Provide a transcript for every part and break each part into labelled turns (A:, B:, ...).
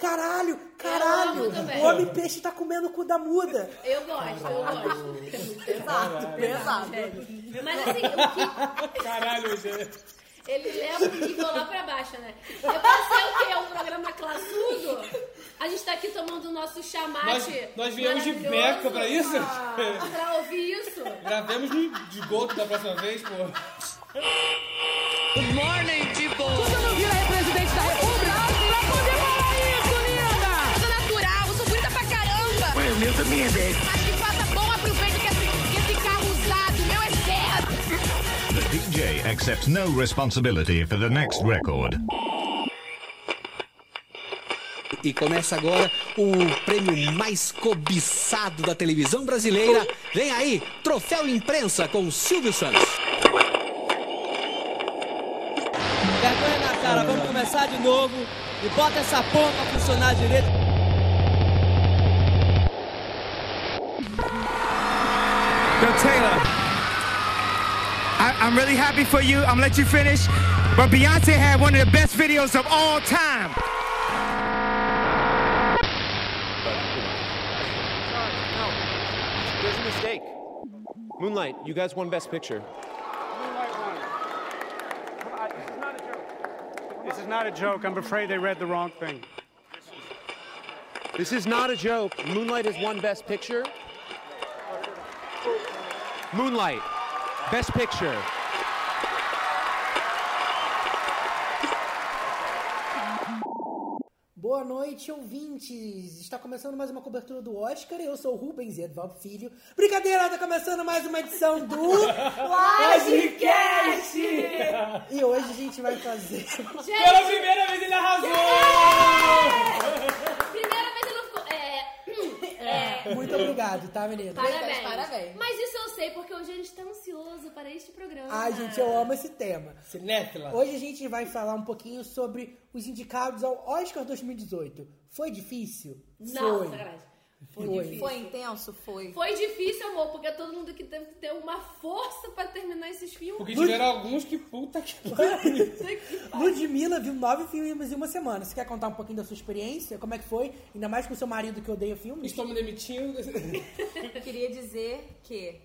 A: caralho, caralho.
B: amo também.
A: O homem peixe tá comendo o cu da muda.
B: Eu gosto, eu gosto.
C: Pesado, pesado.
B: Mas assim, o
D: Caralho, gente.
B: que ele leva e vou lá pra baixo, né? Eu pensei o quê? Um programa classudo? A gente tá aqui tomando o nosso chamate.
D: Nós, nós viemos de
B: maravilhoso
D: beca pra isso?
B: Pra ouvir isso.
D: Gravemos de, de goto da próxima vez, pô.
E: Você não vira aí é presidente da República? Você vai poder falar isso, linda!
F: sou natural, eu sou bonita pra caramba. Mas o meu também é 10. Acho que faça bom aproveito que esse, que esse carro usado, o meu é certo.
G: The DJ accepts no responsibility for the next record.
H: E começa agora o prêmio mais cobiçado da televisão brasileira. Vem aí, Troféu Imprensa com Silvio Santos.
I: Vergonha na cara, vamos começar de novo. E bota essa porra pra funcionar direito.
J: Yo, Taylor. I, I'm really happy for you. I'm gonna let you finish. But Beyonce had one of the best videos of all time.
K: There's a mistake. Moonlight, you guys won Best Picture.
J: This is not a joke. I'm afraid they read the wrong thing.
K: This is not a joke. Moonlight has won Best Picture. Moonlight, Best Picture.
A: Boa noite, ouvintes! Está começando mais uma cobertura do Oscar. Eu sou o Rubens e Edvaldo Filho. Brincadeira, está começando mais uma edição do Podcast! E hoje a gente vai fazer.
B: Gente,
D: Pela primeira vez ele arrasou!
B: primeira vez eu não ficou. É. É.
A: Muito obrigado, tá, menina?
B: Parabéns.
C: Parabéns.
B: Mas isso eu sei, porque hoje a gente tá ansioso para este programa.
A: Ai, gente, eu amo esse tema.
D: Cinéfila.
A: Hoje a gente vai falar um pouquinho sobre os indicados ao Oscar 2018. Foi difícil?
B: Não,
A: Foi.
B: sacanagem.
A: Foi.
C: Foi intenso? Foi.
B: Foi difícil, amor, porque todo mundo que teve que ter uma força pra terminar esses filmes.
D: Porque tiveram alguns que puta que pariu.
A: Ludmilla viu nove filmes em uma semana. Você quer contar um pouquinho da sua experiência? Como é que foi? Ainda mais com seu marido que odeia filmes?
D: Estou me demitindo.
C: Eu queria dizer que.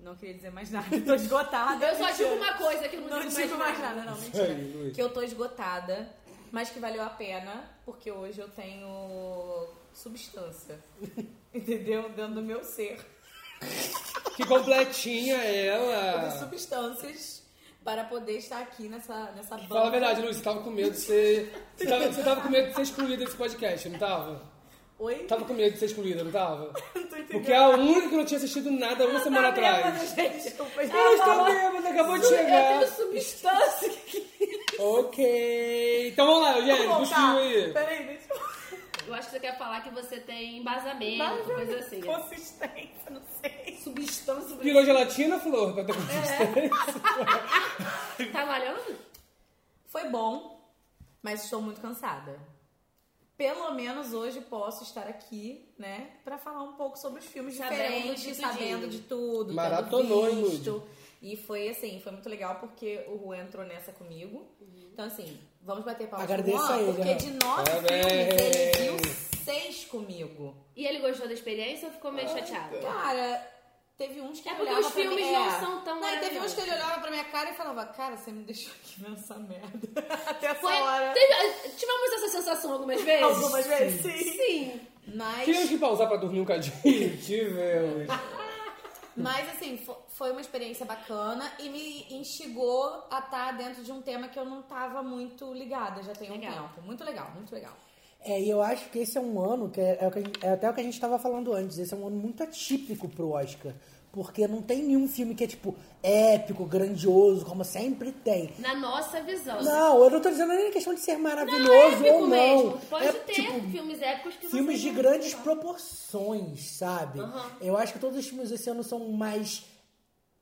C: Não queria dizer mais nada, tô esgotada.
B: Eu só digo
C: Mentira.
B: uma coisa que eu não,
C: Não
B: digo
C: digo mais nada, não, mentira.
D: Luiz.
C: Que eu tô esgotada, mas que valeu a pena, porque hoje eu tenho substância. Entendeu? Dentro do meu ser.
D: Que completinha
C: Eu
F: Ah.
C: tenho
D: ela.
C: substâncias para poder estar aqui nessa, nessa banda.
D: Fala a verdade, Luiz, você tava com medo de ser. Você tava, você tava com medo de ser excluída desse podcast, não tava?
C: Oi?
F: Tá-
D: Tava com medo de ser excluída, não tava?
C: Não tô entendendo.
D: Porque é a única que não tinha assistido nada uma semana
C: Tá bêbada,
D: atrás.
C: gente. Desculpa, gente.
D: Ela está bêbada, acabou de chegar.
C: Eu tenho é substância.
D: Ok. Então vamos lá, Eugênio,
C: Vamos
D: busca
C: voltar.
D: aí.
C: Peraí, deixa eu...
B: Eu acho que você quer falar que você tem embasamento,
C: Mas eu
B: coisa
C: não
B: assim. né?
C: Consistência, não sei. Substância.
D: Virou gelatina, Flor? Pra ter
B: É,
D: consistência?
B: Tá malhando?
C: Foi bom, mas estou muito cansada. Pelo menos hoje posso estar aqui, né, Pra falar um pouco sobre os filmes
B: Sabendo de
C: diferentes,
B: tudinho.
C: sabendo de tudo, tendo
D: Maratonou, hein,
C: visto. E foi assim, foi muito legal porque o Juan entrou nessa comigo. Então assim, vamos bater palmas pro
A: Agradeço
C: Juan,
A: a ele,
C: porque
A: Juan.
C: de nove
D: Parabéns.
C: filmes ele viu seis comigo.
B: E ele gostou da experiência ou ficou meio chateado?
C: Cara, teve uns que
B: É
C: ele
B: porque
C: olhava
B: os
C: pra mim- É.
B: filmes não são tão
C: e teve uns
B: maravilhosos.
C: que ele olhava pra minha cara e falava, cara, você me deixou aqui nessa merda. Até essa
B: Foi-
C: hora.
B: teve- tivemos essa sensação algumas vezes?
C: Algumas vezes, sim.
B: Sim.
C: Mas,
D: Tivemos que pausar pra dormir um cadinho? Tivemos.
C: mas assim, fo- foi uma experiência bacana e me instigou a estar dentro de um tema que eu não tava muito ligada já tem um
B: Legal.
C: tempo. Muito legal, muito legal.
A: É, e eu acho que esse é um ano, que é, é o que a gente- é até o que a gente estava falando antes, esse é um ano muito atípico pro Oscar. Porque não tem nenhum filme que é, tipo, épico, grandioso, como sempre tem.
B: Na nossa visão.
A: Não, eu não tô dizendo nem questão de ser maravilhoso
B: é épico
A: ou não.
B: mesmo. Pode
A: É,
B: ter
A: tipo,
B: filmes épicos que
A: filmes
B: você
A: de
B: não-
A: grandes proporções, sabe? Eu acho que todos os filmes desse ano são mais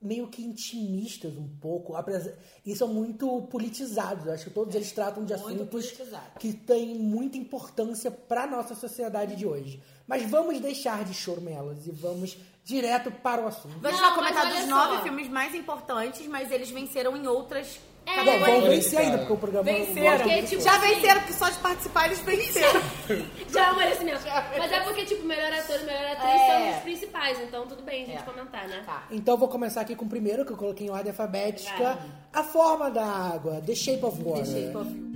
A: meio que intimistas um pouco apres- e são muito politizados. Eu acho que todos eles tratam de
C: É, muito
A: assuntos
C: politizado.
A: que têm muita importância para nossa sociedade de hoje. Mas vamos deixar de chormelas e vamos direto para o assunto.
B: Vamos lá comentar dos nove
C: filmes mais importantes, mas eles venceram em outras
B: É,
A: Não,
C: Categoria.
A: vão vencer ainda, porque o programa...
C: Venceram.
A: Porque,
B: tipo,
C: já
B: assim-
C: venceram, porque só de participar eles venceram.
B: Já é um merecimento. Mas é porque, tipo, melhor ator e melhor atriz
C: É.
B: são os principais, então tudo bem a gente comentar, né?
A: Então eu vou começar aqui com o primeiro, que eu coloquei em ordem alfabética.
B: Vai.
A: A forma da água, The Shape of Water.
C: Shape of-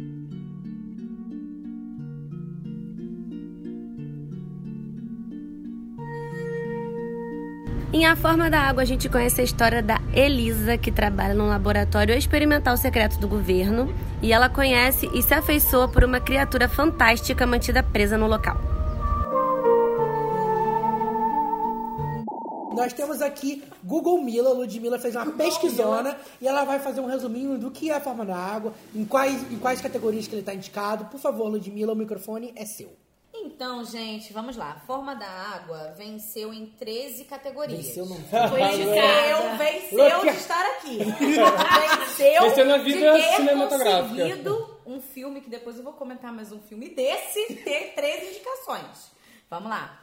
L: Em A Forma da Água, a gente conhece a história da Elisa, que trabalha num laboratório experimental secreto do governo. E ela conhece e se afeiçoa por uma criatura fantástica mantida presa no local.
A: Nós temos aqui Google Mila, Ludmilla fez uma pesquisona e ela vai fazer um resuminho do que é a forma da água, em quais, em quais categorias que ele está indicado. Por favor, Ludmilla, o microfone é seu.
C: Então, gente, vamos lá. Forma da Água venceu em 13 categorias.
A: Venceu não.
C: Venceu, venceu de estar aqui. Venceu,
D: Venceu na vida
C: de ter
D: cinematográfica.
C: conseguido um filme, que depois eu vou comentar, mas um filme desse ter 13 indicações. Vamos lá.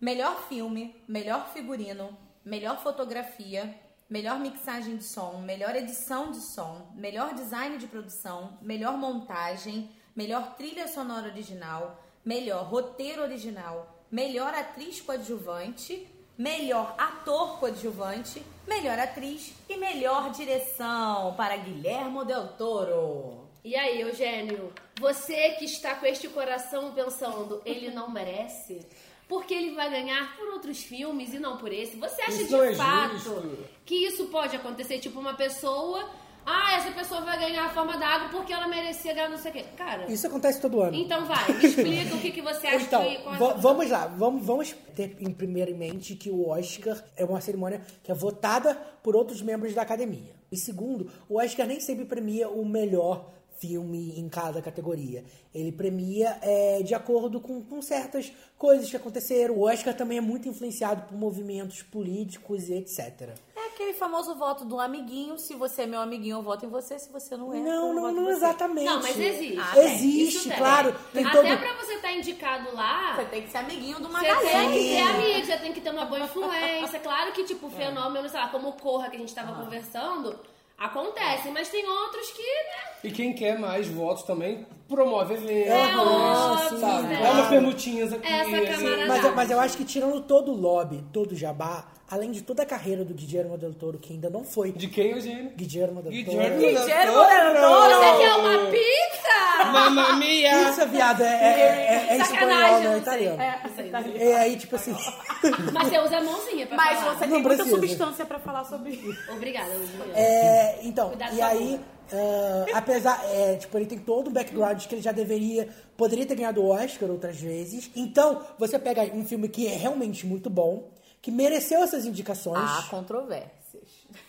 C: Melhor filme, melhor figurino, melhor fotografia, melhor mixagem de som, melhor edição de som, melhor design de produção, melhor montagem, melhor trilha sonora original, melhor roteiro original, melhor atriz coadjuvante, melhor ator coadjuvante, melhor atriz e melhor direção para Guilhermo Del Toro.
B: E aí, Eugênio, você que está com este coração pensando, ele não merece? Porque ele vai ganhar por outros filmes e não por esse. Você acha
D: Isso
B: de
D: não é
B: fato
D: justo.
B: que isso pode acontecer? Tipo, uma pessoa. Ah, essa pessoa vai ganhar a forma da água porque ela merecia ganhar não sei o quê. Cara.
A: Isso acontece todo ano.
B: Então vai, me explica o que, que você acha
A: Então,
B: que. com
A: va-
B: essa-
A: vamos lá, vamos, vamos ter em primeira em mente que o Oscar é uma cerimônia que é votada por outros membros da academia. E segundo, o Oscar nem sempre premia o melhor filme em cada categoria. Ele premia é, de acordo com, com certas coisas que aconteceram. O Oscar também é muito influenciado por movimentos políticos e etc.
C: É aquele famoso voto do amiguinho. Se você é meu amiguinho, eu voto em você. Se você não é,
A: Não,
B: então
C: eu
A: não,
C: voto em
A: não
C: você.
A: exatamente.
B: Não, mas existe.
C: Ah,
B: tem,
A: Existe,
B: isso tem.
A: claro. Então, Tem
B: Até
A: todo-
B: pra você estar indicado lá. Você
C: Ah, tem que ser amiguinho de
B: uma
C: galera.
B: Você tem que
C: Sim.
B: ser amigo, você tem que ter uma boa influência. Claro que, tipo, fenômeno, sei lá, como o Corra que a gente tava conversando, acontece. Mas tem outros que, né?
D: E quem quer mais votos também promove eventos.
B: É óbvio,
D: sabe?
B: né?
D: Dá umas permutinhas aqui.
B: Essa
D: assim.
B: camarada-
A: Mas, eu- mas eu acho que tirando todo o lobby, todo o jabá, além de toda a carreira do Guillermo del Toro, que ainda não foi. De
D: quem, Eugênio?
A: Guillermo del Toro. é
D: Guillermo
C: del Guillermo Toro! del Toro! Isso aqui é uma pizza?
D: Mamma mia!
A: Isso, viado, é, é, é, é espanhol,
B: Sacanagem,
A: não é
B: eu sei.
A: italiano.
B: É, eu sei.
C: tá
A: E aí, tipo assim...
B: Mas você usa a mãozinha pra
C: Mas
B: falar.
C: você
A: Não
C: tem muita
A: precisa.
C: substância pra falar sobre isso.
B: Obrigada, Ludmilla.
A: É, então,
B: Cuidado
A: e
B: com a
A: aí, ah, apesar, é, tipo, ele tem todo um background que ele já deveria, poderia ter ganhado o Oscar outras vezes. Então, você pega um filme que é realmente muito bom, que mereceu essas indicações.
B: Ah,
C: Há controvérsias.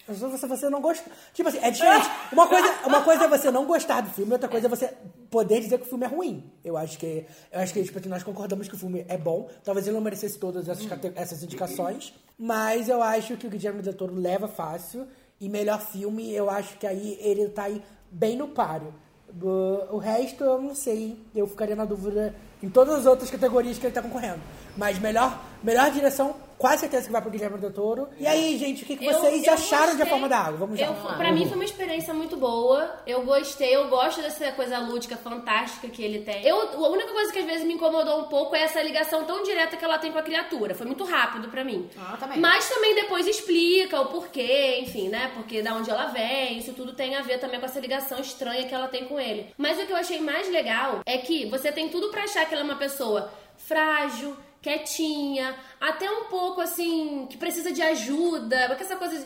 A: Mas Você, você não gosta. Tipo assim, é diferente. Uma coisa, uma coisa é você não gostar do filme, outra coisa é você poder dizer que o filme é ruim. Eu acho que. Eu acho que, tipo, assim, nós concordamos que o filme é bom. Talvez ele não merecesse todas essas, cate- essas indicações. Mas eu acho que o Guillermo Del Toro leva fácil. E melhor filme, eu acho que aí ele tá aí bem no páreo. Do- O resto eu não sei. Eu ficaria na dúvida em todas as outras categorias que ele tá concorrendo. Mas melhor, melhor direção, quase certeza que vai pro Guilherme Del Toro. E aí, gente, o que, que
B: Eu-
A: vocês
B: eu
A: acharam de A
B: gostei.
A: Forma da Água? Vamos lá.
B: Eu- pra mim foi uma experiência muito boa. Eu gostei, eu gosto dessa coisa lúdica fantástica que ele tem. Eu, a única coisa que às vezes me incomodou um pouco é essa ligação tão direta que ela tem com a criatura. Foi muito rápido pra mim.
C: Ah, também.
B: Mas também depois explica o porquê, enfim, né? Porque da onde ela vem, isso tudo tem a ver também com essa ligação estranha que ela tem com ele. Mas o que eu achei mais legal é que você tem tudo pra achar que ela é uma pessoa frágil, quietinha, até um pouco assim, que precisa de ajuda, porque essa coisa de...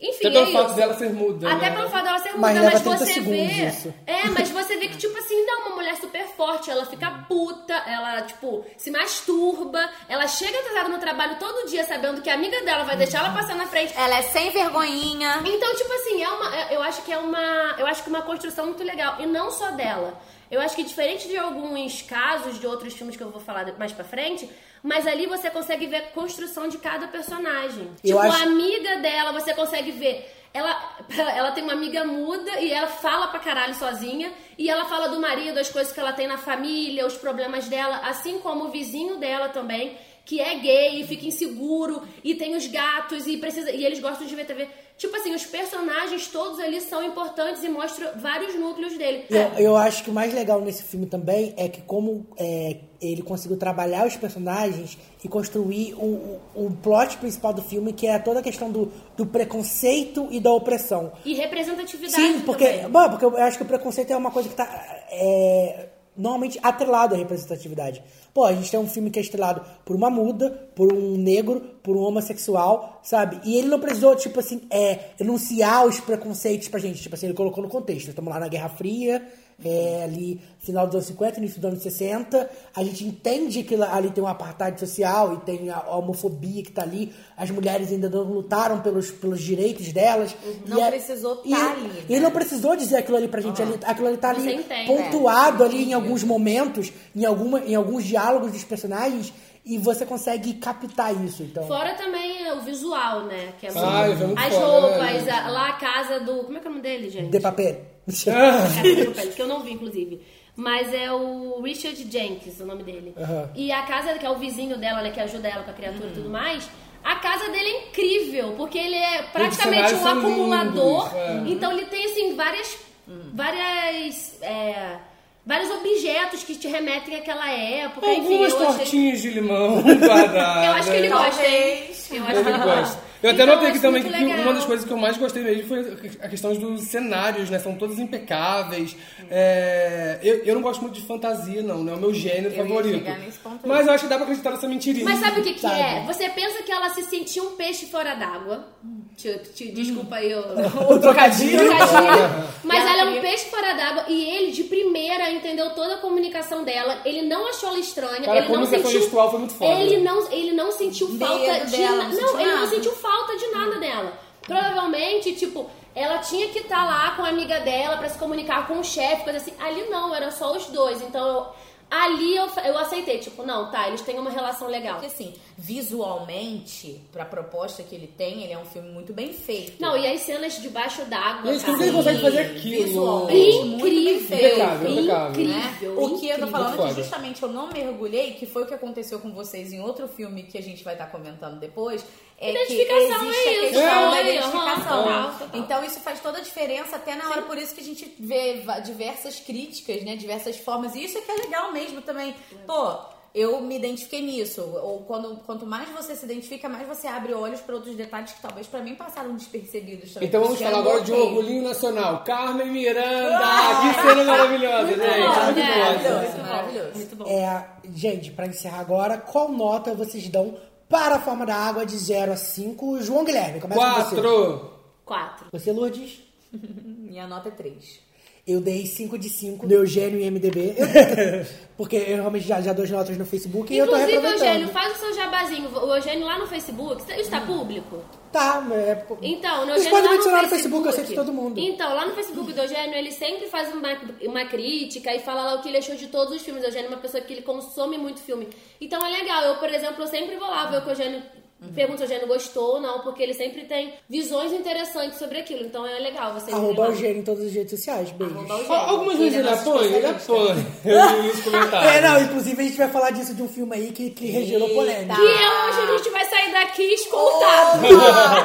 B: Enfim,
D: Até pelo
B: é
D: um fato
B: isso.
D: dela ser muda,
B: Até
D: né?
B: pelo fato dela ser muda,
D: Mas
B: mas,
D: leva 30
B: você
D: segundos
B: vê.
D: isso.
B: É, mas você vê que, tipo assim, não, uma mulher super forte, ela fica puta, ela, tipo, se masturba, ela chega atrasada no trabalho todo dia sabendo que a amiga dela vai deixar
D: Uhum.
B: ela passar na frente.
C: Ela é sem vergonhinha.
B: Então, tipo assim, é uma. é- Eu acho que é uma. Eu acho que é uma construção muito legal. E não só dela. Eu acho que diferente de alguns casos de outros filmes que eu vou falar mais pra frente, mas ali você consegue ver a construção de cada personagem.
A: Eu
B: tipo,
A: acho-
B: a amiga dela, você consegue ver. Ela, ela tem uma amiga muda e ela fala pra caralho sozinha. E ela fala do marido, as coisas que ela tem na família, os problemas dela, assim como o vizinho dela também, que é gay e fica inseguro, e tem os gatos, e precisa. E eles gostam de ver TV. tipo assim, os personagens todos ali são importantes e mostra vários núcleos dele.
A: Eu, eu acho que o mais legal nesse filme também é que como é, ele conseguiu trabalhar os personagens e construir o, o, o plot principal do filme, que é toda a questão do, do preconceito e da opressão.
B: E representatividade
A: Sim, porque,
B: também.
A: bom, porque eu acho que o preconceito é uma coisa que tá é, normalmente atrelado à representatividade. Pô, a gente tem um filme que é estrelado por uma muda, por um negro, por um homossexual, sabe? E ele não precisou, tipo assim, é, enunciar os preconceitos pra gente. Tipo assim, ele colocou no contexto. Estamos lá na Guerra Fria, é, ali final dos anos 50, início dos anos 60. A gente entende que lá- ali tem um apartheid social e tem a homofobia que tá ali. As mulheres ainda não lutaram pelos, pelos direitos delas.
C: Não
A: E é-
C: precisou
A: e-
C: tá ali,
A: E ele não precisou dizer aquilo ali pra gente. ali- aquilo ali tá
C: Você
A: ali
C: entende, é.
A: pontuado ali em alguns momentos, em, alguma, em alguns diálogos dos personagens, e você consegue captar isso, então.
B: Fora também é, o visual, né? Que é
A: Sim.
B: muito-
A: Ah, isso é muito
B: As
A: foda,
B: roupas,
A: né?
B: a- lá a casa do. Como é que é o nome dele, gente?
A: De papel.
D: Ah,
B: Casa de papel, que eu não vi, inclusive. Mas é o Richard Jenkins, o nome dele.
A: Aham.
B: E a casa, que é o vizinho dela, né? Que ajuda ela com a criatura e tudo mais. A casa dele é incrível, porque ele é praticamente
D: cenários
B: um
D: são
B: acumulador.
D: lindos, é.
B: Então ele tem, assim, várias. várias. é, vários objetos que te remetem àquela época.
D: Algumas
B: enfim, eu achei-
D: tortinhas de limão quadradas.
B: Eu acho que
C: Então,
B: ele gosta, hein?
C: Talvez.
B: Eu acho
D: Eu
B: que ele
D: não gosto.
B: gosta.
D: Eu até
B: Então,
D: notei
B: eu
D: aqui
B: acho
D: também que
B: muito
D: uma
B: legal.
D: das coisas que eu mais gostei mesmo foi a questão dos cenários, né? São todos impecáveis. É, eu, eu não gosto muito de fantasia, não, né? É o meu gênero
B: Eu ia
D: favorito.
B: chegar nesse ponto aí.
D: Mas eu acho que dá pra acreditar nessa mentirinha.
B: Mas sabe o que, que é? Você pensa que ela se sentia um peixe fora d'água. Te- te- Desculpa aí o,
D: O trocadilho.
B: Trocadilho. Mas
C: E ela
B: ela é um
C: queria-
B: peixe fora d'água e ele, de primeira, entendeu toda a comunicação dela. Ele não achou ela estranha.
D: Cara, a
B: ele não
D: comunicação
B: sentiu.
D: gestual foi muito foda.
B: Ele não, ele não sentiu
C: Medo
B: falta de
C: dela,
B: na-
C: não
B: Não,
C: sentiu
B: ele não
C: nada.
B: sentiu falta de nada dela. Provavelmente, tipo, ela tinha que estar lá com a amiga dela pra se comunicar com o chefe, coisa assim. Ali não, eram só os dois. Então eu. Ali eu, fa- eu aceitei, tipo, não, tá, eles têm uma relação legal. Porque
C: assim, visualmente, pra proposta que ele tem, ele é um filme muito bem feito.
B: Não, e as cenas debaixo d'água. cara.
C: Gente, como que ele consegue fazer
D: aquilo?
C: Visualmente, muito bem feito.
D: Impecável, impecável.
C: Né? O que eu tô
D: Incrível.
C: falando é que
D: Foda.
C: justamente eu não mergulhei, que foi o que aconteceu com vocês em outro filme que a gente vai estar comentando depois. É que existe
B: Identificação é
C: a
B: isso,
C: questão da
B: aí,
C: identificação.
B: aham, total, total.
C: Então isso faz toda a diferença até na hora, por isso que a gente vê va- diversas críticas, né? Diversas formas. E isso é que é legal mesmo também. Pô. Eu me identifiquei nisso. Ou quando, quanto mais você se identifica, mais você abre olhos para outros detalhes que talvez pra mim passaram despercebidos também.
D: Então vamos
C: Porque
D: falar
C: eu
D: agora de um
C: notei.
D: orgulhinho nacional. Carmen Miranda!
B: Ah!
D: que cena maravilhosa, gente! Muito
B: né?
D: foda.
C: maravilhoso.
B: Muito bom.
A: É, gente, pra encerrar agora, qual nota vocês dão para a forma da água de 0 a 5? João Guilherme, começa com você.
D: Quatro!
B: Quatro.
A: Você, Lourdes?
C: Minha nota é 3.
A: Eu dei 5 de 5 do Eugênio e MDB. porque eu realmente já, já dou as notas no Facebook e eu tô
B: Inclusive,
A: reproveitando.
B: Eugênio, faz o seu jabazinho. O Eugênio lá no Facebook. Isso está público?
A: Tá, é...
B: Então, no
A: Vocês
B: Eugênio.
A: podem
B: lá
A: me adicionar
B: no
A: no
B: Facebook,
A: Facebook, eu aceito todo mundo.
B: Então, lá no Facebook do Eugênio, ele sempre faz uma, uma crítica e fala lá o que ele achou de todos os filmes. O Eugênio é uma pessoa que ele consome muito filme. Então é legal. Eu, por exemplo, eu sempre vou lá ver o que o Eugênio.
A: Uhum.
B: Pergunto se o Eugênio gostou ou não, porque ele sempre tem visões interessantes sobre aquilo. Então é legal você ir
A: Arroba
B: lá.
A: Eugênio em todas as redes sociais. Beijos.
D: Al- Algumas vezes ele apanha, ele apanha. Eu li os comentários.
A: É, não, inclusive a gente vai falar disso de um filme aí que, que regerou polêmica.
B: Que hoje a gente vai sair daqui escoltado.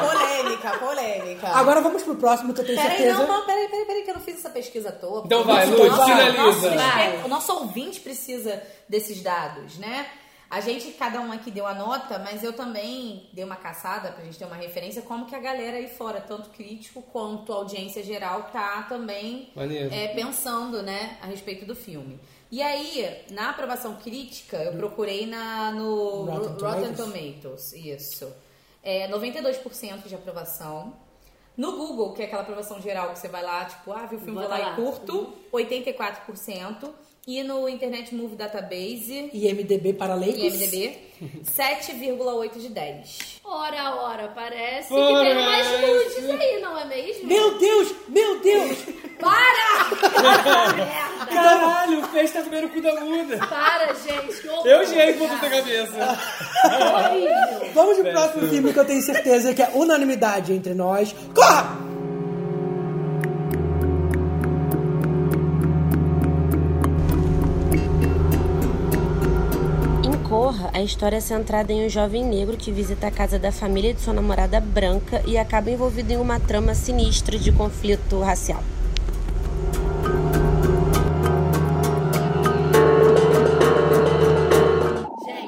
C: polêmica, polêmica.
A: Agora vamos pro próximo, que eu tenho
C: Peraí,
A: certeza.
C: não, não, peraí, peraí, peraí, que eu não fiz essa pesquisa à toa.
D: Então vai,
C: Nosso-
D: Lud,
C: nosso-
D: finaliza.
C: nosso-
D: Vai.
C: O nosso ouvinte precisa desses dados, né? A gente, cada um aqui deu a nota, mas eu também dei uma caçada pra gente ter uma referência, como que a galera aí fora, tanto crítico quanto audiência geral, tá também
D: Maneiro.
C: é, pensando, né, a respeito do filme. E aí, na aprovação crítica, eu procurei na, no
A: Rotten
C: Ro- Rotten
A: Tomatoes?
C: Tomatoes, isso. É, 92% de aprovação. No Google, que é aquela aprovação geral que você vai lá, tipo, ah, viu o filme, vou
B: Bota
C: lá Uhum.
B: lá.
C: e curto, 84%. E no Internet Movie Database,
A: IMDB para leigos.
C: IMDB, 7,8 de 10.
B: Ora, ora,
A: Parece.
B: parece que tem mais nudes aí, não é mesmo?
A: Meu Deus, meu Deus!
B: Para!
D: Caralho, o peixe tá comendo o cu da muda.
B: Para, gente. que horror.
D: Eugênio botou na cabeça.
A: Vamos pro próximo filme que eu tenho certeza que é unanimidade entre nós. Corra!
L: Em Porra, a história é centrada em um jovem negro que visita a casa da família de sua namorada branca e acaba envolvido em uma trama sinistra de conflito racial.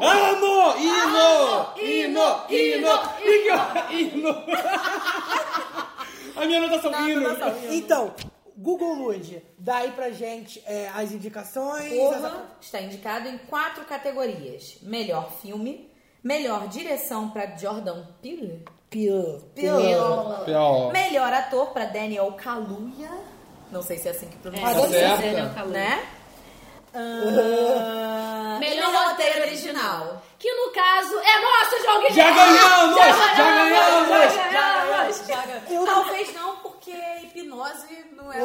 D: Amo! Hino! Hino! Hino! Hino! Hino! A minha anotação, hino.
A: Então, Google Lude, dá aí pra gente é, as indicações.
C: Corra está indicado em quatro categorias: melhor filme, melhor direção para Jordan Peele,
A: Pio.
C: Peele.
D: Pior.
C: melhor ator para Daniel Kaluuya, não sei se é assim que pronuncia,
D: É, Tá certo. Daniel
B: Kaluuya.
C: né? Ah,
B: Melhor
C: melhor
B: roteiro
C: roteiro original.
B: Que no caso é nosso, João Guilherme!
D: Já ganhamos! Já ganhamos!
B: Já ganhamos!
C: Já ganhou. Talvez não, porque hipnose não é.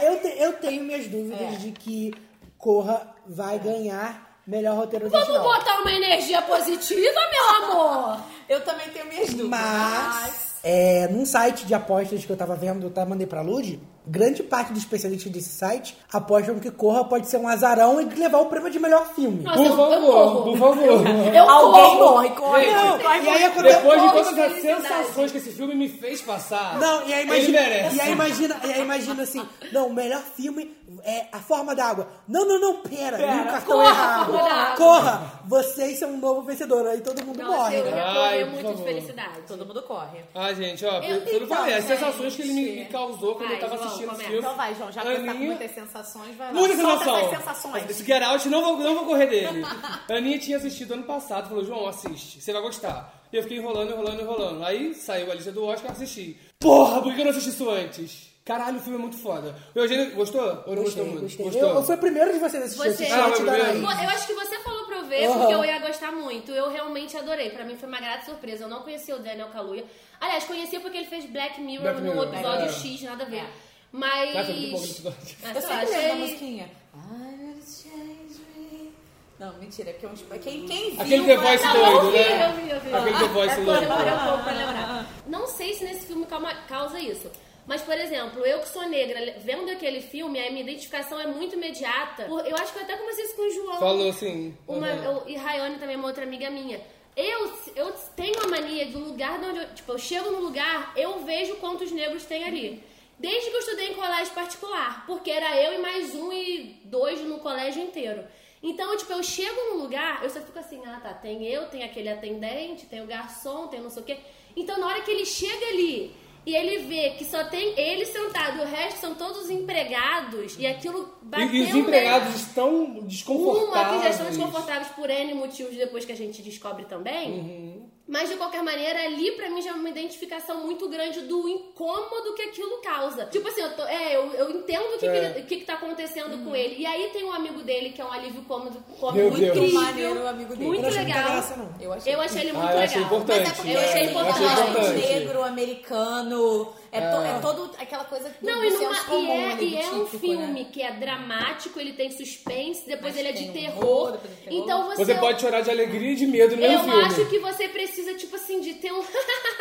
A: Eu, te- eu tenho minhas dúvidas de que Corra vai ganhar melhor roteiro original.
B: Vamos botar uma energia positiva, meu amor!
C: Eu também tenho minhas dúvidas.
A: Mas, é, num site de apostas que eu tava vendo, eu tá, mandei pra Lud, grande parte dos especialistas desse site apostam que Corra pode ser um azarão e levar o prêmio de melhor filme.
B: Nossa,
D: Por favor, por favor.
B: Eu
C: Alguém
B: corro!
C: morre, corre.
A: Não,
C: corre,
A: e aí
C: corre.
A: acontece...
D: Depois um de todas as
B: felicidade.
D: sensações que esse filme me fez passar,
A: Não, e aí
D: ele
A: imagina,
D: merece.
A: e aí imagina, e aí imagina assim, não, o melhor filme é A Forma d'Água. Não, não, não, pera, li o cartão
B: corra,
A: errado.
B: Forma d'Água.
A: Corra, vocês são um novo vencedor, aí todo mundo
B: Nossa,
A: morre.
B: eu
A: né?
B: ia
D: Ai,
B: correr
D: por
B: muito de
D: favor.
B: felicidade.
C: Todo mundo corre.
D: Ah, gente, ó, eu, eu
C: então,
D: não falei, as
C: gente.
D: sensações que ele me, me causou quando
B: Vai,
D: eu tava
B: João,
D: assistindo esse
B: começa.
D: filme.
C: Então vai, João, já que você tá com
D: Aninha-
C: muitas sensações, vai lá.
D: Muita
C: Solta
D: sensação.
C: essas sensações.
D: Esse Get Out, não vou, não vou correr dele. A Aninha tinha assistido ano passado, falou, João, assiste, você vai gostar. E eu fiquei enrolando, enrolando, enrolando. Aí saiu a lista do Oscar, assisti. Porra, por que eu não assisti isso antes? Caralho, o filme é muito foda. O Eugênio, gostou? Ou não gostou muito? Gostou?
A: Eu, eu fui o primeiro de vocês a assistir.
B: Você, é
A: eu
D: Ah,
A: assisti antes da
D: meu
A: Anaís.
D: Deus.
B: eu acho que você falou pra eu ver,
A: Aham.
B: porque eu ia gostar muito. Eu realmente adorei. Pra mim foi uma grata surpresa. Eu não conhecia o Daniel Kaluuya. Aliás, conhecia porque ele fez Black Mirror
D: Black
B: num
D: Mirror,
B: episódio
D: é.
B: X, nada a ver.
D: Ah, foi muito bom esse
B: Mas.
D: episódio.
B: Ah,
C: Eu
B: sei
C: sei
B: lá,
C: que lembro da
B: achei...
C: musiquinha. I will change me. Não, mentira, é porque é um tipo. Quem, quem viu.
D: Aquele The
C: vai-
D: Voice
B: Não, Tá
D: doido,
B: eu vi,
D: né?
B: eu vi, eu vi.
D: Aquele The Voice
B: Depois
D: louco.
B: demorei um pouco pra lembrar. Não sei se nesse filme calma- causa isso. Mas, por exemplo, eu que sou negra, vendo aquele filme, a minha identificação é muito imediata. Eu acho que eu até comecei isso com o João.
D: Falou assim.
B: Uma,
D: aham.
B: eu- e Rayane também é uma outra amiga minha. Eu, eu tenho a mania do lugar de onde eu, tipo, eu chego no lugar, eu vejo quantos negros tem ali. Desde que eu estudei em colégio particular, porque era eu e mais um e dois no colégio inteiro. Então, tipo, eu chego num lugar, eu só fico assim, ah, tá, tem eu, tem aquele atendente, tem o garçom, tem não sei o quê. Então, na hora que ele chega ali e ele vê que só tem ele sentado, o resto são todos empregados, e aquilo
D: E,
B: bateu um
D: e os
B: nele.
D: empregados estão
B: Uma que já
D: desconfortáveis.
B: estão desconfortáveis por N motivos depois que a gente descobre também.
D: Uhum.
B: Mas de qualquer maneira, ali pra mim já é uma identificação muito grande do incômodo que aquilo causa. Tipo assim, eu, tô- é, eu, eu entendo o que,
D: É.
B: que, ele- o que que tá acontecendo
C: Uhum.
B: com ele. E aí tem um amigo dele que é um alívio cômodo, cômico
D: Meu Deus.
B: incrível.
C: Maneiro, o amigo dele.
B: Muito
A: Eu não achei muita
B: legal.
A: graça, não.
C: Eu achei.
B: Eu achei ele
D: Ah,
B: muito
D: eu
B: legal.
D: achei importante.
C: Mas é porque
B: Eu achei
C: é
B: importante.
C: personagem
D: importante.
C: negro, americano, é, to- é todo aquela coisa do
B: Não, e,
C: senso
B: numa-
C: comum,
B: e é,
C: ali,
B: e
C: do
B: é um
C: típico,
B: filme
C: né?
B: que é dramático, ele tem suspense, depois
C: Mas
B: ele é de
C: tem um
B: terror.
C: horror, depois de terror.
B: Então você,
D: Você pode chorar de alegria e de medo no mesmo
B: Eu
D: filme.
B: acho que você precisa, tipo assim, de ter um.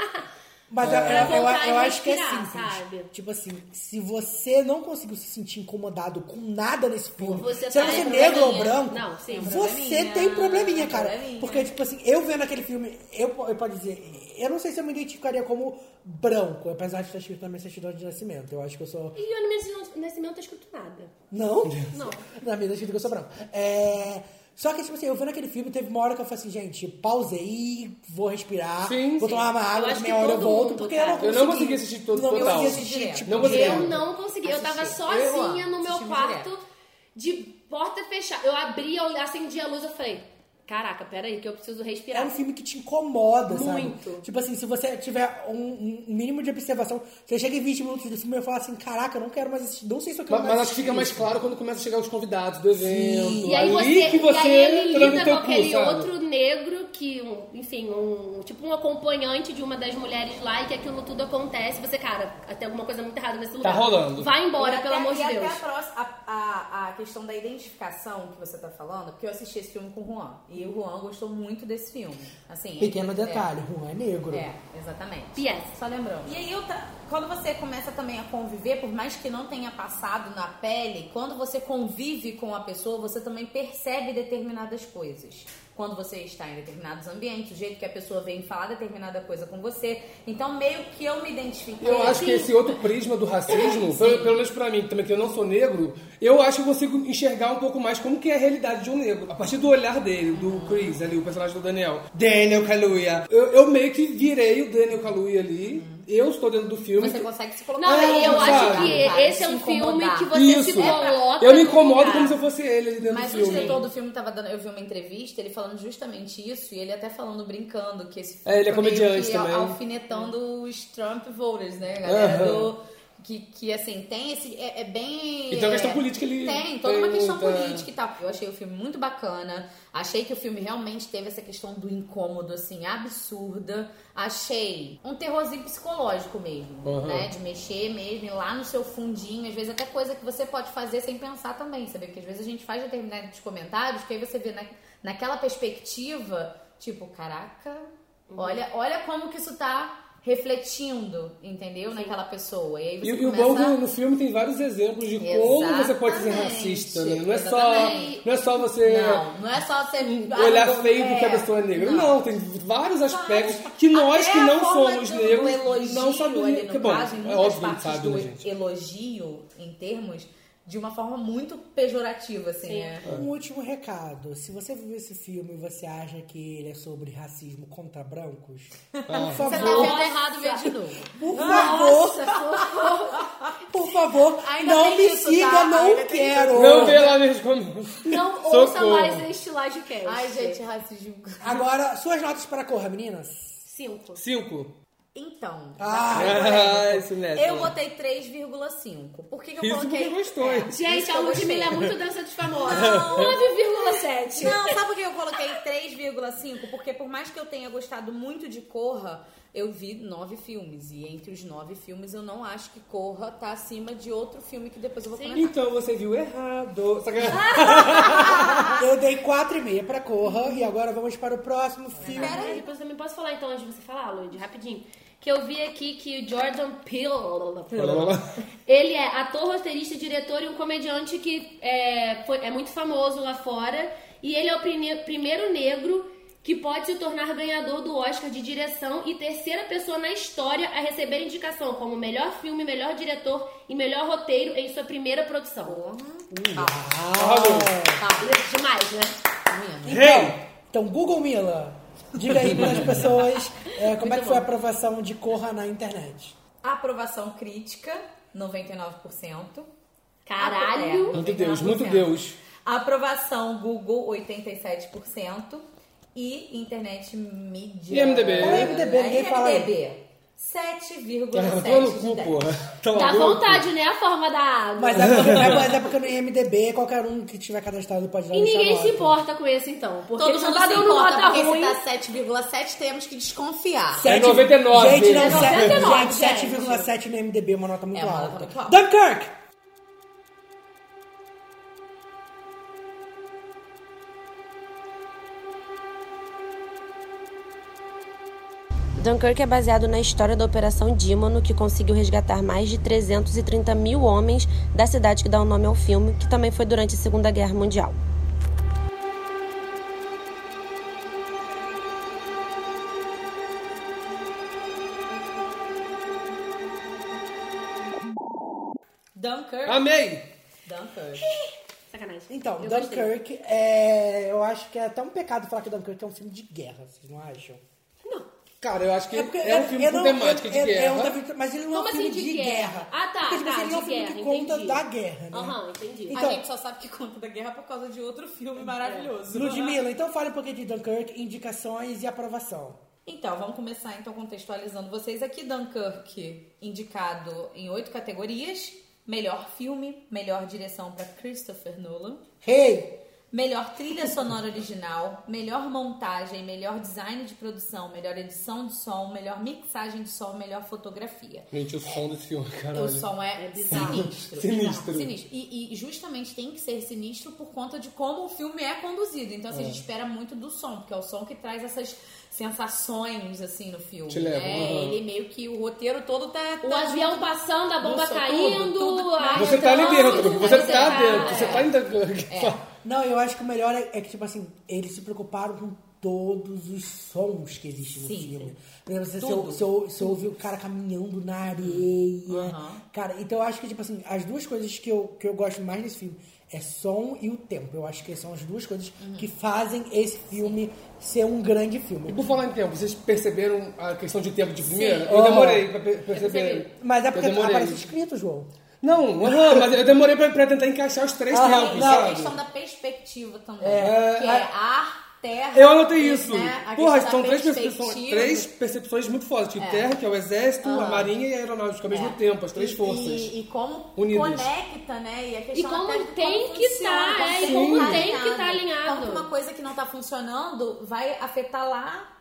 A: Mas eu- eu, eu-
B: É. voltar e
A: eu acho que é
B: respirar,
A: simples.
B: sabe?
A: Tipo assim, se você não conseguiu se sentir incomodado com nada nesse filme,
B: Você
A: se
B: tá
A: você é
B: com
A: negro ou
B: probleminha.
A: branco,
B: Não, sim,
A: você
C: probleminha.
A: tem um probleminha, cara.
C: Probleminha.
A: Porque, tipo assim, eu vendo aquele filme, eu, po- eu posso dizer, eu não sei se eu me identificaria como branco, apesar de estar escrito na minha certidão de nascimento. Eu acho que eu sou.
B: E o Nascimento- Nascimento não tá escrito nada.
A: Não?
B: Não.
A: Na minha escrito que eu sou branco. É. Só que, tipo assim, eu vendo aquele filme, teve uma hora que eu falei assim, gente, pausei, vou respirar,
D: Sim,
A: vou
D: sim.
A: tomar uma
B: Eu
A: água,
B: acho
A: meia
B: que
A: hora eu
B: todo
A: volto,
B: mundo,
A: porque eu
B: cara.
A: não
D: tá. Eu
A: consegui.
D: não consegui assistir todo
A: Não
D: total.
A: consegui assistir,
C: Direto.
A: tipo,
D: Não consegui.
B: Eu não consegui. Eu tava
C: Assisti.
B: sozinha
C: Eu
B: no meu
C: assisti
B: quarto,
C: direto.
B: de porta fechada. Eu abri, eu acendi a luz, eu falei: Caraca, peraí, que eu preciso
A: é
D: assim,
B: respirar.
A: um filme que te incomoda, sabe?
B: Muito.
A: Tipo assim, se você tiver um, um mínimo de observação, você chega em 20 minutos do filme e fala assim, caraca, eu não quero mais assistir, não sei se eu quero
D: Mas, mas
A: mais
D: acho que
A: assistir
D: fica mais
A: isso."
D: claro quando começa a chegar os convidados do evento.
A: Sim.
B: E aí, você,
D: que você
B: e aí ele
D: entra no
B: lida com
D: teu
B: aquele
D: cu, sabe?
B: outro negro que, um- enfim, um tipo um acompanhante de uma das mulheres lá e que aquilo tudo acontece. Você, cara, tem alguma coisa muito errada nesse lugar.
D: Tá rolando.
B: Vai embora,
C: E
B: pelo
C: até-
B: amor de
C: e
B: Deus.
C: Até a, próxima, a, a- a questão da identificação que você tá falando, porque eu assisti esse filme com o Juan. E o Juan gostou muito desse filme. Assim,
A: Pequeno
C: é-
A: detalhe, Juan é negro.
C: É, exatamente.
B: P.S.
C: Só lembrando. E aí eu tá. quando você começa também a conviver, por mais que não tenha passado na pele, quando você convive com a pessoa, você também percebe determinadas coisas. Quando você está em determinados ambientes, o jeito que a pessoa vem falar determinada coisa com você. Então, meio que eu me É assim? identifiquei.
D: Eu acho que
B: assim.
D: esse é outro prisma do racismo, pelo, pelo menos pra mim, também que eu não sou negro, eu acho que eu consigo enxergar um pouco mais como que é a realidade de um negro. A partir do olhar dele, do Chris ali, o personagem do Daniel. Daniel Kaluuya. Eu, eu meio que virei o Daniel Kaluuya ali. Eu estou dentro do filme.
C: Você consegue se colocar.
B: Não,
D: É,
B: eu acho
D: sabe?
B: que esse é um
C: Se
B: filme
C: incomodar.
B: que você se
D: Isso.
B: coloca.
D: Eu me
B: no
D: incomodo
B: lugar.
D: como se eu fosse ele ali dentro
C: Mas
D: do
C: o
D: filme.
C: diretor do filme tava dando. Eu vi uma entrevista, ele falando justamente isso, e ele até falando, brincando, que esse
D: É, ele é
C: foi meio
D: comediante
C: que al-
D: também.
C: Alfinetando os Trump voters, né? A galera
D: Aham.
C: do. Que, que assim, tem esse. É, é bem.
D: E tem uma questão
C: é,
D: política ali.
C: Tem, toda uma
D: Tem
C: questão
D: muita-
C: política e tal. Eu achei o filme muito bacana. Achei que o filme realmente teve essa questão do incômodo, assim, absurda. Achei um terrorzinho psicológico mesmo,
D: Aham.
C: né? de mexer mesmo, ir lá no seu fundinho, às vezes até coisa que você pode fazer sem pensar também, sabe? Porque às vezes a gente faz determinados comentários que aí você vê na, naquela perspectiva, tipo, caraca, olha, olha como que isso tá refletindo, entendeu? Naquela pessoa. E aí
D: E,
C: você
D: e o
C: começa...
D: bom que no filme tem vários exemplos de como você pode ser racista, né? Não é só,
C: Exatamente.
D: não é só você
C: Não, não é só você
D: olhar
C: Ah, não,
D: feio porque
C: é.
D: a pessoa é negra. Não, tem vários aspectos que nós
C: Até
D: que
C: É a
D: não
C: forma
D: somos
C: do
D: negros
C: elogio
D: não sabemos.
C: ali no
D: que bom,
C: caso, em
D: é
C: muitas
D: óbvio, que
C: partes
D: sabe,
C: do
D: né, gente?
C: elogio em termos de uma forma muito pejorativa, assim. É.
A: Um último recado. Se você viu esse filme e você acha que ele é sobre racismo contra brancos,
B: Ah.
A: por
C: Você tá
A: favor.
C: vendo errado, vê de novo.
A: Por
C: Nossa,
A: favor. Por favor,
B: Ainda
A: não
B: tem
A: me
B: isso,
A: siga,
B: tá?
A: não
B: Ainda tem
A: quero.
B: isso.
D: Não vê lá mesmo comigo.
B: Não ouça
D: Socorro.
B: mais este livecast.
C: Ai, gente, racismo.
A: Agora, suas notas para a corra, meninas.
B: Cinco.
D: Cinco.
C: Então,
A: Ah,
D: Ah, isso mesmo.
C: eu botei 3,5. Por que, que eu
D: Isso
C: coloquei? É,
D: porque gostou, hein?
C: isso
B: Gente,
C: que
B: a
C: eu
B: Ludmilla é
C: gostei.
B: muito dança dos famosos.
C: Não.
B: 9,7.
C: Não, sabe por que eu coloquei 3,5? Porque por mais que eu tenha gostado muito de Corra, eu vi nove filmes. E entre os nove filmes, eu não acho que Corra tá acima de outro filme que depois eu vou comentar.
D: Então você viu errado. Sacanagem.
A: Eu dei 4,5 para Corra e agora vamos para o próximo filme.
B: Pera aí, Tá. depois eu também posso falar então antes de você falar, Luiz, rapidinho. Que eu vi aqui que o Jordan Peele, ele é ator, roteirista, diretor e um comediante que é, foi- é muito famoso lá fora. E ele é o prime- primeiro negro que pode se tornar ganhador do Oscar de direção e terceira pessoa na história a receber indicação como melhor filme, melhor diretor e melhor roteiro em sua primeira produção. Palmas. Tá. Demais, né?
A: Então, então, Google Mila, diga aí para as pessoas é, como é que foi a aprovação de Corra na internet.
C: Aprovação crítica, 99%.
B: Caralho.
D: Muito Deus, muito Deus.
C: Aprovação Google, 87%. E internet mídia. Né?
D: IMDb. Fala
A: IMDb, ninguém fala.
C: IMDb, 7,7.
D: Tô Ah, no cu,
C: de 10.
D: porra. Tá
B: Dá
D: maluco?
B: vontade, né? A forma da água.
A: Mas é porque, é, mas é porque no IMDB, qualquer um que tiver cadastrado pode dar um
B: E ninguém
A: sua
B: se
A: nota.
B: importa com esse, então. Porque
C: Todo
B: ele só
C: mundo
B: tá
C: se
B: dando
C: importa,
B: nota
C: porque
B: ruim.
C: se tá 7,7, temos que desconfiar.
D: É
A: Sete-
D: 99.
A: Gente, não,
D: É
A: sete-
B: 99,
A: gente, 7,7 no MDB é uma nota muito
C: É uma nota
A: alta.
C: muito alta.
A: Dunkirk!
L: Dunkirk é baseado na história da Operação Dímono, que conseguiu resgatar mais de 330 mil homens da cidade que dá o nome ao filme, que também foi durante a Segunda Guerra Mundial.
C: Dunkirk.
A: Ah.
D: Amei.
C: Dunkirk.
B: Sacanagem.
A: Então,
B: Eu gostei.
A: Dunkirk, é, eu acho que é até um pecado falar que Dunkirk é um filme de guerra, vocês não acham?
D: Cara, eu acho que é,
A: porque-
D: um filme
A: eu
D: com
A: não-
D: temática de
A: eu- eu- eu
D: guerra.
A: não tava- mas ele não é um
B: Como
A: filme
B: assim,
A: de,
B: de
A: guerra.
B: guerra? Ah,
A: Porque,
B: tá,
A: tipo,
B: tá,
A: ele não é um
B: de
A: filme que
B: guerra,
A: conta
B: entendi.
A: da guerra, né?
B: Aham, entendi.
A: Então-
C: a gente só sabe que conta da guerra por causa de outro
B: É.
C: filme maravilhoso.
A: Ludmilla, então fale um pouquinho de Dunkirk, indicações e aprovação.
C: Então, vamos começar então contextualizando vocês aqui. Dunkirk, indicado em oito categorias. Melhor filme, melhor direção para Christopher Nolan.
A: Hey!
C: Melhor trilha sonora original, melhor montagem, melhor design de produção, melhor edição de som, melhor mixagem de som, melhor fotografia.
D: Gente, o som desse filme, caralho.
C: O som é, sinistro.
D: Sinistro.
C: Sinistro. E, e justamente tem que ser sinistro por conta de como o filme é conduzido. Então,
D: É.
C: assim, a gente espera muito do som, porque é o som que traz essas sensações, assim, no filme.
D: Te leva,
C: né?
D: aham.
C: Ele meio que o roteiro todo tá...
B: O
C: tá-
B: avião passando, a bomba
C: Isso, tudo,
B: caindo,
C: tudo.
B: a-
D: Você tá
C: então,
D: ali dentro,
B: Não,
D: você
B: você
C: é
D: tá
B: tá-
D: dentro, você tá ainda.
A: Não, eu acho que o melhor é, é que, tipo assim, eles se preocuparam com todos os sons que existem no filme. Por exemplo, você, se,
C: Tudo.
A: eu, se, eu, se eu ouvir o cara caminhando na areia.
C: Aham.
A: Cara, então eu acho que, tipo assim, as duas coisas que eu, que eu gosto mais nesse filme é som e o tempo. Eu acho que são as duas coisas
C: Uhum.
A: que fazem esse filme ser um grande filme.
D: E por falar em tempo, vocês perceberam a questão de tempo de primeira?
A: Sim.
D: Eu
A: Oh.
D: demorei pra per-
A: percebi.
D: perceber.
A: Mas é porque
D: Eu demorei.
A: aparece escrito, João.
D: Não, aham, mas eu demorei pra, pra tentar encaixar os três
A: Aham,
D: tempos,
C: Tem a
D: sabe?
C: questão da perspectiva também,
D: Ah, É,
C: que
D: a-
C: é ar, terra...
D: Eu anotei
C: e,
D: isso.
C: né, a
D: Porra,
C: questão
D: são
C: da
D: três
C: perspectiva.
D: percepções, três percepções muito fortes. Tipo,
C: É.
D: terra, que é o exército, a
C: Aham.
D: marinha e a aeronáutica ao mesmo tempo, as três
C: É. E-
D: forças.
C: E, e como
D: Unidas.
C: conecta, né? E, a questão
B: E como
C: até de
B: tem que
C: funciona,
B: tá, é, e
C: tem
B: como
C: que tá
B: tem que tá alinhado.
C: Tanto uma coisa que não tá funcionando vai afetar lá.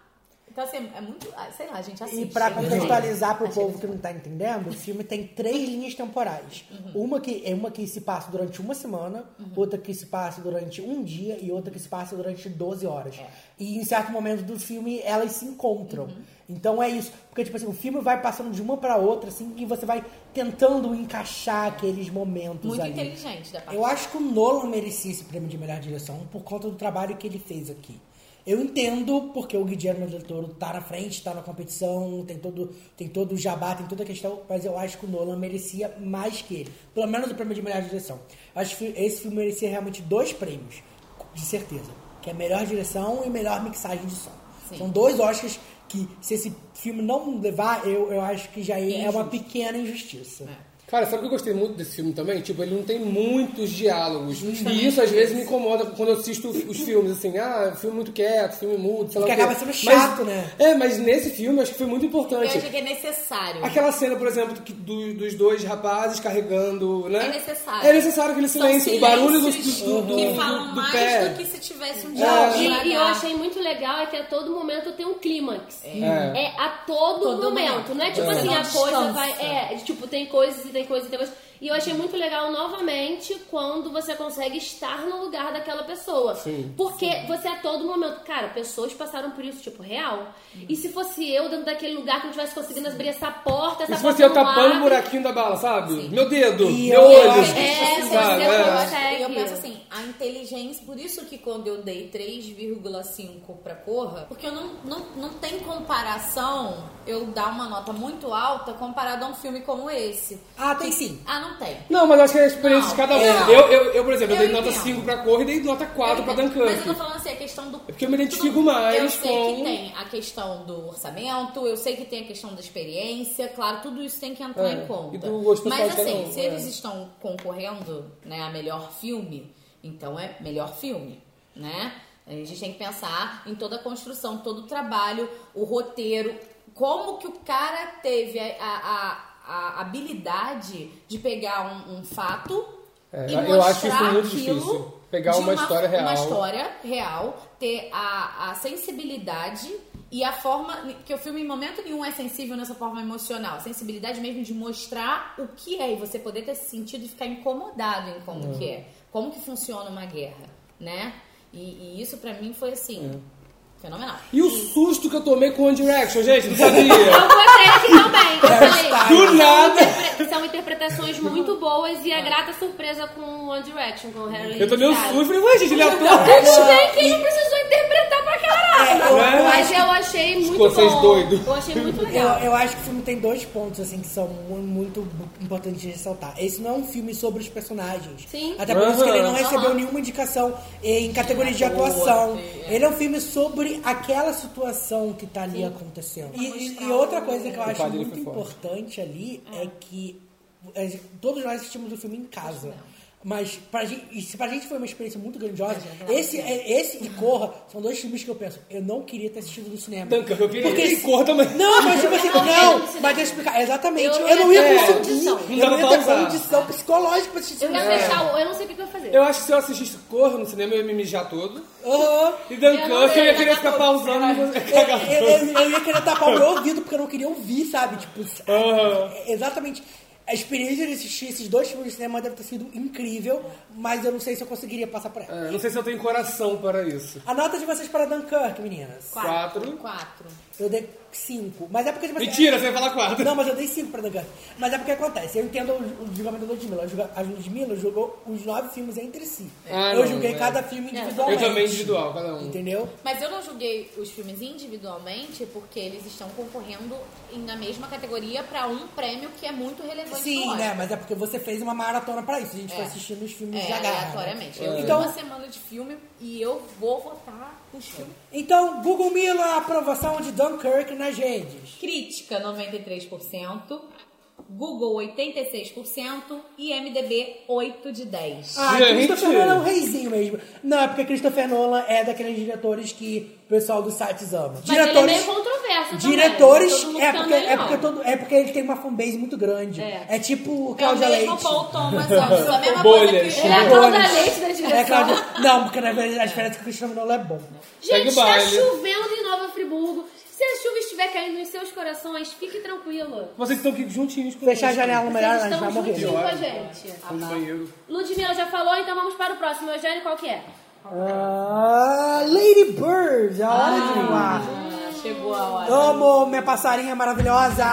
C: Então, assim, é muito. ah, Sei lá, a gente assiste.
A: E pra
C: né?
A: contextualizar pro povo que não tá entendendo, o filme tem três linhas temporais.
C: Uhum.
A: Uma que é uma que se passa durante uma semana, outra que se passa durante um dia e outra que se passa durante 12 horas.
C: É.
A: E em certo momento do filme elas se encontram.
C: Uhum.
A: Então é isso, porque tipo assim, o filme vai passando de uma pra outra assim e você vai tentando encaixar aqueles momentos
C: Muito
A: ali.
C: inteligente da parte.
A: Eu acho que o Nolan merecia esse prêmio de melhor direção por conta do trabalho que ele fez aqui. Eu entendo porque o Guillermo del Toro tá na frente, tá na competição, tem todo, tem todo o jabá, tem toda a questão, mas eu acho que o Nolan merecia mais que ele. Pelo menos o prêmio de melhor direção. Acho que esse filme merecia realmente dois prêmios, de certeza. Que é melhor direção e melhor mixagem de som.
C: Sim.
A: São dois Oscars que, se esse filme não levar, eu, eu acho que já é,
D: É
A: uma
D: injusto.
A: pequena injustiça.
D: Cara, sabe o que eu gostei muito desse filme também? Tipo, ele não tem muitos diálogos.
A: Justamente
D: e isso às vezes me incomoda quando eu assisto os filmes, assim, ah, filme muito quieto, filme mudo, sei lá.
A: Porque
D: o quê.
A: acaba sendo chato,
D: Mas-
A: né?
D: É, mas nesse filme eu acho que foi muito
C: Eu
D: importante.
C: acho que é necessário.
D: Aquela cena, por exemplo, que- do- dos dois rapazes carregando, né?
C: É necessário.
D: É necessário aquele
C: São
D: silêncio, o barulho do,
C: silêncios
D: do, do-
C: que
D: do-
C: falam
D: do
C: mais
D: pé.
C: do que se tivesse um
D: É.
C: diálogo.
B: E, e eu
C: devagar.
B: achei muito legal é que a todo momento tem um clímax.
D: É.
B: É a todo,
C: Todo
B: momento.
C: momento.
B: Não é tipo
C: É.
B: assim,
C: Não
B: a coisa
C: descansa.
B: vai. É, tipo, tem coisas e tem coisas e tem coisas. E eu achei muito legal novamente quando você consegue estar no lugar daquela pessoa.
D: Sim.
B: Porque você a todo momento. Cara, pessoas passaram por isso, tipo, real. E se fosse eu dentro daquele lugar que não tivesse conseguindo abrir essa porta, essa
D: E se
C: tá
B: porta um
D: fosse eu
B: não
C: um
D: tapando o
B: abre.
D: buraquinho da bala, sabe? Meu dedo,
A: E
D: meu
A: eu-
D: olho.
B: É,
C: Sim,
D: sabe?
C: eu,
D: É.
C: acho- eu
B: Consegue.
C: penso assim, a inteligência, por isso que quando eu dei 3,5 pra Corra, porque eu não, não, não tem comparação eu dar uma nota muito alta comparado a um filme como esse.
A: Ah, tem sim.
C: Ah, não tem.
D: Não, mas eu acho que é a experiência de
C: Não,
D: cada um.
C: eu-
D: Eu, eu, eu, por exemplo, eu,
C: eu
D: dei nota
C: entendo.
D: 5 pra Corra e dei nota 4 pra
C: É, Mas eu tô
D: Dunkirk.
C: falando assim, a questão do. É
D: porque eu me identifico mais
C: Eu sei
D: com-
C: que tem a questão do orçamento, eu sei que tem a questão da experiência, claro, tudo isso tem que entrar
D: É,
C: em conta.
D: e do gosto pessoal
C: Mas
D: de cada
C: assim,
D: um,
C: se
D: é.
C: eles estão concorrendo né, a melhor filme, então é melhor filme, né? A gente tem que pensar em toda a construção, todo o trabalho, o roteiro, como que o cara teve a, a- a- a habilidade de pegar um, um fato
D: É,
C: e
D: eu acho isso
C: mostrar
D: muito
C: aquilo
D: difícil. Pegar
C: de
D: uma história real.
C: Uma história real, ter a, a sensibilidade e a forma. Porque o filme, em momento nenhum, é sensível nessa forma emocional. A sensibilidade mesmo de mostrar o que é e você poder ter esse sentido e ficar incomodado em como
D: É.
C: que é. Como que funciona uma guerra, né? E, e isso pra mim foi assim.
D: É.
C: Fenomenal.
D: E o susto que eu tomei com One Direction, gente, não sabia.
B: Eu gostei aqui também. eu falei.
D: Do nada.
B: São, interpre- são interpretações muito boas e a grata surpresa com o One Direction, com o Harry
D: Eu tomei um
B: Styles.
D: susto e falei, ué, gente, ele é
B: Eu sei
D: ator.
B: que ele precisou interpretar pra caralho.
D: É, eu
B: Mas
A: acho-
B: eu achei muito
D: Escocês
B: bom.
D: doido.
B: Eu achei muito
A: Eu,
B: legal.
A: eu acho que o filme tem dois pontos assim que são mu- muito bu- importantes de ressaltar. Esse não é um filme sobre os personagens.
B: Sim.
A: Até por isso que ele não
D: Aham.
A: recebeu nenhuma indicação em categoria de
C: Ator,
A: atuação.
C: sim, é.
A: Ele é um filme sobre aquela situação que tá ali acontecendo. E, e- e outra coisa que eu
D: O
A: acho
D: padre
A: muito
D: foi forte.
A: importante ali é que é, todos nós assistimos o filme em casa. Mas pra gente, e se pra gente foi uma experiência muito grandiosa, esse, é- esse e Corra são dois filmes que eu penso, eu não queria ter assistido no cinema.
D: Dunkirk, eu queria
A: Porque
D: ele corra também.
A: não, mas tipo assim,
B: Eu não
A: não,
B: ia no
A: mas deixa eu explicar. Exatamente.
B: Eu
A: Eu,
B: não
A: não ia
D: ia ter
A: conseguir.
B: condição.
A: Eu não
D: Não tá dava
A: ia ter
D: pra usar.
A: condição psicológica pra assistir
B: Eu ia
A: isso.
B: fechar o... Eu não sei o que que eu ia fazer.
D: Eu acho que se eu assistisse Corra no cinema, eu ia me mijar todo.
A: Aham.
D: E Dan
A: Eu não
D: Cuff, eu
A: ia
D: ia querer ficar pausando e cagar
A: Eu, eu-
D: todo.
A: eu ia querer tapar o meu ouvido porque eu não queria ouvir, sabe? Tipo, é- exatamente. A experiência de assistir esses dois filmes de cinema deve ter sido incrível, mas eu não sei se eu conseguiria passar por ela.
D: É, Não sei se eu tenho coração para isso.
A: A nota de vocês para Dunkirk, meninas?
D: Quatro.
C: Quatro.
A: Eu dei cinco. Mas é porque... tipo assim,
D: Mentira, você vai falar quatro.
A: Não, mas eu dei cinco pra Dunkirk. Mas é porque acontece, eu entendo o o julgamento da Ludmilla. A julga- A Ludmilla julgou os nove filmes entre si.
D: Ah,
A: eu
D: não,
A: julguei
D: é.
A: cada filme
C: É.
A: individualmente.
D: Eu também individual, cada um.
A: Entendeu?
C: Mas eu não julguei os filmes individualmente porque eles estão concorrendo em- na mesma categoria pra um prêmio que é muito relevante. no
A: Sim,
C: Oscar.
A: né? Mas é porque você fez uma maratona pra isso. A gente
C: É.
A: foi assistindo os filmes
C: É,
A: de agarra. né?
C: aleatoriamente. Eu vi uma
A: Então,
C: semana de filme e eu vou votar os filmes.
A: então, Google Mila, a aprovação de Dunkirk nas redes.
C: Crítica 93%, Google 86% e MDB 8 de 10.
A: Ah, Christopher Nolan é um reizinho mesmo. Não, é porque Christopher Nolan é daqueles diretores que o pessoal dos sites ama.
B: Mas ele é meio
A: Diretores...
B: controverso
A: Diretores
B: também.
A: é porque, é, porque todo, é porque ele tem uma fanbase muito grande. É, tipo o Cláudia Leite.
C: mesmo Paul Thomas Anderson, a mesma coisa que-
A: Bolhas.
C: Ele é a Cláudia
A: Bolhas.
C: Leite da direção.
A: É Cláudia- Não, porque na verdade a diferença é que o Christopher Nolan é bom.
B: Gente, está chovendo em Nova Friburgo. Se a chuva estiver caindo em seus corações, fique tranquilo.
D: Vocês estão aqui juntinhos com
A: Fechar a janela melhor, a
B: Vocês
A: gente vai
B: estão
A: morrer.
B: juntinho com a gente.
D: Vou no banheiro.
B: Ludmilla já falou, então vamos para o próximo. Eugênio, qual que é?
A: Ah, Lady Bird, a hora de voar.
C: Chegou a hora.
A: Amo minha passarinha maravilhosa.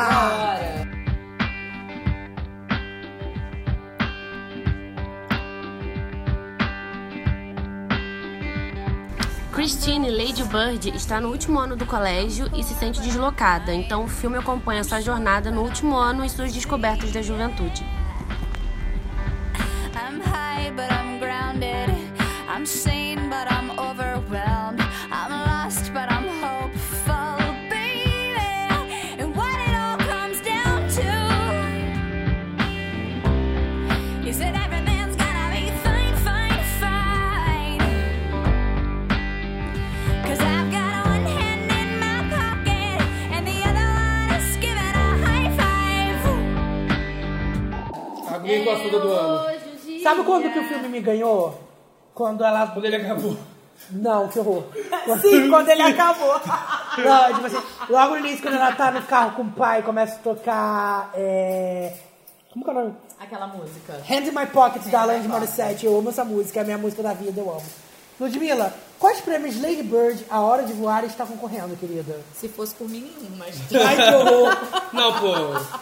L: Christine Lady Bird está no último ano do colégio e se sente deslocada, então o filme acompanha sua jornada no último ano e suas descobertas da juventude.
M: I'm high, but I'm grounded. I'm sane, but I'm overwhelmed. I'm lost, but I'm hopeful, baby. And what it all comes down to is that everything's gonna be fine, fine, fine. Cause I've got one hand in my pocket, and the other one is giving a high five.
D: Alguém com a fuga do ano.
A: Sabe quando que o filme me ganhou? Quando ela. Quando
D: ele acabou.
A: Não, que horror.
E: Sim, quando ele
A: acabou. Não, é tipo assim, logo no início, quando ela tá no carro com o pai, começa a tocar. é, Como que é o nome?
C: Aquela música.
A: Hand in My Pocket da Alanis Morissette. Eu amo essa música, é a minha música da vida, eu amo. Ludmilla, quais prêmios Lady Bird, A Hora de Voar, está concorrendo, querida?
C: Se fosse por mim, nenhum, mas.
A: Ai, que horror.
D: Não, pô,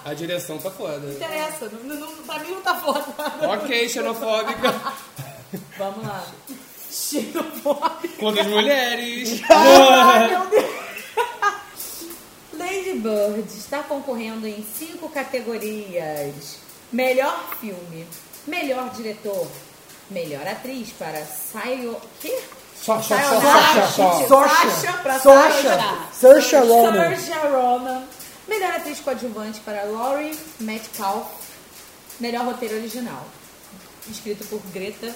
D: a direção tá foda.
C: Não interessa, não, não, pra mim não tá foda.
D: Ok, xenofóbica.
C: Vamos lá.
D: Contra as mulheres.
C: Ai, meu Deus. Lady Bird está concorrendo em cinco categorias: melhor filme, melhor diretor, melhor atriz para Sayo. Quê?
A: Sasha,
C: Sayonara
A: Sasha,
C: Sasha.
A: Sasha.
C: pra
A: Sasha.
C: Sayonara.
A: Saoirse Ronan.
C: Saoirse Ronan. Melhor atriz coadjuvante para Laurie Metcalf. Melhor roteiro original. Escrito por Greta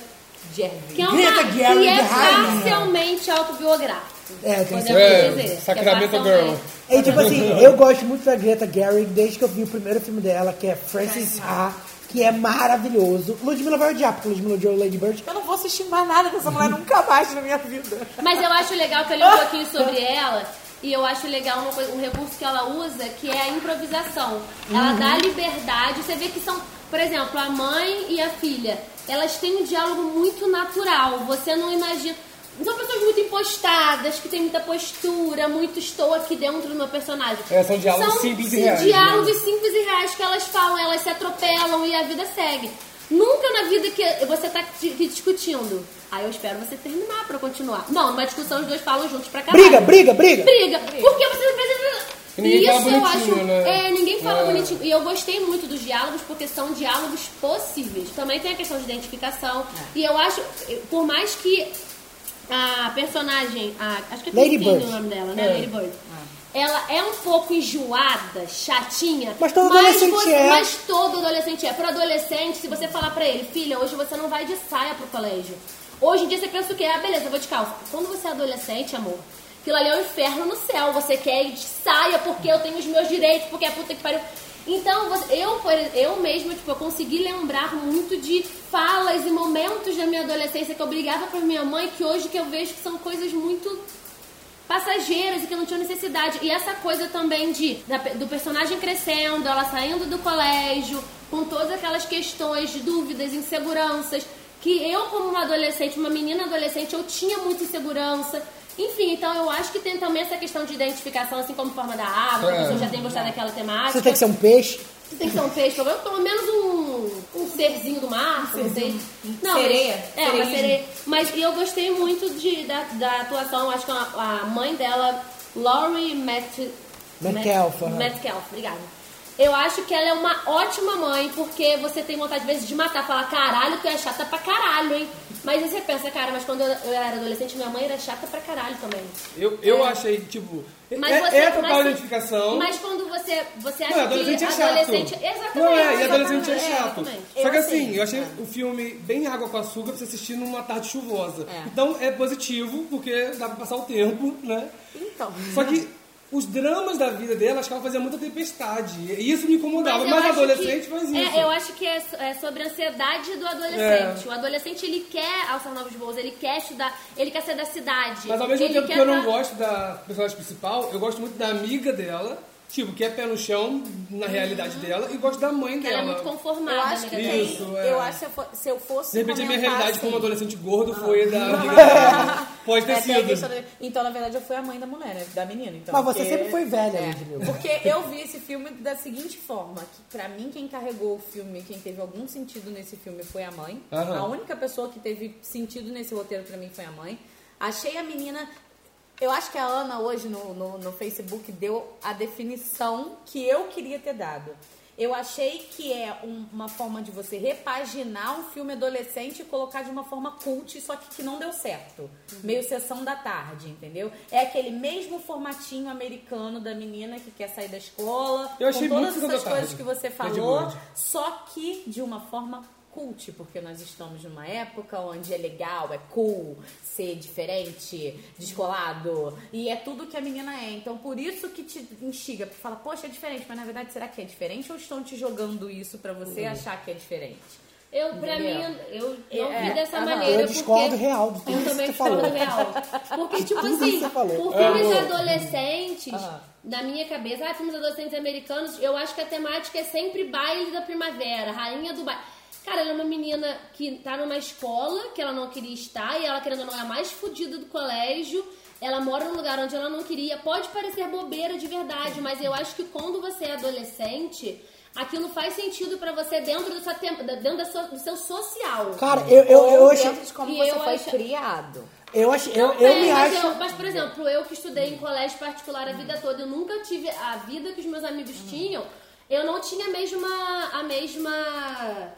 C: Gerwig.
B: Que é, uma, que é parcialmente autobiográfico.
A: É, tem
B: Podemos
A: certeza.
B: dizer que é
D: Sacramento
B: parcialmente.
A: É tipo assim, eu gosto muito da Greta Gerwig desde que eu vi o primeiro filme dela, que é Francis Ha, que é maravilhoso. Ludmilla vai odiar, porque Ludmilla odiou Lady Bird.
C: Eu não vou assistir mais nada dessa mulher nunca mais na
B: É
C: minha vida.
B: Mas eu acho legal que eu li um pouquinho sobre ela. E eu acho legal uma coisa- um recurso que ela usa, que é a improvisação. Ela
L: Uhum.
B: dá liberdade. Você vê que são, por exemplo, a mãe e a filha. Elas têm um diálogo muito natural. Você não imagina. São pessoas muito impostadas, que têm muita postura, muito estou aqui dentro do meu personagem.
D: É, são diálogos simples e reais,
B: diálogos
D: né?
B: simples e reais que elas falam, elas se atropelam e a vida segue. Nunca na vida que você tá di- discutindo. Aí eu espero você terminar pra eu continuar. Não, numa discussão os dois falam juntos pra caralho.
A: Briga, briga, briga.
B: Briga. Porque você não precisa.
A: E ninguém
B: Isso
A: fala
B: eu
A: bonitinho,
B: acho.
A: né?
B: É, ninguém fala
A: É.
B: bonitinho. E eu gostei muito dos diálogos porque são diálogos possíveis. Também tem a questão de
A: É.
B: identificação. E eu acho, por mais que a personagem, a, acho que é
A: Lady
B: Christine
A: Bird.
B: o nome dela, né?
A: É.
B: Lady Bird. Ela é um pouco enjoada, chatinha.
A: Mas todo adolescente
B: você-
A: é.
B: Mas todo adolescente é. Pro adolescente, se você falar pra ele, filha, hoje você não vai de saia pro colégio. Hoje em dia você pensa o quê? Ah, beleza, eu vou de calça. Quando você é adolescente, amor, aquilo ali é um inferno no céu. Você quer ir de saia porque eu tenho os meus direitos, porque é puta que pariu. Então, você- eu, por ex- eu mesma, tipo, eu consegui lembrar muito de falas e momentos da minha adolescência que eu brigava com a minha mãe, que hoje que eu vejo que são coisas muito passageiras e que não tinham necessidade. E essa coisa também de da pe- do personagem crescendo, ela saindo do colégio, com todas aquelas questões, de dúvidas, inseguranças, que eu como uma adolescente, uma menina adolescente, eu tinha muita insegurança. Enfim, então eu acho que tem também essa questão de identificação, assim como forma da água,
A: É.
B: que a pessoa já tem gostado daquela temática.
A: Você tem que ser um peixe.
B: Você tem que ser um peixe, pelo menos- pelo menos um, um serzinho do mar, não sei. Não,
C: Um Sereia.
B: Mas, é, uma
C: Sereísmo.
B: sereia. Mas e eu gostei muito de, da, da atuação, acho que a, a mãe dela, Laurie Matt,
A: Metcalf, aham.
B: Metcalf, obrigada. Eu acho que ela é uma ótima mãe, porque você tem vontade, às vezes, de matar, falar, caralho, tu é chata pra caralho, hein? Mas aí você pensa, cara, mas quando eu, eu era adolescente, minha mãe era chata pra caralho também.
D: Eu, eu
B: É.
D: achei, tipo.
B: Mas
D: é,
B: você-
D: é total
B: mas-
D: identificação.
B: Mas quando você, você acha
D: Não, adolescente
B: que
D: é chato.
B: adolescente. Exatamente.
D: Não, é, e
B: exatamente,
D: adolescente é chato.
B: exatamente.
D: Só que assim, eu achei o filme bem água com açúcar pra você assistir numa tarde chuvosa. Então é positivo, porque dá pra passar o tempo, né?
C: Então.
D: Só que os dramas da vida dela, acho que ela fazia muita tempestade. E isso me incomodava.
B: eu
D: Mas,
B: acho
D: adolescente
B: que-
D: faz isso. É.
B: É, eu acho que é, so- é sobre a ansiedade do adolescente. O adolescente, ele quer alçar novos voos, ele quer estudar, ele quer sair da cidade.
D: Mas ao mesmo
B: ele
D: tempo que
B: quer
D: eu não
B: tá-
D: gosto da personagem principal, eu gosto muito da amiga dela, tipo, que é pé no chão na realidade dela, e gosto da mãe
B: Que ela
D: dela.
B: é muito conformada, né?
C: Eu acho que
B: amiga
C: tem.
B: dela.
D: Isso, é.
C: Eu acho que se eu fo- se eu fosse.
D: De repente a minha
C: comentar,
D: realidade
C: assim,
D: como adolescente gordo foi a da amiga dela. Pode ter
C: é, tem a questão
D: sido.
C: da- Então, na verdade, eu fui a mãe da mulher, né? da menina. Então,
A: Mas você
C: porque-
A: sempre foi velha,
C: É.
A: Ludmilla.
C: Porque eu vi esse filme da seguinte forma: que pra mim, quem carregou o filme, quem teve algum sentido nesse filme foi a mãe.
E: Aham.
C: A única pessoa que teve sentido nesse roteiro pra mim foi a mãe. Achei a menina. Eu acho que a Ana hoje no, no, no Facebook deu a definição que eu queria ter dado. Eu achei que é um- uma forma de você repaginar um filme adolescente e colocar de uma forma cult, só que, que não deu certo.
D: Uhum.
C: Meio sessão da tarde, entendeu? É aquele mesmo formatinho americano da menina que quer sair da escola,
D: Eu achei
C: com
D: muito
C: todas
D: Sessão da
C: essas coisas
D: Tarde,
C: que você
D: Red
C: falou,
D: Band.
C: só que de uma forma cult, porque nós estamos numa época onde é legal, é cool ser diferente, descolado, e é tudo que a menina é. Então por isso que te instiga, porque fala, poxa, é diferente, mas na verdade será que é diferente ou estão te jogando isso pra você
B: Hum.
A: Uhum.
C: achar que é diferente?
B: Eu, pra
C: Entendeu?
B: mim, eu não
C: É,
B: vi dessa
C: aham.
B: maneira.
A: Eu discordo
B: porque
A: real de tudo
B: Eu
A: isso que
B: também
A: você
B: discordo
A: falou.
B: real. Porque, tipo
A: Tudo
B: assim,
A: isso que você falou.
B: por
A: É.
B: filmes
A: Amor.
B: adolescentes, na minha cabeça, ah, filmes adolescentes americanos, eu acho que a temática é sempre baile da primavera, rainha do baile. Cara, ela é uma menina que tá numa escola que ela não queria estar e ela, querendo ou não, é a mais fodida do colégio. Ela mora num lugar onde ela não queria. Pode parecer bobeira de verdade, mas eu acho que quando você é adolescente, aquilo faz sentido pra você dentro, dessa, tem- dentro da sua- do seu social.
A: Cara, eu- eu- eu
C: Ou
A: achei-
C: dentro de como
B: E
C: você
B: eu
C: foi
B: acho-
C: criado.
A: Eu, acho, eu,
B: Não
A: eu
B: tem,
A: me
B: É, mas
A: acho.
B: eu- mas, por exemplo, eu que estudei em colégio particular a vida toda, eu nunca tive a vida que os meus amigos
D: Hum.
B: tinham, eu não tinha a mesma. A mesma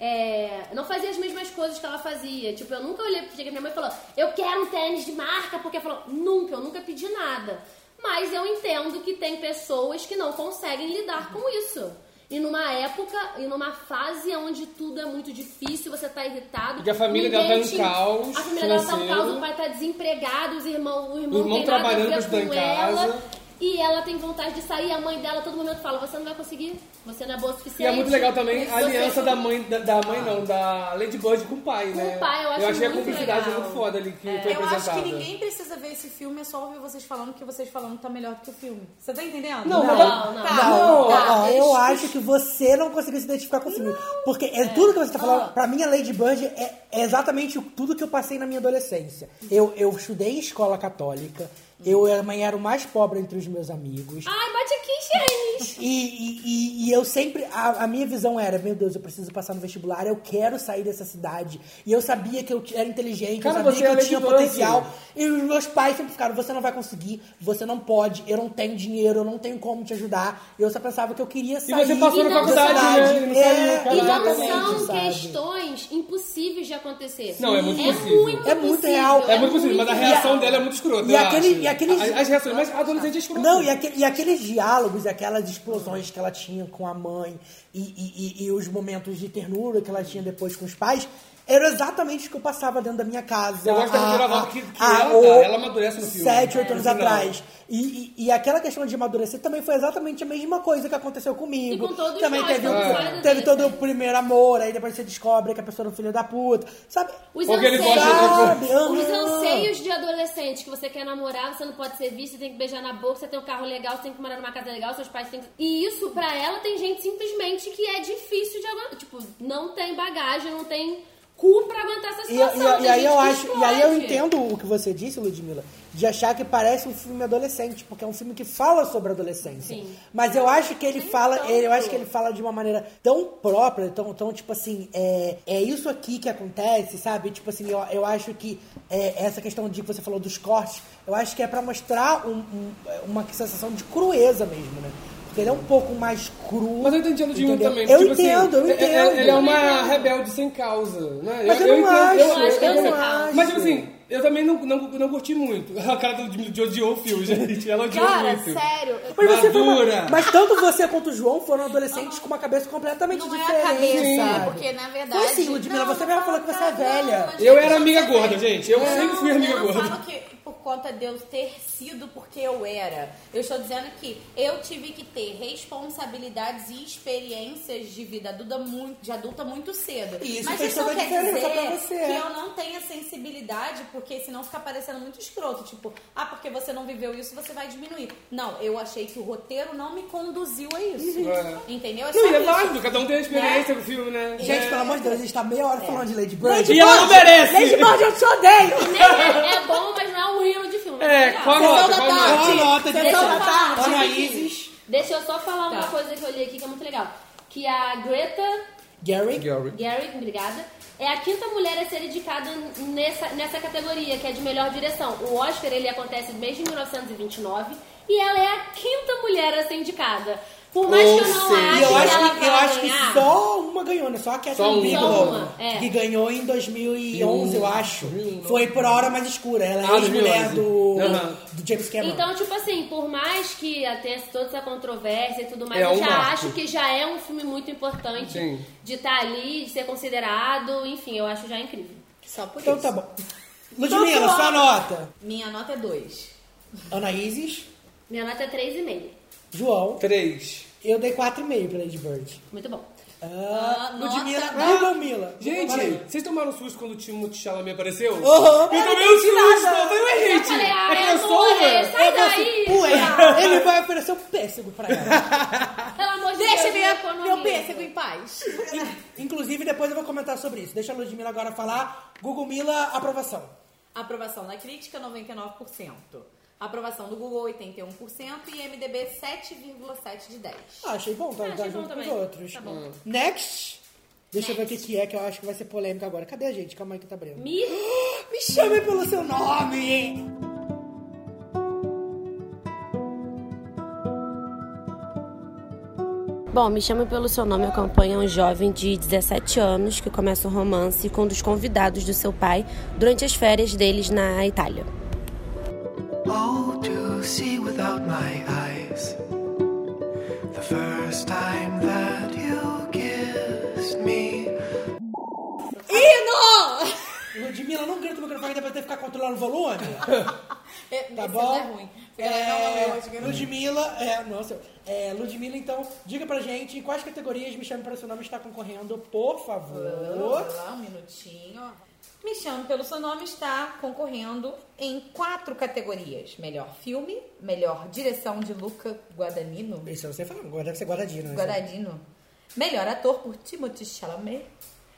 B: é, não fazia as mesmas coisas que ela fazia. Tipo, eu nunca olhei, cheguei pra minha mãe e falou, eu quero um tênis de marca, porque ela falou, nunca, eu nunca pedi nada. Mas eu entendo que tem pessoas que não conseguem lidar com isso. E numa época, e numa fase onde tudo é muito difícil, você tá irritado.
D: E que a família dela tá
B: ninguém
D: em
B: te-
D: caos
B: A família dela tá em
D: financeiro.
B: caos, o pai tá desempregado, os irmão, o irmão,
D: O irmão
B: tem nada a
D: trabalhando
B: ver
D: pra ajudar em
B: com
D: casa.
B: ela. E ela tem vontade de sair, a mãe dela a todo momento fala, você não vai conseguir, você não é boa o
D: E
B: suficiente.
D: é muito legal também a
B: Você
D: aliança
B: foi-
D: da mãe, da, da mãe não, da Ladybird com o pai, né?
B: o pai, eu acho
D: achei a
B: muito
D: cumplicidade
B: legal.
D: muito foda ali que foi
C: Eu acho
D: apresentada.
C: que ninguém precisa ver esse filme, é só ouvir vocês falando que vocês falando tá melhor do que o filme. Você tá entendendo?
A: Não,
C: Tá,
A: não,
C: tá,
A: não,
C: tá,
A: ó, eu
C: eles-
A: acho que você não conseguiu se identificar com o filme. Porque é, tudo que você tá falando, pra mim a Lady Bird é, é exatamente o- tudo que eu passei na minha adolescência. Eu, eu estudei em escola católica, eu era, mãe, era o mais pobre entre os meus amigos.
B: Ai, bate aqui, gente!
A: E, e- e- e eu sempre. A, a minha visão era: meu Deus, eu preciso passar no vestibular, eu quero sair dessa cidade. E eu sabia que eu t- era inteligente,
D: Cara,
A: eu sabia
D: você
A: que
D: é
A: eu tinha
D: Lady Bird.
A: potencial. E os meus pais sempre ficaram: você não vai conseguir, você não pode, eu não tenho dinheiro, eu não tenho como te ajudar. E eu só pensava que eu queria sair.
D: você passou na
A: da
D: faculdade,
A: cidade.
D: né? Não saiu,
A: É,
D: caralho,
A: exatamente,
B: Então, São
A: sabe?
B: questões impossíveis de acontecer.
D: Não, é muito
B: é
D: possível.
B: Muito
A: É muito
B: possível,
A: real.
D: É muito possível, mas a reação dela é muito escrota.
A: E
D: eu
A: aquele-
D: acho.
A: e aqueles-
D: As, as reações, mas adolescente é escrota.
A: Não, e, aque- e aqueles diálogos, e aquelas explosões que ela tinha com a mãe e, e- e- e os momentos de ternura que ela tinha depois com os pais, Era exatamente o que eu passava dentro da minha casa. Ah,
D: Eu gosto da
A: há-
D: reviravolta
A: há-
D: que- que
A: há
D: ela dá,
A: o-
D: ela amadurece no filme. É,
A: Sete, oito
D: No
A: anos
D: final.
A: atrás. E, e- e aquela questão de amadurecer também foi exatamente a mesma coisa que aconteceu comigo.
B: E com todos
A: também
B: nós,
A: teve,
B: com
A: o-
B: a história do
A: teve
B: Disney.
A: todo o primeiro amor, aí depois você descobre que a pessoa é um filho da puta. Sabe?
B: Os anseios, os
A: Aham.
B: anseios de adolescente que você quer namorar, você não pode ser visto, você tem que beijar na boca, você tem um carro legal, você tem que morar numa casa legal, seus pais têm que... E isso, pra ela, tem gente simplesmente que é difícil de aguentar. Tipo, não tem bagagem, não tem cu pra aguentar essa
A: E,
B: situação.
A: e- e
B: Tem
A: aí
B: gente
A: eu
B: que
A: acho, e aí eu
B: explode.
A: entendo o que você disse, Ludmilla, de achar que parece um filme adolescente, porque é um filme que fala sobre a adolescência.
B: Sim.
A: Mas eu acho que ele fala, ele- eu acho que ele fala de uma maneira tão própria, tão, tão tipo assim, é, é isso aqui que acontece, sabe? Tipo assim, eu, eu acho que é, essa questão de que você falou dos cortes, eu acho que é pra mostrar um- um- uma sensação de crueza mesmo, né? Porque ele é um pouco mais cru. Mas eu
D: entendo de um também.
A: Eu
D: tipo assim,
A: entendo, eu
D: é- é-
A: entendo.
D: Ele é uma rebelde sem causa, né?
A: Mas eu não acho, eu acho que eu não acho.
D: Mas, tipo assim, eu também não, não, não curti muito. A cara do Jimmy odiou o filme, gente. Ela odiou
A: Cara,
D: muito.
A: sério, Mas, você foi uma-
D: Madura.
A: mas tanto você quanto o João foram adolescentes com uma cabeça completamente
C: Não é a
A: diferente.
C: cabeça, é
A: sabe?
C: porque, na verdade-
A: Foi sim, Ludmilla, você mesmo falou que você é velha.
D: Eu era amiga gorda, gente. Eu
C: assim, Não,
D: sempre fui amiga
C: eu não
D: gorda.
C: falo que por conta de eu ter sido porque eu era. Eu estou dizendo que eu tive que ter responsabilidades e experiências de vida adulta muito, de adulta muito cedo.
A: E isso
C: Mas
A: fez
C: isso não
A: toda a
C: quer dizer
A: diferença pra você.
C: que eu não tenha sensibilidade, porque senão fica parecendo muito escroto. Tipo, ah, porque você não viveu isso, você vai diminuir. Não, eu achei que o roteiro não me conduziu a isso.
D: Uhum.
C: Entendeu? É só
D: Não, e é
C: isso.
D: válido, cada um tem a experiência com o filme, né?
A: Gente,
D: É.
A: pelo amor de Deus, a gente tá meia
B: É.
A: hora falando de Lady Bird.
D: E ela não merece.
A: Lady Bird, eu te
B: E nem
A: odeio!
B: É, é bom, mas não é um hero de filme.
D: É,
B: Não.
D: qual a
C: Então
D: nota?
C: tá
D: Qual a nota? Qual a nota?
B: Deixa eu
D: Qual a
A: tá-
B: falar.
D: nota? Ana Isis.
B: Deixa eu só falar uma
D: Tá.
B: coisa que eu li aqui que é muito legal. Que a Greta
A: Gary?
B: Gary, obrigada. É a quinta mulher a ser indicada nessa, nessa categoria, que é de melhor direção. O Oscar, ele acontece desde 1929 e ela é a quinta mulher a ser indicada. Por mais que eu não
A: E
B: ache
A: eu
B: que ela
A: acho que,
B: vai
A: eu acho que
B: ganhar...
A: só uma ganhou, né? Só a
B: Só uma.
A: Catherine
B: Só
A: Bigelow,
B: uma, é.
A: que ganhou em 2011, eu acho.
D: 2011.
A: Foi por A Hora Mais Escura. Ela é
D: Ah,
A: ex-mulher
D: 2011.
A: do,
D: Aham.
A: do James Cameron.
B: Então, tipo assim, por mais que tenha toda essa controvérsia e tudo mais,
A: É
B: eu
A: um
B: já
A: marco.
B: acho que já é um filme muito importante
A: Sim.
B: de estar ali, de ser considerado, enfim, eu acho já incrível.
C: Só por
A: Então
C: isso.
A: tá bom.
B: Então tá
A: Ludmilla, sua nota.
C: Minha nota é 2.
A: Ana Isis,
B: Minha nota é 3,5.
A: João.
D: Três.
A: Eu dei 4,5 pra Lady Bird.
B: Muito bom.
A: Ah,
B: nossa,
A: Ludmilla,
B: não.
A: Google Mila.
D: Gente,
A: Fala aí.
D: vocês tomaram um susto quando o Timothy Chalamet apareceu?
A: Aham. Então
D: Eu
A: Eu não
D: tomei um
A: entendi nada.
D: susto! Eu falei, ué,
A: Eu
D: gente,
A: falei,
B: ah,
D: é
B: eu não olhei,
D: crossover?
B: sai
D: Eu falei
B: daí.
D: assim, ué.
A: É Ué, ele vai oferecer um pêssego pra ela.
B: Pelo amor de
C: Deixa
B: Deus,
C: minha-
B: minha economia.
C: meu pêssego em paz.
A: Inclusive, depois eu vou comentar sobre isso. Deixa a Ludmilla agora falar. Google Mila, aprovação.
C: Aprovação da crítica, 99%. Aprovação do Google, 81%. E MDB, 7,7 de 10.
A: Ah, achei bom, tá,
C: Ah,
A: tá
C: achei bom
A: junto com os
C: também.
A: outros.
C: Tá bom.
A: Next. Deixa eu ver o que, que é, que eu acho que vai ser polêmica agora. Cadê a gente? Calma aí que tá abrindo.
B: Me-
A: Me chame pelo seu nome!
L: Bom, Me Chame Pelo Seu Nome acompanha um jovem de 17 anos que começa um romance com um dos convidados do seu pai durante as férias deles na Itália.
E: Oh, to see without my eyes. The first time that you kissed me.
C: Hino!
A: Ludmilla, não grita no microfone ainda pra ter que ficar controlando o volume.
C: Esse
A: tá
C: é
A: bom? É,
C: ruim. Você galera, não, não, não, acho que não.
A: Ludmilla, é, nossa, é, Ludmilla, então, diga pra gente em quais categorias Me Chame Pelo Seu Nome está concorrendo, por favor.
C: Vamos lá, um minutinho. Me Chame Pelo Seu Nome está concorrendo em quatro categorias. Melhor filme, melhor direção de Luca Guadagnino.
A: Isso eu não sei falar, agora deve ser Guaradino. né?
C: Guaradino. Melhor ator por Timothée Chalamet.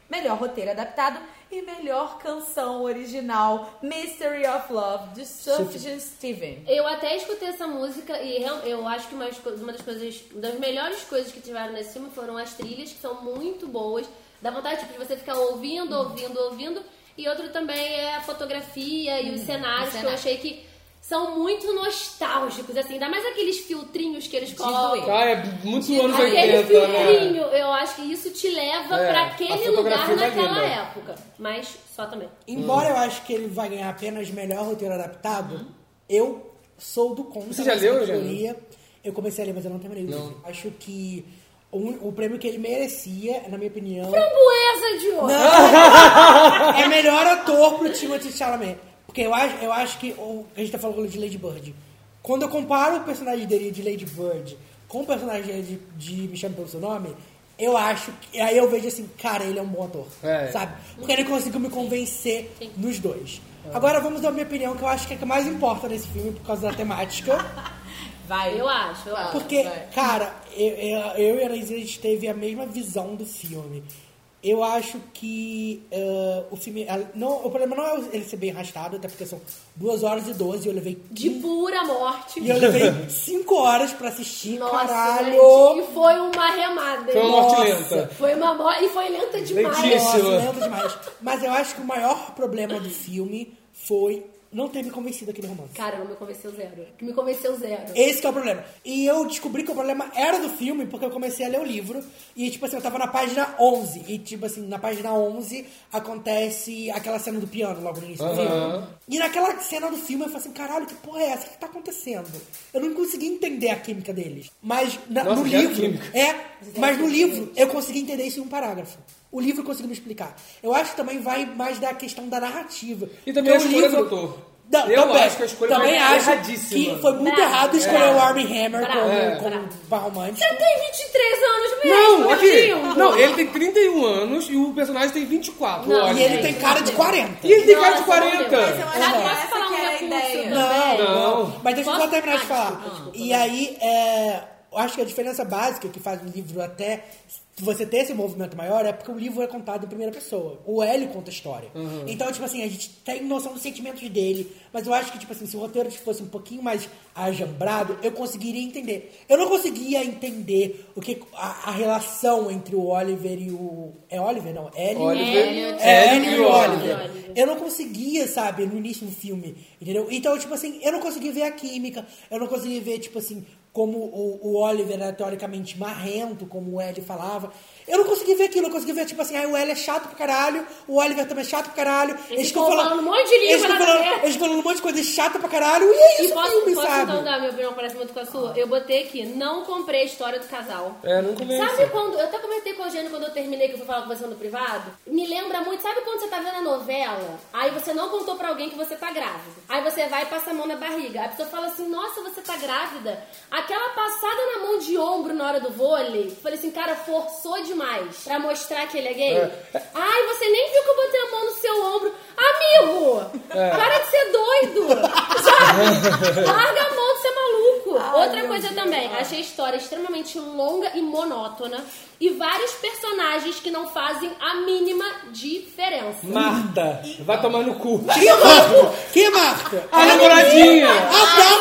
C: Melhor roteiro adaptado e melhor canção original Mystery of Love de Sufjan Steven.
B: Eu até escutei essa música e real- eu acho que uma, esco- uma das coisas, das melhores coisas que tiveram nesse filme foram as trilhas, que são muito boas. Dá vontade tipo, de você ficar ouvindo, ouvindo, ouvindo. E outro também é a fotografia e os cenários,
C: Hum, o
B: que eu
C: cenário.
B: achei que são muito nostálgicos, assim. Ainda mais aqueles filtrinhos que eles colocam.
D: Ah, é muito anos
B: Aquele
D: 80, né?
B: filtrinho, eu acho que isso te leva
D: É,
B: pra
D: a
B: aquele lugar
D: fotografia tá
B: naquela
D: linda.
B: época. Mas só também.
A: Embora
C: Hum.
A: eu acho que ele vai ganhar apenas melhor roteiro adaptado, eu sou do contra
D: Você já
A: dessa
D: leu,
A: categoria. Eu comecei a ler, mas eu não terminei o livro. Acho que um, O, o prêmio que ele merecia, na minha opinião.
B: Framboesa de ouro!
A: Não. é melhor ator pro Timothy Chalamet. Porque eu acho, eu acho que o, a gente tá falando de Lady Bird. Quando eu comparo o personagem dele de Lady Bird com o personagem dele de, de Me Chame Pelo Seu Nome, eu acho que. Aí eu vejo assim, cara, ele é um bom ator.
D: É.
A: Sabe? Porque ele conseguiu me convencer nos dois. Agora vamos dar minha opinião, que eu acho que é a que mais importa nesse filme por causa da temática.
C: Vai.
B: Eu acho, eu acho.
A: Porque,
B: vai.
A: cara, eu, eu, eu e a Anaís, a gente teve a mesma visão do filme. Eu acho que eh, o filme. ah, Não, o problema não é ele ser bem arrastado, até porque são 2 horas e 12 e eu levei.
B: De pura morte.
A: E eu levei 5 horas pra assistir,
B: Nossa,
A: caralho!
B: gente, e foi uma remada. hein?
A: Foi uma morte
B: Nossa.
A: lenta.
B: Foi uma morte. E foi lenta demais.
A: Nossa, lembro demais. Mas eu acho que o maior problema do filme foi não ter me convencido aquele romance.
B: Cara, não me convenceu zero. Que me convenceu zero.
A: Esse que é o problema. E eu descobri que o problema era do filme porque eu comecei a ler o livro e, tipo assim, eu tava na página 11. E, tipo assim, na página 11 acontece aquela cena do piano logo no início do
D: Aham.
A: filme. E naquela cena do filme eu falei assim, caralho, que porra é essa? O que tá acontecendo? Eu não consegui entender a química deles. Mas na-
D: Nossa,
A: no
D: que é a
A: livro...
D: química.
A: É, mas no livro eu consegui entender isso em um parágrafo. O livro conseguiu me explicar. Eu acho que também vai mais da questão da narrativa.
D: E também a
A: Porque o
D: escolha
A: livro-
D: do ator.
A: Não,
D: eu
A: também.
D: acho que a escolha
A: também
D: foi
A: acho
D: erradíssima.
A: que foi muito
D: Bravo.
A: errado escolher
D: É.
A: o Armie Hammer
D: Bravo. É.
A: como, como par romântico.
B: Você tem 23 anos mesmo,
D: Não,
B: meu
D: aqui.
B: lindo.
D: Não, ele tem 31 anos e o personagem tem 24.
B: Não,
D: olha.
A: e ele tem cara de 40.
D: E ele tem cara de 40.
B: posso falar um recurso
A: Não,
B: também?
A: não. Mas deixa eu só terminar de falar. E aí, é, eu acho que a diferença básica que faz o livro até você ter esse movimento maior é porque o livro é contado em primeira pessoa. O Hélio conta a história. Então, tipo assim, a gente tem noção dos sentimentos dele. Mas eu acho que, tipo assim, se o roteiro fosse um pouquinho mais ajambrado, eu conseguiria entender. Eu não conseguia entender o que a, a relação entre o Oliver e o. É Oliver? Não, Hélio.
D: Oliver.
A: É,
D: Hélio.
A: Hélio e
D: Hélio
A: o
D: e
A: Oliver.
D: Oliver.
A: Eu não conseguia, sabe, no início do filme, entendeu? Então, tipo assim, eu não conseguia ver a química, eu não conseguia ver, tipo assim, como o, o Oliver era teoricamente marrento, como o Ellie falava. Eu não conseguia ver aquilo, eu conseguia ver, tipo assim, ah, o Ellie é chato pra caralho, o Oliver também é chato pra caralho.
B: Eles ficam falando um monte de língua
A: eles ficam
B: nada a
A: falando,
B: ver.
A: eles ficam falando um monte de coisa chata pra caralho, e é isso,
B: e
A: o
B: posso,
A: filme,
B: posso
A: sabe?
B: então dar minha opinião, parece muito com a sua? Eu botei aqui, não comprei a história do casal.
D: É, não convence.
B: Sabe quando. Eu até comentei com o Eugênio quando eu terminei que eu fui falar com você no privado. Me lembra muito. Sabe quando você tá vendo a novela? Aí você não contou pra alguém que você tá grávida. Aí você vai e passa a mão na barriga. Aí A pessoa fala assim: Nossa, você tá grávida. Aquela passada na mão de ombro na hora do vôlei. Falei assim: Cara, forçou demais pra mostrar que ele é gay. Ai, você nem viu que eu botei a mão no seu ombro. Amigo!
E: É.
B: Para de ser doido! Sabe? Larga a mão de ser maluco!
E: Ai,
B: Outra
E: meu
B: coisa
E: Deus.
B: também,
D: Ah.
B: achei a história extremamente longa e monótona. E vários personagens que não fazem a mínima diferença.
D: Marta, vai tomar no cu.
B: Quem é Marta?
A: Quem é Marta?
D: A namoradinha.
A: Ah,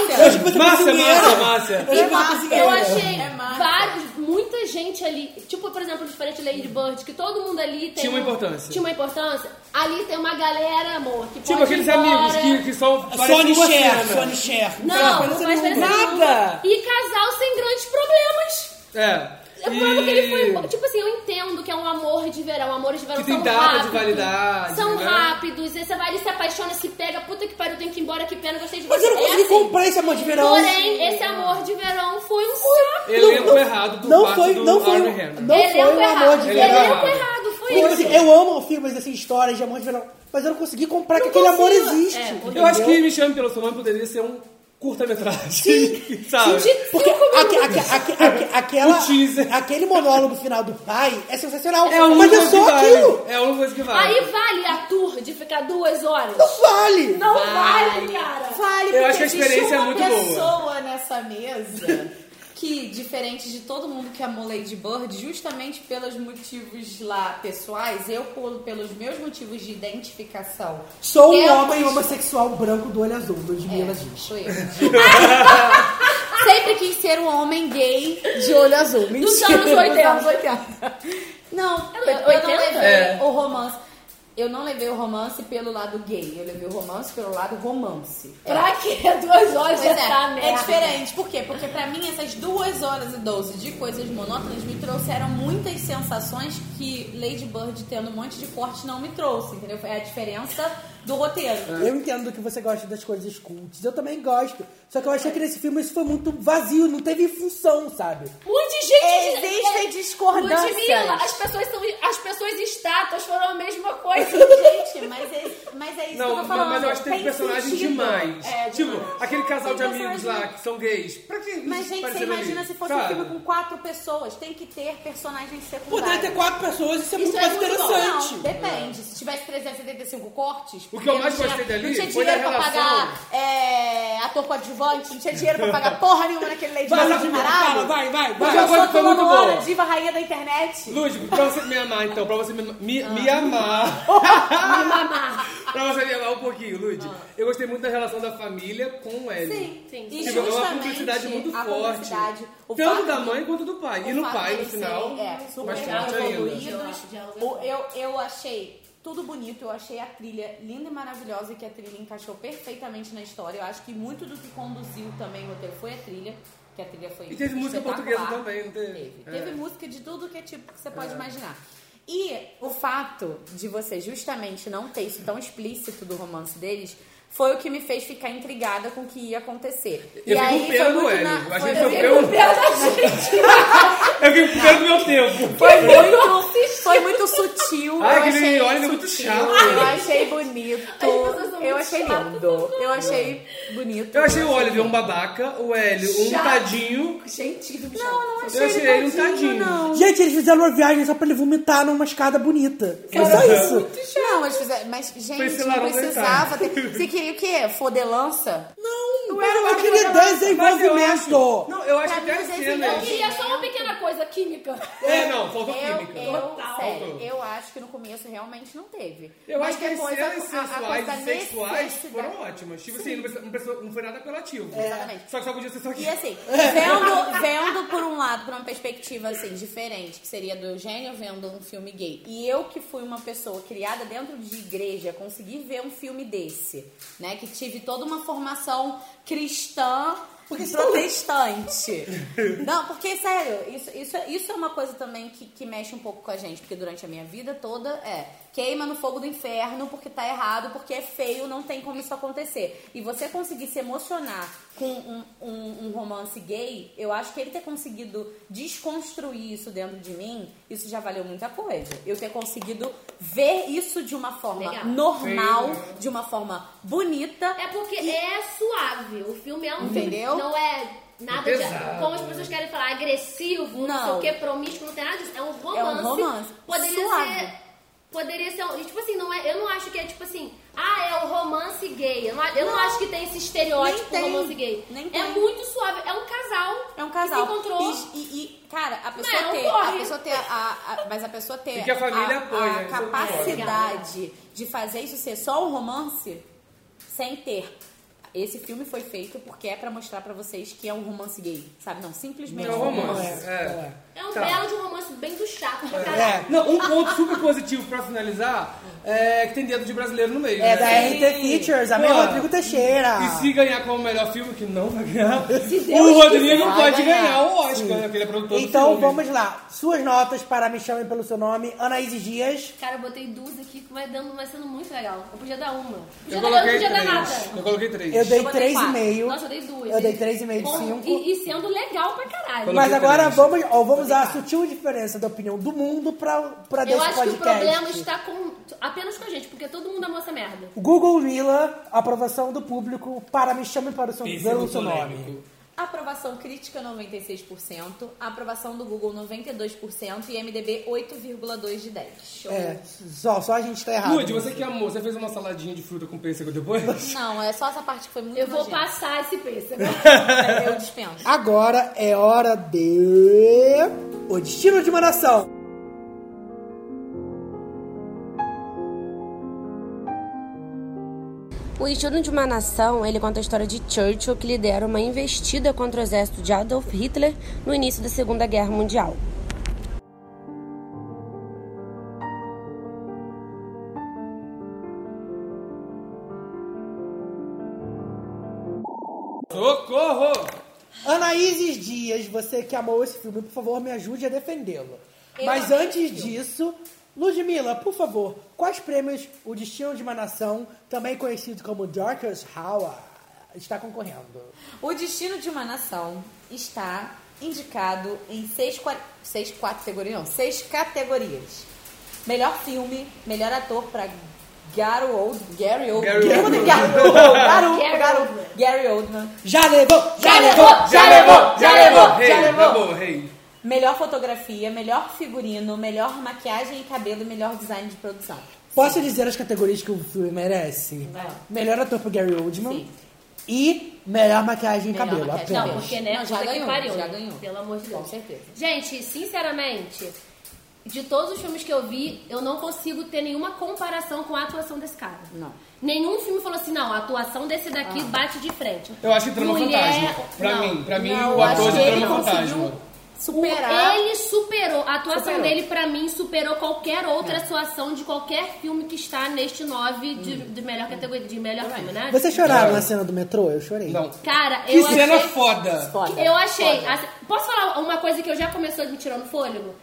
A: tá. Eu achei que você
D: Márcia,
A: cozinheira.
D: Márcia, Márcia.
A: Eu achei que você cozinheira.
D: é.
B: Eu achei vários, muita gente ali, tipo, por exemplo, diferente de Lady Bird, que todo mundo ali tem
D: Tinha uma
B: um-
D: importância.
B: Tinha uma importância. Ali tem uma galera, amor, que
D: Tipo
B: pode
D: aqueles
B: ir embora.
D: amigos que, que são. parecem
A: Sony
D: uma
A: Cher,
D: cena.
A: Sony Cher.
B: Não, não faz diferença nenhuma.
D: Nada.
B: E casal sem grandes problemas.
D: É.
B: Eu falo que ele foi. Tipo assim, eu entendo que é um amor de verão. Amores de verão
D: Que tem
B: são
D: data de
B: rápidos.
D: validade,
B: São
D: né?
B: rápidos. Aí você vai ali, se apaixona, se pega. Puta que pariu, tem que ir embora, que pena, gostei de
A: Mas
B: você.
A: eu não
B: É
A: consegui
B: assim.
A: comprar um esse amor de verão.
B: Porém, esse amor de verão foi um saco.
D: Elenco errado por
A: não
D: parte
A: foi,
D: do
A: não foi,
D: Armie Hammer.
A: não foi
B: Elenco
A: um amor
B: é errado.
A: de
B: Elenco
A: verão.
B: errado, foi
A: Tipo
B: isso.
A: assim, eu amo filmes, assim, histórias de amor de verão, mas eu não consegui comprar que aquele amor
B: consigo.
A: existe.
B: É,
A: entendeu?
D: Eu acho que Me Chame Pelo Seu Nome poderia ser um curta-metragem. Sim. Sabe?
A: é- Porque aque- aque- aque- aque- aquela- aquele monólogo final do pai é sensacional.
D: É a única
A: mas é
D: coisa que
A: só
D: vale.
A: aquilo.
D: É a única coisa que vale.
B: Aí vale a tour de ficar duas horas?
A: Não vale!
B: Não vale,
C: Vale.
B: cara!
C: Vale,
D: Eu
C: porque
D: acho que a
C: existe
D: experiência é
C: uma
D: muito boa.
C: pessoa nessa mesa que, diferente de todo mundo que amou Lady Bird, justamente pelos motivos lá pessoais, eu por- pelos meus motivos de identificação.
A: Sou um
C: Eu-
A: homem homossexual branco do olho azul, dois
B: É.
A: mil ela diz.
C: Sou eu. Sempre quis ser um homem gay de olho azul. Mentira.
B: Dos anos 80.
C: Dos anos 80. Não, eu, eu não
B: 80?
C: levei
B: É.
C: o romance. Eu não levei o romance pelo lado gay. Eu levei o romance pelo lado romance. É.
B: Pra quê? Duas horas
C: Pois
B: dessa
C: é, é
B: merda.
C: diferente. Por quê? Porque pra mim essas duas horas e 12 de coisas monótonas me trouxeram muitas sensações que Lady Bird tendo um monte de corte não me trouxe, entendeu? Foi É a diferença do roteiro.
A: Eu entendo que você gosta das coisas cultas. Eu também gosto. Só que eu achei que nesse filme isso foi muito vazio. Não teve função, sabe?
B: Muita gente... é,
C: Existem discordâncias.
B: Ludmilla, as pessoas são... As pessoas estátuas foram a mesma coisa,
C: gente. Mas é, mas é isso que eu
D: Não,
C: tô
D: mas,
C: falando.
D: mas eu acho que teve
C: Tem
D: personagens
C: sentido.
D: demais.
C: É,
D: tipo,
C: demais.
D: aquele casal de
C: Tem
D: amigos lá
C: personagens
D: que são gays. Pra que
C: Mas,
D: eles
C: gente, você
D: apareceram
C: imagina
D: ali?
C: se fosse um
D: Sabe?
C: filme com quatro pessoas. Tem que ter personagens secundários.
A: Poderia ter quatro pessoas, isso é muito mais
C: bom.
A: interessante.
C: Não, depende. Se tivesse 375 cortes...
D: O que eu
C: porque
D: mais
C: não
D: gostei
C: tinha-
D: dali
C: Não tinha
D: foi da
C: dinheiro pra
D: relação.
C: pagar é, ator coadjuvante, não tinha dinheiro pra pagar porra nenhuma naquele Lady
D: Vai,
C: Gaga
D: Ludmilla,
C: caralho.
D: fala, vai, vai, vai.
C: Mas
D: Uma coisa
C: eu sou
D: que foi
C: toda
D: muito
C: hora,
D: boa.
C: diva rainha da internet.
D: Lúdico, pra você me amar, então, pra você me, me,
C: Ah.
D: me amar. pra você me amar um pouquinho, Lud. Eu gostei muito da relação da família com o Hélio.
C: Ah. Sim, sim. E
D: Tipo, é uma
C: justamente
D: cumplicidade muito
C: a
D: forte.
C: cumplicidade, o
D: Tanto
C: fato
D: da
C: de-
D: mãe quanto do pai. E
C: O
D: no
C: fato
D: pai, no
C: deles
D: final,
C: serem, é,
D: mais
C: super
D: forte ainda.
C: evoluídos. O- Eu, eu achei tudo bonito, eu achei a trilha linda e maravilhosa, que a trilha encaixou perfeitamente na história. Eu acho que muito do que conduziu também o roteiro foi a trilha, que a trilha foi
D: E teve música
C: espetacular.
D: portuguesa também, não teve? É.
C: Teve música de tudo que é tipo que você pode
D: É.
C: imaginar. E o fato de você justamente não ter isso tão explícito do romance deles foi o que me fez ficar intrigada com o que ia acontecer.
D: Eu
C: e
D: fiquei
C: aí
D: com pena
C: foi
D: do
C: muito
D: Hélio.
C: na-
D: A
C: foi-
D: gente
C: eu
D: sofreu-
C: fiquei com pena da gente.
D: Eu fiquei com pena do meu tempo.
C: Foi muito, foi muito sutil.
D: Ai,
C: eu
D: aquele
C: achei
D: olho é muito
C: sutil,
D: chato.
C: Eu achei bonito.
B: pessoas são
C: Eu
B: muito
C: achei
B: chatas.
C: lindo. Eu achei bonito.
D: Eu achei o Oliver um babaca, o Hélio um
C: Chato.
D: tadinho.
C: Gente, não, não achei,
D: Eu achei ele um tadinho.
A: Gente, eles fizeram uma viagem só pra ele vomitar numa escada bonita. Foi só
D: Caraca.
A: isso.
C: Não, mas, fizer- mas gente,
D: Priscila
C: não
D: Arão
C: precisava ter. Você queria o quê? Fodelança?
A: Não,
C: não
A: eu queria desenvolvimento.
D: Não, eu acho
C: Pra
D: que
C: mim,
D: é
C: vocês
D: cena.
C: não
B: Eu queria só uma pequena coisa, química.
D: É, não, faltou
C: Eu,
D: química.
C: eu,
D: Total.
C: sério, eu acho que no começo realmente não teve.
D: Eu
C: Mas
D: acho que as
C: depois
D: cenas
C: a- a- a
D: sensuais
C: coisa
D: e sexuais
C: necessidade-
D: foram ótimas. Tipo assim, não, precisou- não precisou- não foi nada apelativo.
C: É. Exatamente.
D: Só que só podia ser só aqui.
C: E assim, vendo, vendo por um lado, por uma perspectiva assim, diferente, que seria do Eugênio vendo um filme gay, e eu que fui uma pessoa criada dentro de igreja, consegui ver um filme desse, né? Que tive toda uma formação cristã. protestante. Não, porque, sério, isso, isso, isso é uma coisa também que, que mexe um pouco com a gente, porque durante a minha vida toda é queima no fogo do inferno porque tá errado, porque é feio, não tem como isso acontecer. E você conseguir se emocionar com um, um- um romance gay, eu acho que ele ter conseguido desconstruir isso dentro de mim, isso já valeu muita coisa. Eu ter conseguido ver isso de uma forma
B: Legal.
C: normal,
B: Sim.
C: de uma forma bonita.
B: É porque é suave. O filme é um
C: Entendeu?
B: filme. Não é nada de.
C: Pesado.
B: Como as pessoas querem falar, agressivo, não, sei
C: Não.
B: o que, promíscuo, não tem nada disso. É um romance.
C: romance.
B: Poderia
C: Suave.
B: ser. Poderia ser. um- e, Tipo assim, não é, eu não acho que é tipo assim. Ah, é o romance gay. Eu não, eu não
C: Não.
B: acho que tem esse estereótipo
C: Nem tem.
B: romance gay.
C: Nem
B: é
C: tem.
B: muito suave. É um casal.
C: É um casal.
B: Que se encontrou.
C: E, e- e, cara, a pessoa
B: Não,
C: ter.
B: corre.
C: A pessoa ter a, a- mas a pessoa ter.
D: E que a família apoia,
C: a
D: isso é
C: capacidade de fazer isso ser só um romance sem ter. Esse filme foi feito porque é pra mostrar pra vocês que é um romance gay, sabe? Não, simplesmente
D: Não, é um romance, é.
B: É um
D: Tá.
B: belo de um romance bem do chato pra caralho.
D: É. Não, um ponto super positivo pra finalizar é que tem dedo de brasileiro no meio.
A: É
D: né?
A: da RT Features, amém,
D: Porra.
A: Rodrigo Teixeira.
D: E se ganhar como melhor filme, que não vai ganhar,
A: Se Deus
D: o Rodrigo
A: quiser,
D: pode
A: vai
D: ganhar.
A: ganhar.
D: o Oscar,
A: Sim.
D: né? Aquele produtor do
A: Então
D: filme.
A: vamos lá. Suas notas para Me Chamem Pelo Seu Nome, Anaíse Dias.
B: Cara, eu botei duas aqui que vai dando, vai sendo muito legal. Eu podia dar uma. Podia dar-
D: Eu
B: não
D: coloquei
B: podia dar nada.
D: três. Eu coloquei três.
A: Eu dei
B: botei
A: três
B: quatro.
A: e meio.
B: Nossa, eu dei duas.
A: Eu dei três e meio de
B: Bom,
A: cinco.
B: E, e sendo legal pra caralho.
A: Mas agora vamos, ó, vamos à sutil diferença da opinião do mundo para
B: Eu
A: desse
B: acho
A: podcast.
B: que o problema está com, apenas com a gente, porque todo mundo amou essa merda.
A: Google Vila, aprovação do público para Me Chame para o Seu,
D: Esse
A: pelo
D: é
A: um seu
D: polêmico.
A: Nome.
C: Aprovação crítica 96%, aprovação do Google 92% e MDB 8,2 de 10. Show.
A: É, só, só a gente tá errado.
D: Lud, você que amou, você fez uma saladinha de fruta com pêssego depois?
C: Não, é só essa parte que foi muito
B: Eu vou
C: nojenta.
B: passar esse pêssego.
C: Eu dispenso.
A: Agora é hora de. O Destino de uma Nação.
L: O Destino de uma Nação, ele conta a história de Churchill que lidera uma investida contra o exército de Adolf Hitler no início da Segunda Guerra Mundial.
D: Socorro!
A: Anaíses Dias, você que amou esse filme, por favor, me ajude a defendê-lo.
D: Eu
A: Mas
D: amei
A: antes disso, Ludmilla, por favor, quais prêmios O Destino de uma Nação, também conhecido como Darkest Hour, está concorrendo?
C: O Destino de uma Nação está indicado em seis, qua- seis categorias, não, seis categorias. Melhor filme, melhor ator para Gary Oldman. Gary Oldman.
A: Gary
C: Gary Oldman.
A: Oldman.
C: Gary
A: Gary
C: Oldman. Gary Oldman. Gary Oldman.
A: Já levou,
C: Já levou, já levou, já levou, já levou. Melhor fotografia, melhor figurino, melhor maquiagem e cabelo e melhor design de produção.
A: Posso dizer as categorias que o filme merece? Melhor ator pro Gary Oldman e melhor maquiagem e cabelo. apenas.
B: Não, porque né,
C: Não, já
B: puta que
C: ganhou,
B: pariu,
C: já ganhou.
B: Pelo amor de Deus. Com
C: certeza.
B: Gente, sinceramente, de todos os filmes que eu vi, eu não consigo ter nenhuma comparação com a atuação desse cara.
C: Não. Ah.
B: Nenhum filme falou assim, não, a atuação desse daqui bate de frente.
D: Eu acho que Trama
B: Mulher-
D: Fantasma. Pra
B: não.
D: mim, pra mim,
B: Não,
D: o
B: eu acho
D: ator de
B: que ele
D: Trama Fantasma.
B: conseguiu
C: superar.
B: Ele superou. A atuação
C: Superou.
B: dele, pra mim, superou qualquer outra atuação de qualquer filme que está neste 9 de, de melhor categoria, de melhor filme, né?
A: Vocês choraram na cena do metrô? Eu chorei.
D: Não.
B: Cara,
A: Que
B: eu
A: cena
B: achei...
D: foda.
A: Foda,
B: Eu achei. assim, posso falar uma coisa que eu já começou me tirando fôlego?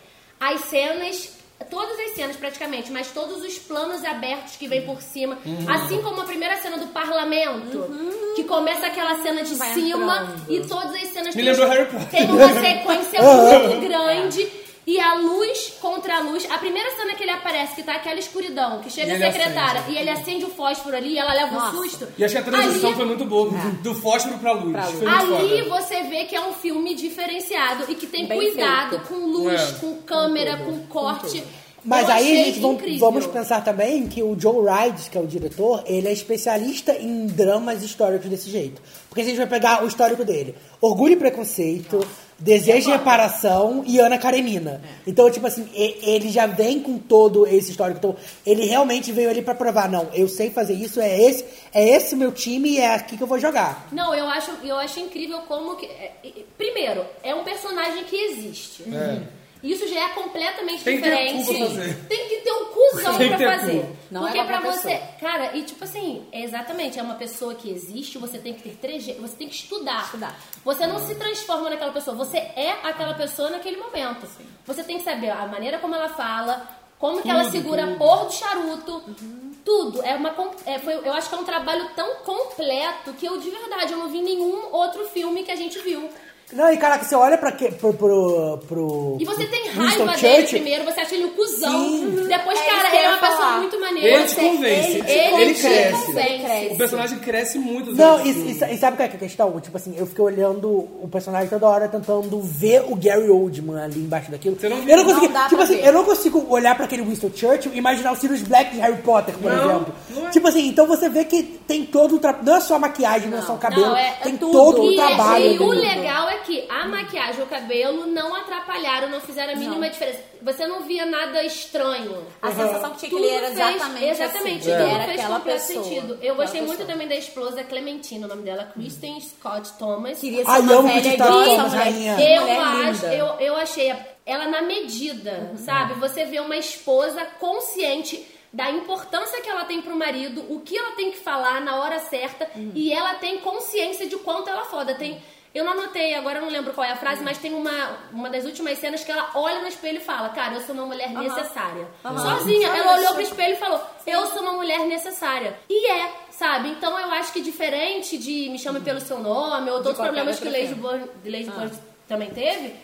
B: As cenas. Todas as cenas, praticamente, mas todos os planos abertos que vem por cima.
N: Uhum.
B: Assim como a primeira cena do parlamento, que começa aquela cena de
N: Vai
B: cima
N: entrando.
B: e todas as cenas
N: Me
B: tem-
N: lembrou Harry Potter.
B: tem uma sequência
N: Uhum.
B: muito grande. E a luz contra a luz. A primeira cena que ele aparece, que tá aquela escuridão, que chega
D: E
B: a
D: ele
B: secretária
D: acende.
B: e ele acende o fósforo ali e ela leva um susto.
D: E acho que a
B: Ali-
D: transição
B: Tá.
D: foi muito boa. Do fósforo pra luz. Foi muito
B: Ali
D: foda.
B: você vê que é um filme diferenciado e que tem
A: Bem
B: cuidado
A: feito.
B: com luz,
A: É.
B: com câmera, com, corte.
A: Mas
B: Eu
A: aí,
B: achei
A: gente, vamos,
B: incrível.
A: vamos pensar também que o Joe Wright, que é o diretor, ele é especialista em dramas históricos desse jeito. Porque a gente vai pegar o histórico dele. Orgulho e Preconceito, Desejo e Reparação e Ana Karenina.
B: É.
A: Então, tipo assim, e- ele já vem com todo esse histórico. Então, ele realmente veio ali pra provar, não, eu sei fazer isso, é esse, é esse o meu time e é aqui que eu vou jogar.
B: Não, eu acho, eu acho incrível como que. é, é, Primeiro, é um personagem que existe. Isso já é completamente
N: Tem que ter um
B: diferente.
N: cu pra fazer.
B: Tem que ter um cuzão
N: Tem que ter
B: pra fazer.
N: cu. Não
B: Porque
N: é
B: pra
N: qualquer
B: você.
N: pessoa.
B: Cara, e tipo assim, é exatamente, é uma pessoa que existe, você tem que ter trejeito, você tem que estudar. Você não se transforma naquela pessoa, você é aquela pessoa naquele momento. Você tem que saber a maneira como ela fala, como que ela
N: Tudo,
B: segura a
N: tudo.
B: cor do charuto, tudo. É uma, com- é, foi, eu acho que é um trabalho tão completo que eu, de verdade, eu não vi nenhum outro filme que a gente viu.
A: Não, e caraca, você olha pra que, pro, pro, pro-
B: E você tem
A: Winston
B: raiva dele
A: Churchill.
B: primeiro, você acha ele um cuzão.
A: Sim.
B: Depois,
N: É isso
B: cara,
N: que eu
B: ele é uma
N: ia falar.
B: pessoa muito maneira.
D: Ele te convence.
B: Ele,
D: Ele
B: te
D: cresce.
B: convence.
D: O personagem cresce muito.
A: Não,
D: durante o
A: e,
D: filme.
A: e sa- e sabe qual é que é a questão? Tipo assim, eu fiquei olhando o personagem toda hora tentando ver o Gary Oldman ali embaixo daquilo. eu não
D: viu?
A: consegui,
D: Não dá
A: tipo
D: pra
A: assim,
D: ver.
A: eu não consigo olhar pra aquele Winston Churchill e imaginar o Sirius Black de Harry Potter, por
D: Não, é.
A: exemplo. Tipo assim, então você vê que tem todo o trabalho, não é só a maquiagem, não, é só o cabelo,
B: Não, é- é
A: tem
B: tudo.
A: todo o
B: E,
A: trabalho.
B: E o
A: ali.
B: legal é que a maquiagem e o cabelo não atrapalharam, não fizeram a mínima diferença. Você não via nada estranho.
C: A
B: Uhum.
C: sensação que tinha que ele
B: Tudo
C: era
B: fez-
C: exatamente
B: Exatamente, tudo
C: assim. Ele era
B: fez
C: aquela
B: completo
C: pessoa,
B: sentido. Eu
C: aquela
B: gostei muito
C: pessoa.
B: também da esposa Clementina, o nome dela, é Kristen Scott Thomas.
C: Queria
A: ser Ai, uma amo velha Kristen Scott igual Thomas, essa mulher. rainha.
B: Eu
A: Mulher
B: acho,
A: linda.
B: eu, eu achei a- ela na medida, sabe? Você vê uma esposa consciente da importância que ela tem pro marido, o que ela tem que falar na hora certa e ela tem consciência de quanto ela é foda. Tem, eu não anotei, agora eu não lembro qual é a frase, mas tem uma, uma das últimas cenas que ela olha no espelho e fala: Cara, eu sou uma mulher
N: Aham.
B: necessária.
N: Aham.
B: Sozinha,
N: Só
B: ela olhou
N: isso.
B: pro espelho e falou: Eu sou uma mulher necessária. E é, sabe? Então eu acho que diferente de Me Chame Pelo Seu Nome ou
N: De
B: todos os
N: qualquer
B: problemas que
N: outra Ah.
B: Lady
N: coisa.
B: Bird, Lady Bird também teve,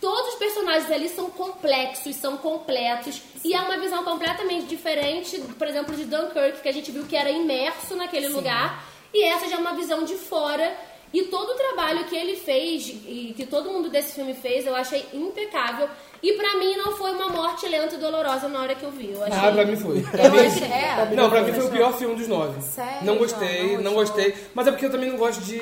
B: todos os personagens ali são complexos, são completos. E é uma visão completamente diferente, por exemplo, de Dunkirk, que a gente viu que era imerso naquele lugar. E essa já é uma visão de fora. E todo o trabalho que ele fez e que todo mundo desse filme fez, eu achei impecável. E pra mim não foi uma morte lenta e dolorosa na hora que eu vi. Eu achei...
D: Ah, pra mim foi. Pra
B: Eu
D: mim-
B: achei- é.
D: Não, pra mim foi o pior filme dos nove.
B: Sério,
D: Não gostei, não, gostei. Mas é porque eu também não gosto de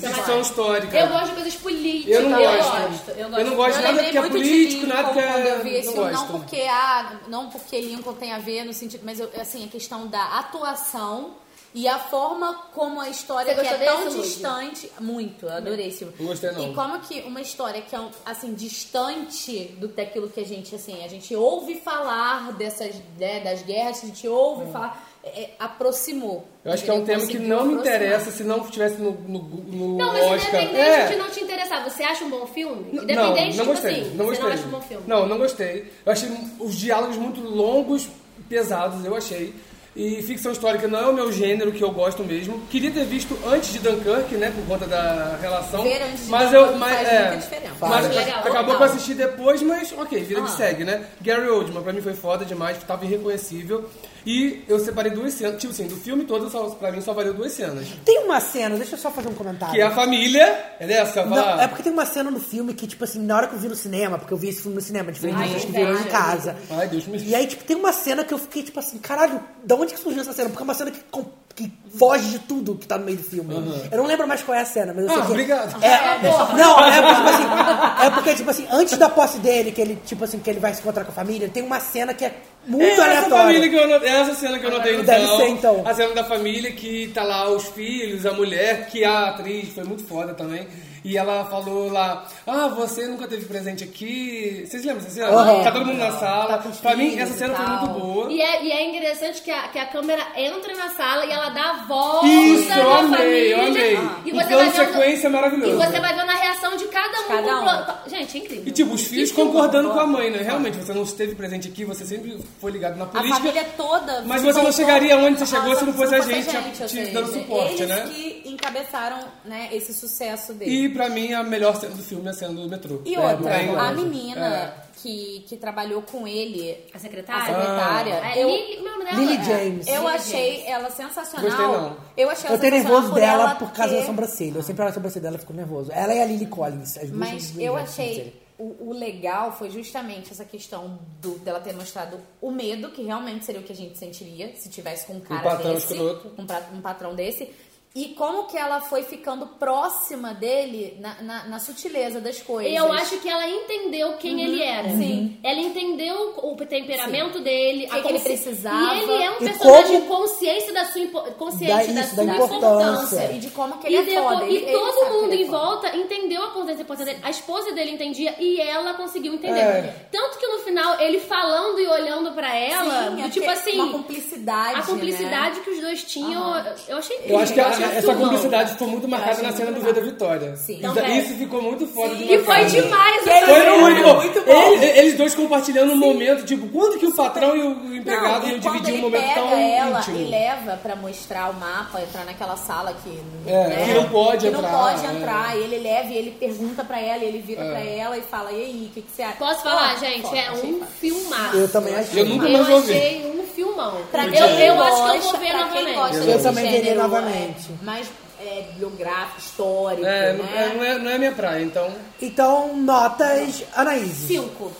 D: ficção histórica.
B: Ah, Eu gosto de coisas políticas.
D: Eu não gosto.
C: tá Eu,
D: Eu não gosto de nada
C: lembrei
D: que é
C: muito de
D: político,
C: Lincoln
D: nada que é-
C: Quando eu vi esse
D: não
C: filme, não
D: gosto.
C: porque, ah, não porque Lincoln tem a ver no sentido, mas eu- assim, a questão da atuação e a forma como a história
B: Você
C: que é
B: gostou
C: tão
B: desse, Lud?
C: distante. Muito, eu adorei esse filme.
D: Não gostei, não.
C: E como que uma história que é assim, distante do daquilo que a gente, assim, a gente ouve falar dessas, né, das guerras, a gente ouve falar. é, aproximou.
D: Hum. Eu acho que é um
C: Ele
D: tema que
C: conseguiu
D: não me
C: aproximar.
D: interessa se não estivesse no, no, no
B: Não, mas
D: Oscar.
B: independente
D: É.
B: de não te interessar, você acha um bom filme?
D: Não,
B: Independente,
D: não
B: tipo
D: gostei,
B: assim,
D: não
B: você
D: gostei.
B: não acha um bom filme.
D: Não, não gostei. Eu achei os diálogos muito longos, pesados, eu achei. E ficção histórica não é o meu gênero que eu gosto mesmo. Queria ter visto antes de Dunkirk, né, por conta da relação.
C: Ver antes de
D: mas
C: Dunkirk
D: eu, mas
C: faz
D: é,
C: muita diferença.
D: mas
C: Faz. Legal,
D: acabou
C: total.
D: que eu assisti depois, mas ok, vida que
C: Ah.
D: segue, né? Gary Oldman pra mim foi foda demais, tava irreconhecível. E eu separei duas cenas, tipo assim, do filme todo, só, pra mim só valeu duas cenas.
A: Tem uma cena, deixa eu só fazer um comentário.
D: Que é a família, é dessa?
A: Não, é porque tem uma cena no filme que, tipo assim, na hora que eu vi no cinema, porque eu vi esse filme no cinema, diferente
D: Ai,
A: de gente que
D: verdade.
A: virou em casa.
D: Ai, Deus me
A: E aí, tipo, tem uma cena que eu fiquei, tipo assim, caralho, da onde que surgiu essa cena? Porque é uma cena que, com- que foge de tudo que tá no meio do filme. Eu não lembro mais qual é a cena, mas eu sei
D: Ah,
A: que...
D: obrigado.
A: É,
D: Ah, porra.
A: não, é porque, tipo assim, é porque, tipo assim, antes da posse dele, que ele, tipo assim, que ele vai se encontrar com a família, tem uma cena que é muito
D: é essa
A: aleatória.
D: família que eu anotei, é essa cena que eu notei no
A: Deve
D: final.
A: ser, então.
D: A cena da família que tá lá os filhos, a mulher, que a atriz foi muito foda também. E ela falou lá, ah, você nunca teve presente aqui. Vocês lembram dessa cena?
A: Aham.
D: Tá todo mundo na sala. pra mim, essa cena foi muito boa.
B: E é, e é interessante que a, que a câmera entra na sala e ela dá a volta
D: Isso, eu
B: na
D: amei,
B: família.
D: eu amei.
B: E
D: O
B: você vai
D: plano
B: vendo,
D: sequência é maravilhoso.
B: E você vai vendo a reação de cada um.
D: Cada
B: com o
D: um.
B: plano. Gente, é incrível.
D: E tipo, os filhos concordando com a mãe, né? Realmente, você não esteve presente aqui, você sempre foi ligado na
C: A
D: política.
C: família toda.
D: Mas
C: se
D: você não
C: voltou-
D: chegaria onde você chegou
C: Nossa,
D: se não fosse a
C: a
D: gente,
C: gente, ou
D: te
C: seja,
D: dando suporte,
C: eles
D: né?
C: que encabeçaram né, esse sucesso dele.
D: E pra mim, a melhor cena do filme é a cena do metrô.
C: E
D: É,
C: outra,
D: é
C: a
D: igual.
C: menina
D: É.
C: que, que trabalhou com ele,
B: a secretária,
C: secretária,
B: Ah.
C: eu,
B: É Lily- meu nome dela?
A: Lily
B: É.
A: James.
C: eu
B: Lily
C: achei
B: James.
C: ela sensacional.
A: Gostei, não.
C: Eu achei ela
A: Eu tenho
C: sensacional
A: nervoso dela
C: ela
A: por causa
C: ter-
A: da sobrancelha. Eu sempre olho a sobrancelha dela e fico nervoso. Ela e a Lily Collins. As duas
C: Mas
A: são
C: eu
A: lindas,
C: achei o, o legal foi justamente essa questão do- dela ter mostrado o medo, que realmente seria o que a gente sentiria se tivesse com um cara
D: patrão
C: desse,
D: escroto.
C: um, pra- um patrão desse. E como que ela foi ficando próxima dele na, na- na sutileza das coisas.
B: E É, eu acho que ela entendeu quem
C: é. Uhum.
B: ele era.
C: Sim.
B: Ela entendeu o temperamento
C: Sim.
B: dele,
C: O que que ele
B: consci-
C: precisava.
B: E ele é um
C: E
B: personagem
C: como-
B: consciente da sua, impo- consciente
C: Da-
B: da
C: isso,
B: sua
C: da importância. E de como que ele é
B: depois-
C: foda.
B: E
C: Ele- ele
B: todo
C: sabe que
B: mundo
C: ele é
B: em volta entendeu a importância, a importância dele. A esposa dele entendia e ela conseguiu entender.
C: É.
B: Tanto que no final, ele falando e olhando pra ela,
C: Sim,
B: do tipo
C: aquele-
B: assim.
C: uma né? cumplicidade,
B: A cumplicidade que os dois tinham, eu- eu achei incrível.
D: Eu acho que é a-
B: achei
D: essa
B: surreal.
D: cumplicidade ficou muito marcada
B: achei
D: na cena do V da Vitória. Sim.
B: Também.
D: Isso ficou muito é foda. de
B: E foi
D: marcado.
B: demais essa
D: Foi
B: cena.
D: muito bom.
B: Muito bom.
D: Ele- eles dois compartilhando um momento, tipo, quando que o patrão e o empregado
C: e
D: iam
C: quando
D: dividir um
C: ele
D: momento
C: pega
D: tão
C: ela
D: íntimo?
C: e leva pra mostrar o mapa, entrar naquela sala que, né,
D: É, que não pode
C: que não
D: entrar,
C: pode
D: é.
C: entrar, e ele leva e ele pergunta pra ela, e ele vira pra ela e fala: "E aí, o que que você acha?"
B: Posso falar,
C: Ó,
B: gente?
C: ó,
B: é
C: achei
B: um
C: fácil.
B: filmaço.
A: Eu também achei.
D: Eu nunca mais
B: eu
D: ouvi.
B: achei um filmão.
C: Pra
B: eu,
C: quem
B: eu acho que eu
C: gosta-
B: vou ver
C: pra quem
B: novamente.
C: gosta
A: Eu
C: desse
A: também veria
C: gênero,
A: novamente.
C: é, mais é, biográfico, histórico,
D: É, não, é,
C: né?
D: não é, não é minha praia, então.
A: Então, notas, Anaís.
C: Cinco.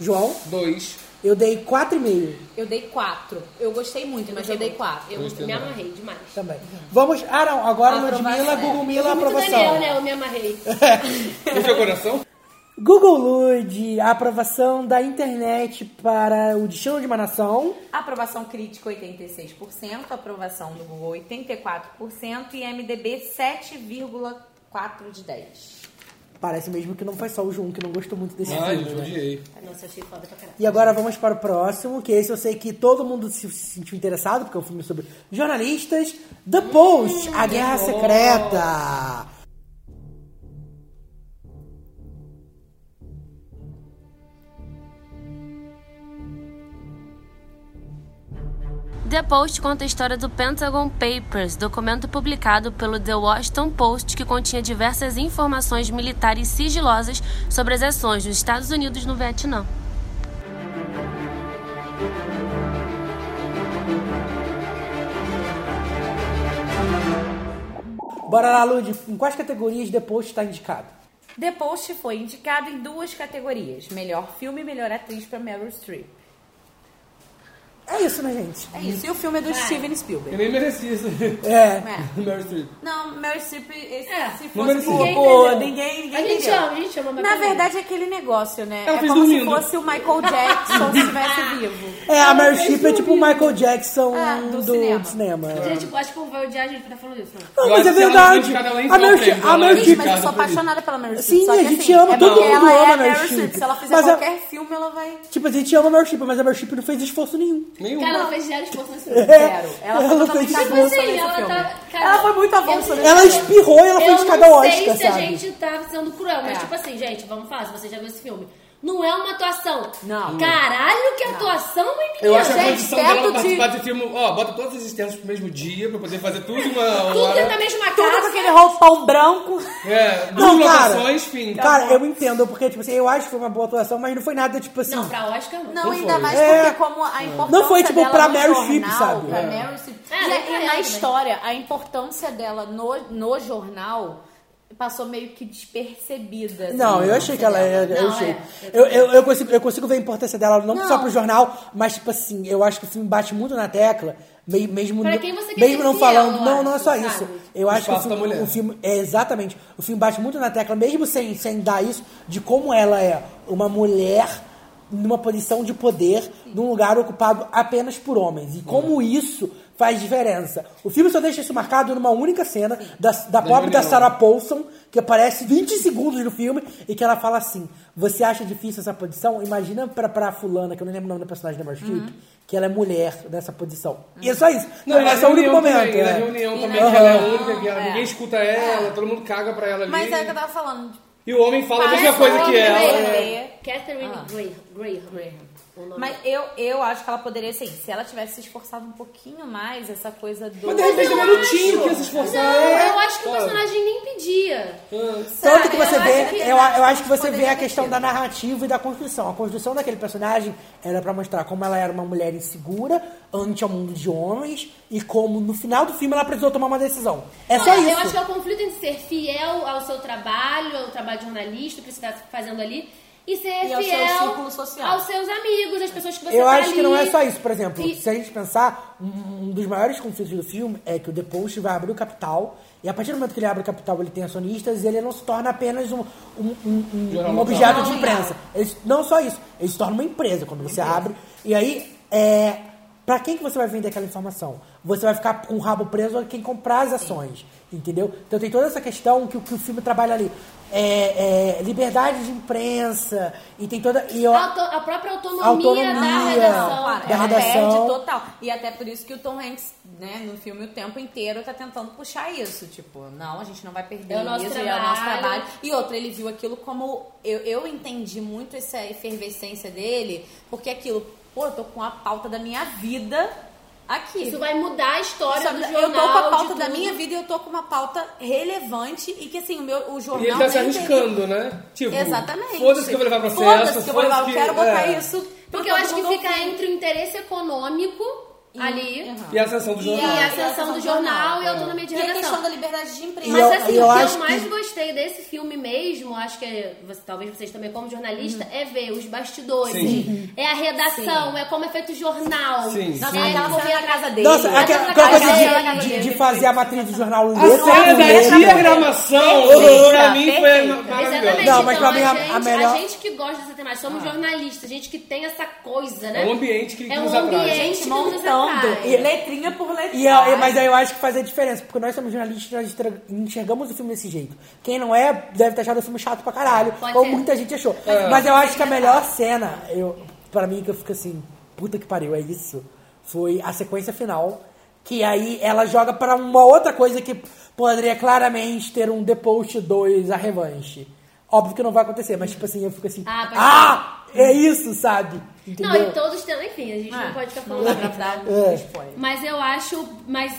A: João?
D: Dois.
A: Eu dei 4,5.
C: Eu dei quatro. Eu gostei muito, mas eu dei quatro.
A: Eu Gostei me muito.
B: amarrei demais.
A: Também. Vamos. Ah, não. Agora
C: Aprovação,
A: Ludmilla,
C: né?
A: Google Mila,
B: Muito
A: aprovação.
B: Daniel, né? Eu me amarrei.
D: No seu coração?
A: Google Lud, a aprovação da internet para o destino de uma nação.
C: Aprovação crítica 86%, aprovação do Google 84% e MDB 7,4 de 10.
A: Parece mesmo que não foi só o João que não gostou muito desse
D: Ai,
A: filme.
D: eu
A: né?
D: odiei.
B: Nossa, achei foda pra caralho.
A: E agora vamos para o próximo, que esse eu sei que todo mundo se sentiu interessado, porque é um filme sobre jornalistas. The Post, A Guerra
E: bom.
A: Secreta.
L: The Post conta a história do Pentagon Papers, documento publicado pelo The Washington Post que continha diversas informações militares sigilosas sobre as ações dos Estados Unidos no Vietnã.
A: Bora lá, Lud, em quais categorias The Post está indicado?
C: The Post foi indicado em duas categorias: melhor filme e melhor atriz para Meryl Streep.
A: É isso, né, gente?
C: É isso. E o filme é do
D: É.
C: Steven
D: Eu
C: Spielberg.
D: nem merecia isso.
A: É.
D: Meryl Streep.
C: Não, Meryl Streep, esse, se
D: Não
C: fosse
D: merecia.
C: por
D: Ninguém
C: boa,
D: entendeu.
C: ninguém, ninguém
B: A gente
C: entendeu.
B: ama, a gente ama, mas
C: Na
B: também.
C: verdade, é aquele negócio, né?
B: Ela
C: é
B: fez
C: como
B: dormindo.
C: se fosse o Michael Jackson se estivesse vivo.
A: É, a Meryl Streep
B: um
A: é tipo o Michael Jackson
B: É,
A: do,
C: cinema.
A: do cinema.
D: É.
B: Gente, tipo, eu acho que eu vou odiar a gente por estar falando isso. né?
A: Não, mas
D: assim,
A: é verdade.
D: um
A: A Meryl Streep- a Meryl
C: Gente,
A: Streep.
C: mas eu sou apaixonada pela Meryl Streep.
A: Sim,
C: só que
A: a gente
C: assim,
A: ama,
C: é
A: todo
C: porque
A: mundo ama
C: ela é
A: a Meryl
C: Meryl Streep.
A: Streep.
C: Se ela fizer
A: Mas a-
C: qualquer filme, ela vai...
A: Tipo, a gente ama a Meryl Streep, mas a Meryl Streep não fez esforço nenhum.
D: Nenhum.
B: Cara, ela fez zero esforço nesse
A: É.
B: filme. Zero.
A: Ela foi totalmente
B: tipo
A: avulsa
B: assim,
A: nesse
B: ela
A: filme.
B: tá. Cara,
A: Ela foi muito avulsa
B: eu-
A: nesse Ela filme. espirrou e ela foi
B: Eu
A: indicada ao
B: Não sei
A: Oscar,
B: se a
A: sabe?
B: gente tá sendo cruel, mas tipo assim, gente, vamos falar, se você já viu esse filme. Não é uma atuação. Não. Caralho, que atuação, hein, menina?
D: Eu acho a
B: Gente,
D: condição dela
B: perto
D: pra
B: de-
D: participar de filme. Ó, bota todas as existências pro mesmo dia pra poder fazer tudo em uma hora.
B: Tudo dentro da mesma casa.
D: Tudo
A: com aquele roupão um branco.
D: É, duas
A: Não, cara.
D: locações, fim.
B: Tá
A: Cara, eu entendo, porque, tipo assim, eu acho que foi uma boa atuação, mas não foi nada, tipo assim.
B: Não, pra Oscar não.
C: Não, ainda mais
A: É.
C: porque como a importância
A: Não foi, tipo,
C: dela
A: pra
C: no
A: Meryl
C: jornal,
A: Streep, sabe?
C: pra
A: É.
C: Meryl Streep.
B: É,
C: E
B: bem
C: a-
B: pra
C: e
B: ela
C: na
B: também.
C: história, a importância dela no, no jornal passou meio que despercebida. assim,
A: Não, eu achei que ela é.
C: dela.
A: Eu,
C: Não,
A: achei.
C: é.
A: Eu, eu, eu consigo, eu consigo ver a importância dela, não,
C: Não.
A: só pro jornal, mas, tipo assim, eu acho que o filme bate muito na tecla. me- Mesmo,
B: Pra
A: no-
B: quem você quer
A: mesmo
B: ser
A: não
B: fiel,
A: falando.
B: eu
A: Não, não é
B: acho,
A: só
B: sabe?
A: isso. Eu
D: O
A: acho que o
D: espaço da
A: filme,
D: mulher.
A: o filme- É, exatamente. O filme bate muito na tecla, mesmo sem, sem dar isso, de como ela é uma mulher numa posição de poder, num lugar ocupado apenas por homens. E
D: Uhum.
A: como isso faz diferença. O filme só deixa isso marcado numa única cena da, da pobre da
D: reunião.
A: Sarah Paulson, que aparece 20 segundos no filme, e que ela fala assim: Você acha difícil essa posição? Imagina pra, pra fulana, que eu não lembro o nome da personagem da Meryl Streep, que ela é mulher nessa posição. E é só isso.
D: Uhum. Não,
A: é
D: na
A: só o único
D: reunião
A: momento.
D: também, na
A: é.
D: reunião
A: E
D: também,
A: na-
D: que ela é
A: Aham.
D: única, que ela-
C: É.
D: ninguém escuta ela, todo mundo caga pra ela ali.
C: Mas é o que eu tava falando.
D: E o homem fala a
C: Parece
D: mesma coisa que
C: homem,
D: ela.
C: né?
D: é.
B: Catherine
C: Ah.
B: Graham. Graham. o nome
C: Mas eu, eu acho que ela poderia, assim, se ela tivesse se esforçado um pouquinho mais, essa coisa do.
D: Mas de
A: um
D: repente
B: eu
D: é
B: acho.
D: minutinho que se esforçar.
B: Não,
D: é.
B: eu acho que o
D: Sabe?
B: personagem nem pedia.
A: Tanto que você
B: Eu
A: vê,
B: acho que-
A: eu, eu acho que você vê a questão da narrativa e da construção. A construção daquele personagem era pra mostrar como ela era uma mulher insegura, ante ao mundo de homens, e como no final do filme ela precisou tomar uma decisão. É só
B: Olha, Eu acho
A: isso.
B: que é o conflito entre ser fiel ao seu trabalho, ao trabalho de jornalista que você está fazendo ali, e ser
C: E ao seu
B: fiel
C: círculo social.
B: aos seus amigos, às pessoas que você
A: Eu
B: tá
A: acho que não é
B: ali.
A: só isso. Por exemplo,
B: E-
A: se a gente pensar, um um dos maiores conflitos do filme é que o The Post vai abrir o capital, e a partir do momento que ele abre o capital, ele tem acionistas, e ele não se torna apenas um, um- um- um-
D: Jornal
A: um
D: local.
A: objeto de
D: Não,
A: imprensa. Ele- não só isso, ele se torna uma empresa quando você abre. E aí, é, para quem que você vai vender aquela informação? Você vai ficar com o rabo preso a quem comprar as ações, entendeu? Então tem toda essa questão que, o- que o filme trabalha ali. É, é, liberdade de imprensa, e tem toda... E eu-
B: A, auto- a própria autonomia, da
A: Autonomia.
B: redação.
A: Claro.
C: Ela
A: Da redação.
C: perde total. E até por isso que o Tom Hanks, né, no filme o tempo inteiro tá tentando puxar isso. Tipo, não, a gente não vai perder
B: É o nosso
C: isso, e é o nosso
B: trabalho.
C: trabalho. E outra, ele viu aquilo como. Eu, eu entendi muito essa efervescência dele, porque aquilo, pô, eu tô com a pauta da minha vida aqui.
B: Isso vai mudar a história
C: Sabe,
B: do
C: Eu tô com
B: jornal,
C: a
B: de
C: pauta da
B: tudo.
C: minha vida e eu tô com uma pauta relevante e que assim, o, meu, o jornal.
D: E ele tá se
C: nem teria-
D: arriscando, né? Tipo,
C: Exatamente.
D: foda-se que eu vou levar processo.
C: Foda-se que eu vou levar, eu quero botar
D: é.
C: isso. pra
B: Porque eu
C: todo
B: acho que
C: mundo
B: fica
C: ouvir.
B: entre o interesse econômico ali
D: é. E a ascensão do
B: e
D: jornal.
B: a ascensão do jornal e a autonomia de
C: é. E a
B: redação.
C: questão da liberdade de imprensa.
B: Mas assim,
A: eu
B: o que
A: acho
B: eu mais
A: que-
B: gostei desse filme mesmo, acho que é- você- talvez vocês também, como
A: Hum.
B: jornalista, é ver os bastidores.
D: Sim.
B: É a redação, é como é feito o jornal.
D: Sim,
B: é
D: sim.
C: aquela
B: como é
C: cena na casa dele.
A: Nossa,
B: Mas
A: aquela
B: ela tá
A: aquela
B: faz
A: coisa de-
B: ela,
A: de,
B: ela
A: de fazer a matriz do jornal um
D: A
A: letra
D: cena
A: por letra.
D: da
A: Uhum.
D: diagramação,
A: Perfeita,
D: pra mim, foi
C: perfeita.
D: maravilhosa.
B: Exatamente.
A: Não, mas
B: então,
A: pra mim a-
B: a, gente,
A: a melhor- Ah.
B: a gente que gosta dessa temática, somos jornalistas, gente que tem essa coisa, né?
D: É um ambiente que
B: É um
D: nos atrai.
B: ambiente que nos atrai.
C: montando. E letrinha por letrinha.
A: E eu- mas aí eu acho que faz a diferença, porque nós somos jornalistas nós estra- enxergamos o filme desse jeito. Quem não é, deve ter achado o filme chato pra caralho,
B: Pode
A: como
B: ser. É.
A: muita gente achou. Mas eu acho que a melhor cena, eu, pra mim, que eu fico assim, puta que pariu, é isso, foi a sequência final, que aí ela joga pra uma outra coisa que poderia claramente ter um The Post 2, a revanche. Óbvio que não vai acontecer, mas tipo assim, eu fico assim,
B: Ah,
A: ah,
B: pode
A: é isso, sabe?
B: Não, então,
A: Entendeu?
B: e todos tendo, enfim, a gente não pode ficar falando.
C: Ah, Não dá pra dar
A: É.
C: spoiler.
B: Mas eu acho. Mas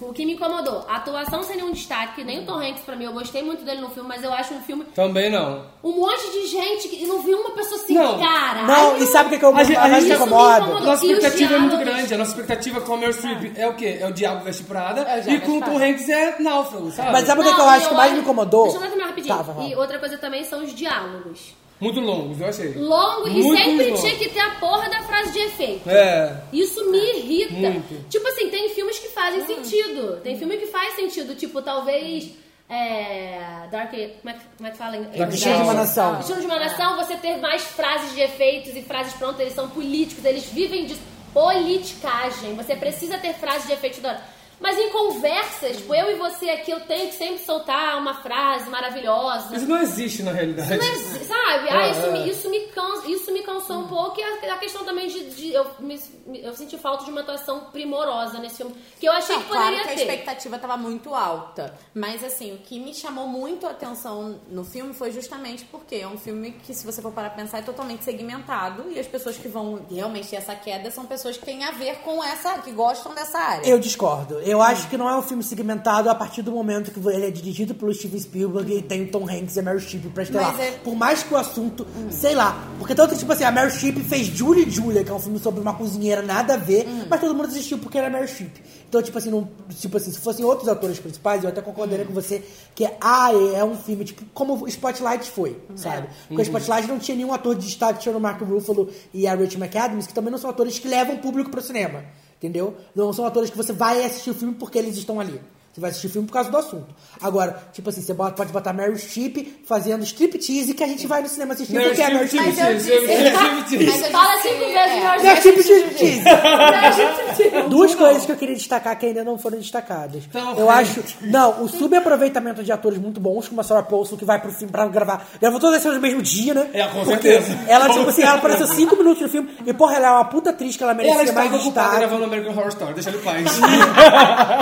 B: o que me incomodou, a atuação sem nenhum destaque, nem o Tom Hanks pra mim, eu gostei muito dele no filme, mas eu acho um filme.
D: Também não.
B: Um monte de gente que e não vi uma pessoa assim,
D: Não.
B: cara.
A: Não, e sabe o que, que eu,
D: A gente- a
A: mais
D: gente-
A: me
D: isso me
A: incomoda?
B: incomoda.
D: Nossa
B: E os
D: expectativa é muito
B: diálogos?
D: grande. A nossa expectativa com a Meryl Streep é o quê? É o Diabo Veste Prada.
C: Tá. É o Diabo
D: e com o
C: Veste
D: Tom
C: Prada.
D: Hanks é Náufrago, sabe?
A: Mas sabe o que,
B: Não,
A: que eu
B: e
A: acho que mais me incomodou?
B: Deixa eu terminar rapidinho.
A: Tá, vai, vai.
B: E outra coisa também são os diálogos.
D: Muito longos, eu achei.
B: Longo e
D: Muito
B: sempre
D: longo.
B: tinha que ter a porra da frase de efeito.
D: É.
B: Isso me irrita.
D: Muito.
B: Tipo assim, tem filmes que fazem sentido. Tem filme que faz sentido. Tipo, talvez. É, Dark. Como é, que- como é que fala? em-
D: Dark
B: em-
D: Estilo de uma
A: nação.
B: Estilo de uma nação, você ter mais frases de efeitos e frases prontas, eles são políticos, eles vivem de politicagem. Você precisa ter frases de efeito da. Mas em conversas, tipo, eu e você aqui, eu tenho que sempre soltar uma frase maravilhosa.
D: Isso não existe na realidade.
B: Mas, sabe? Ah,
D: É,
B: isso,
D: é.
B: me, isso, me cansa, isso me cansou um pouco. E a, a questão também de. de- eu, me- eu senti falta de uma atuação primorosa nesse filme. Que eu achei
C: Não,
B: que
C: claro
B: poderia
C: que a
B: ter.
C: expectativa estava muito alta. Mas assim, o que me chamou muito a atenção no filme foi justamente porque é um filme que, se você for parar pra pensar, é totalmente segmentado. E as pessoas que vão realmente ter essa queda são pessoas que têm a ver com essa, que gostam dessa área.
A: Eu discordo.
C: Hum.
A: Eu acho que não é um filme segmentado a partir do momento que ele é dirigido pelo Steven Spielberg e tem o Tom Hanks e a Meryl Streep pra estrelar.
C: Mas é- Hum.
A: Por mais que o assunto, sei lá. Porque tanto que, tipo assim, a Meryl Streep fez Julie e Julia, que é um filme sobre uma cozinheira nada a ver,
C: Hum.
A: mas todo mundo assistiu porque era Meryl Streep. Então, tipo assim, não, tipo assim, se fossem outros atores principais, eu até
C: Hum.
A: concordaria com você que ah, é um filme, tipo, como o Spotlight foi,
C: Hum. É.
A: sabe? Porque o
N: Uhum.
A: Spotlight não tinha nenhum ator de destaque, tirando o Mark Ruffalo e a Rachel McAdams, que também não são atores que levam o público pro cinema. Entendeu? Não são atores que você vai assistir o filme porque eles estão ali. Você vai assistir o filme por causa do assunto. Agora, tipo assim, você bota- pode botar Meryl Streep fazendo striptease que a gente vai no cinema assistir
D: Meryl
A: porque é Meryl
D: Streep,
A: Streep.
D: striptease, Meryl Streep, striptease. Mas eu
B: Fala cinco
C: é.
B: vezes Meryl
A: Meryl Streep,
B: Streep.
A: striptease.
B: Meryl Streep, striptease.
A: Duas coisas que eu queria destacar que ainda não foram destacadas.
D: Tá
A: eu acho. Não, o subaproveitamento de atores muito bons, como a Sarah Paulson, que vai pro filme pra gravar. Gravou todas as cenas no mesmo dia, né? É,
D: com certeza.
A: Ela, tipo assim, ela apareceu cinco minutos no filme. E, porra, ela é uma puta atriz que ela merece
D: Ela
A: ter é mais
D: estava ocupada
A: destaque.
D: gravando American Horror Story, deixa ele em paz.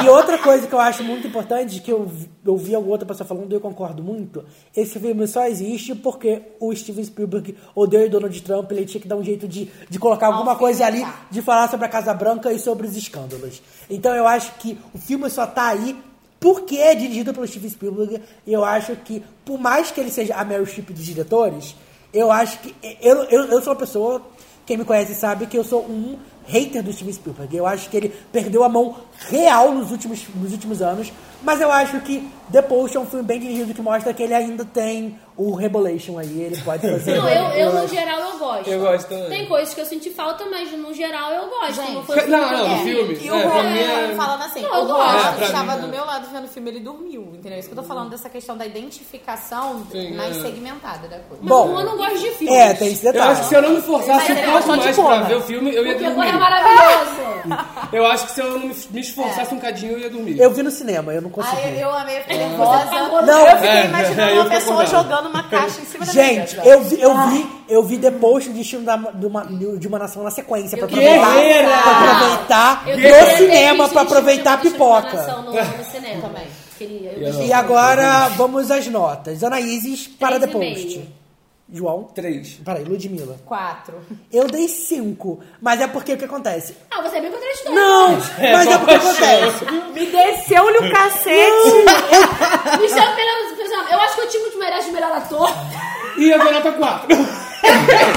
A: E outra coisa que eu acho muito importante, que eu, vi- eu vi alguma outra pessoa falando e eu concordo muito, esse filme só existe porque o Steven Spielberg odeia o Donald Trump, ele tinha que dar um jeito de, de colocar alguma coisa ali, de falar sobre a Casa Branca e sobre os escândalos. Então eu acho que o filme só tá aí porque é dirigido pelo Steven Spielberg, e eu acho que, por mais que ele seja a Meryl Streep dos diretores, eu acho que... Eu, eu, eu sou uma pessoa quem me conhece sabe que eu sou um hater do Steven Spielberg. Eu acho que ele perdeu a mão real nos últimos, nos últimos anos. Mas eu acho que The Post é um filme bem dirigido que mostra que ele ainda tem o Rebolation aí. Ele pode fazer.
B: Não, eu, eu, no geral eu gosto.
A: Eu gosto também.
B: Tem coisas que eu senti falta, mas no geral eu gosto. não, foi um
D: Não,
B: filme que eu quero.
D: não, no filme.
C: E
D: É,
C: o
D: pra
C: Juan
D: mim é...
C: falando assim,
B: Não, eu
C: o
B: gosto.
C: Juan
D: É, pra
C: estava
D: mim,
C: do
D: é. Uhum.
C: meu lado vendo o filme, ele dormiu, entendeu? Isso que eu tô falando dessa questão da identificação
D: Sim,
C: mais
D: é.
C: segmentada da coisa.
A: Bom, Mas o Juan
B: não gosta de
A: filmes. é, tem esse detalhe.
D: Eu acho que se eu não me forçasse
C: Mas
D: um
C: ele
D: pouco
C: gosta de
D: mais
A: porra.
D: pra ver o filme, eu ia
B: Porque agora
D: dormir.
B: é maravilhoso.
D: Eu acho que se eu não me me esforçasse um cadinho, eu ia dormir.
A: Eu vi no cinema, eu não consegui.
C: Aí eu amei, eu fiquei
A: É.
C: nervosa.
A: Não,
C: eu fiquei
A: é,
C: imaginando
A: é, eu
C: uma
A: fiquei
C: pessoa
A: acordado.
C: jogando uma caixa em cima da
A: Gente,
C: mesa.
A: eu vi, eu
B: Ah.
A: vi, eu vi depois o destino da- de, uma, de uma nação na sequência pra
D: queria
A: aproveitar,
D: ver, né?
A: pra aproveitar
B: Eu
A: no
B: queria ter
A: é cinema,
B: visto
A: pra
B: o Destino
A: aproveitar a
B: de uma Nação
A: pipoca.
B: No, no cinema. Também. Queria. Eu
A: E agora vamos às notas. Anaíses para
B: Três
A: The
B: e
A: Post.
B: meio.
A: João?
D: Três.
A: Peraí, Ludmilla.
C: Quatro.
A: Eu dei cinco, mas é porque o que acontece?
B: Ah, você é bem contraditório.
A: Não! Mas é porque acontece.
C: Me desceu-lhe
B: um
C: o
A: cacete.
B: Michel Pelé, pessoal, eu acho que o time te merece o melhor ator.
D: E a nota 4.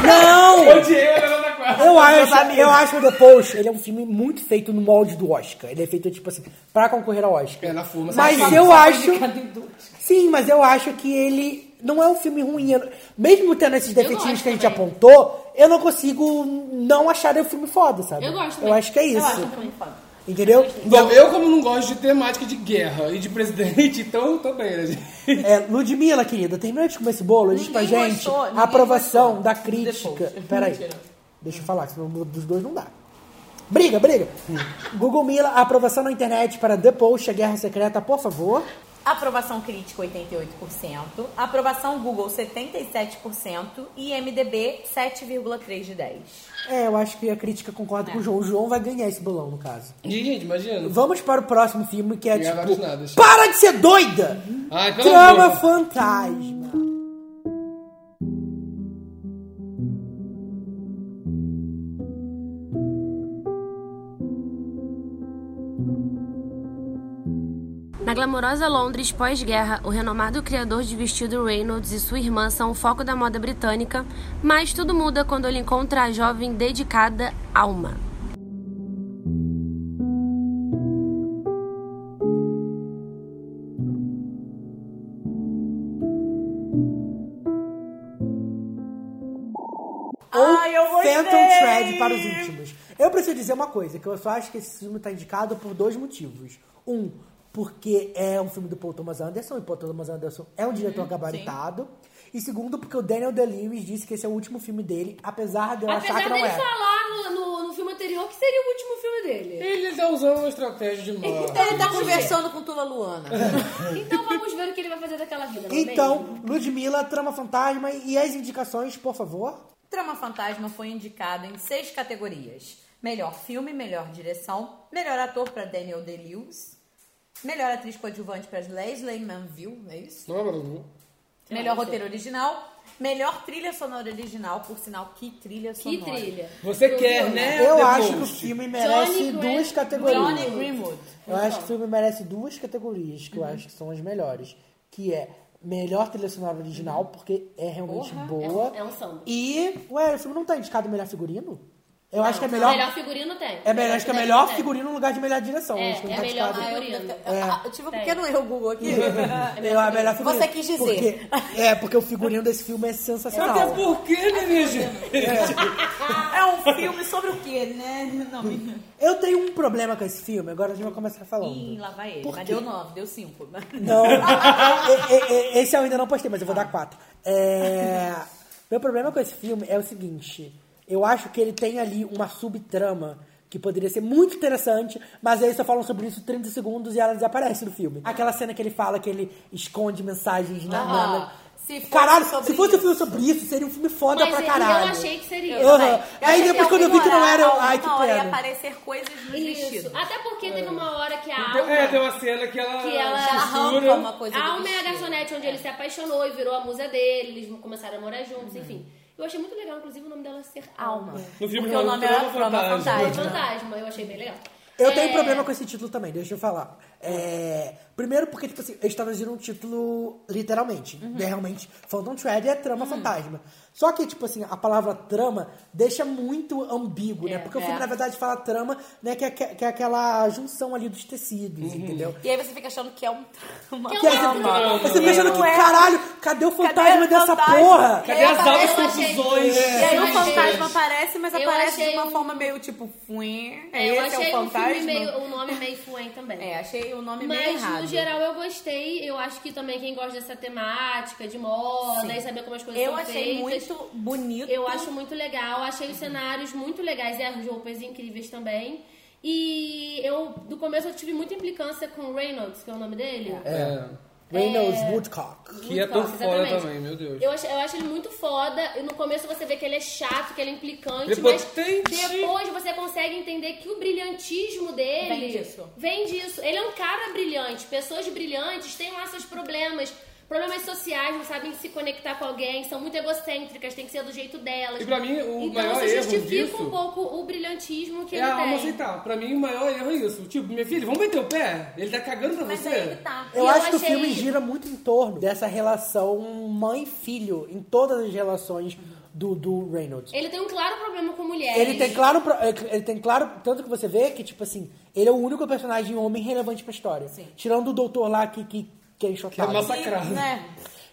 A: Não!
D: Odiei a nota 4.
A: Eu acho, eu acho que o The Post, ele é um filme muito feito no molde do Oscar. Ele é feito, tipo assim, pra concorrer ao Oscar.
D: É, na forma.
A: Mas
D: sabe?
A: eu
D: Só
A: acho.
D: indicado em dois.
A: Sim, mas eu acho que ele não é um filme ruim. Eu- Mesmo tendo esses defeitinhos que a gente apontou, eu não consigo não achar ele um filme foda, sabe?
D: Eu gosto
A: Eu
D: também.
A: acho que é
D: Eu
A: isso.
D: acho também
A: Entendeu?
D: Bom, eu como não gosto de temática de guerra e de presidente, então tô bem, né, gente?
A: É, Ludmilla, querida, termina de comer esse bolo, diz pra
D: Ninguém
A: gente
D: gostou, ninguém
A: a aprovação
D: gostou
A: da crítica.
D: Depois.
A: Peraí,
D: Mentira.
A: deixa eu falar, senão dos dois não dá. Briga, briga. Google Mila, a aprovação na internet para The Post, a Guerra Secreta, por favor.
C: Aprovação crítica 88%, aprovação Google 77% e MDB 7,3 de 10.
A: É, eu acho que a crítica
D: É.
A: concorda com o João. O João vai ganhar esse bolão, no caso.
D: Gente, imagina.
A: Vamos para o próximo filme, que é
D: Ganhar
A: tipo...
D: vários nadas.
A: Para de ser doida!
D: Ai, pelo
A: Trama
D: amor.
A: Fantasma.
L: Na glamourosa Londres pós-guerra, o renomado criador de vestido Reynolds e sua irmã são o foco da moda britânica, mas tudo muda quando ele encontra a jovem dedicada Alma.
A: Ou
C: Ai, eu gostei!
A: Phantom Thread para os íntimos. Eu preciso dizer uma coisa, que eu só acho que esse filme está indicado por dois motivos. Um, porque é um filme do Paul Thomas Anderson, e Paul Thomas Anderson é um diretor gabaritado. E segundo, porque o Daniel Day-Lewis disse que esse é o último filme dele, apesar de eu achar
B: Apesar
A: que não
B: dele
A: é.
B: falar no, no, no filme anterior que seria o último filme dele.
D: Ele tá usando uma estratégia de morte.
C: Ele tá conversando com Tula Luana.
B: Então vamos ver o que ele vai fazer daquela vida, não é
A: Então,
B: mesmo?
A: Ludmilla, Trama Fantasma e as indicações, por favor.
C: Trama Fantasma foi indicado em seis categorias: melhor filme, melhor direção, melhor ator para Daniel Day-Lewis, melhor atriz coadjuvante para Leslie Manville, é isso?
D: Não é Manu? não
C: Melhor
D: sei.
C: roteiro original, melhor trilha sonora original, por sinal, que trilha sonora.
B: trilha.
D: Você quer, né?
A: Eu
D: The
A: acho que o
D: Post?
A: filme merece duas categorias.
C: Johnny Greenwood.
A: Eu acho que o filme merece duas categorias
B: Uhum.
A: que eu acho que são as melhores. Que é melhor trilha sonora original, porque é realmente
B: Porra,
A: boa.
B: É um, é um samba.
A: E, ué, o filme não tá indicado melhor figurino? Eu acho que é
B: Não,
A: melhor.
B: Melhor figurino tem.
A: É melhor, acho que é
B: Tem,
A: melhor
B: tem.
A: figurino no lugar de melhor direção.
B: É,
A: acho que não
B: é
A: tá
C: Ah,
B: melhor
A: indicado.
B: figurino.
A: É.
C: Eu tive um pequeno erro Google aqui.
B: é
A: Eu, a É melhor figurino.
C: Você quis dizer.
A: Porque- é, porque o figurino desse filme é sensacional.
D: Até porque, né, minha gente?
C: É um filme sobre o quê, né? Não, menina.
A: Eu tenho um problema com esse filme, agora a gente vai começar falando.
C: Ih, lá vai ele.
A: Por
C: Mas
A: quê?
C: deu nove, deu cinco.
A: Não. E- e- e- esse eu ainda não postei, mas eu vou dar quatro. É, Meu problema com esse filme é o seguinte: eu acho que ele tem ali uma subtrama que poderia ser muito interessante, mas aí só falam sobre isso 30 segundos e ela desaparece do filme. Aquela cena que ele fala que ele esconde mensagens na.
C: Aham.
A: na-
C: Se fosse
A: caralho,
C: sobre
A: se fosse um filme sobre isso, seria um filme foda
B: Mas é,
A: pra
B: eu-
A: caralho.
B: eu achei que seria.
A: Aham.
B: Eu
A: Aí
B: achei que
C: é
A: depois quando eu vi que não era, eu, ai que
C: Uma hora ia
A: pena.
C: aparecer coisas nos vestidos.
B: Isso. Até porque teve uma hora que a
C: Então,
B: Alma...
D: É, tem uma cena que ela.
B: Que ela
D: censura.
B: A Alma é a garçonete onde ele se apaixonou e virou a musa dele. Eles começaram a morar juntos, enfim. Eu achei muito legal, inclusive, o nome dela ser Alma.
D: No filme
C: Porque o nome é era Trama
B: Fantasma.
C: Fantasma.
B: Fantasma, eu achei bem legal.
A: Eu
B: É,
A: tenho problema com esse título também, deixa eu falar. É, primeiro porque, tipo assim, eles traduziram um título literalmente.
C: Uhum.
A: né? Realmente, Phantom Thread é
C: Hum.
A: trama fantasma. Só que, tipo assim, a palavra trama deixa muito ambíguo, né? Porque o
C: é.
A: filme, na verdade, fala trama, né? Que é, que é aquela junção ali dos tecidos,
C: Uhum.
A: entendeu?
C: E aí você fica achando que é um trama.
A: Que é
C: Não,
A: assim,
C: mano.
A: você fica achando que,
C: Não é.
A: caralho, cadê o fantasma
C: o
A: dessa
C: fantasma? É.
A: porra?
B: É,
D: Cadê as
C: Eu
D: altas
C: achei-
D: confusões?
C: E aí
B: Eu
C: o
B: achei-
C: fantasma aparece, mas
B: Eu
C: aparece de
B: achei
C: uma forma meio tipo fuim.
B: É, eu
C: Esse
B: achei
C: é o
B: o, filme
C: fantasma.
B: meio, o nome meio fluente também.
C: É, achei o nome meio
B: Mas,
C: errado.
B: no geral, eu gostei. Eu acho que também quem gosta dessa temática de moda
C: Sim.
B: e saber como as coisas
C: Eu
B: são
C: achei
B: feitas.
C: muito bonito.
B: Eu acho muito legal. Achei os cenários muito legais e as roupas incríveis também. E eu, do começo, eu tive muita implicância com o Reynolds, que é o nome dele.
D: É.
A: Reynolds Woodcock.
D: Que é tão
B: Nossa,
D: foda
B: exatamente.
D: também, meu Deus.
B: Eu acho, eu acho ele muito foda. E no começo você vê que ele é chato, que ele é implicante,
D: Prepotente.
B: mas depois você consegue entender que o brilhantismo dele
C: Vem disso.
B: vem disso. Ele é um cara brilhante. Pessoas brilhantes têm lá seus problemas. Problemas sociais, não sabem se conectar com alguém, são muito egocêntricas, tem que ser do jeito delas.
D: E pra mim, o
B: então,
D: maior
B: isso
D: erro
B: justifica
D: disso-
B: um pouco o brilhantismo que
D: É
B: ele
D: a alma
B: tem.
D: aceitar. Pra mim, o maior erro é isso. Tipo, minha filha, vamos meter o pé? Ele tá cagando pra
C: Mas
D: você?
C: aí que tá.
A: Eu,
B: E eu
A: acho que o
B: achei-
A: filme gira muito em torno dessa relação mãe-filho, em todas as relações do, do Reynolds.
B: Ele tem um claro problema com mulheres.
A: Ele tem claro, pro- é, ele tem claro, tanto que você vê que, tipo assim, ele é o único personagem homem relevante pra história. Tirando o doutor lá que, que, que é
D: Que é
A: enxotado.
B: tá
D: massacrado.
C: Né?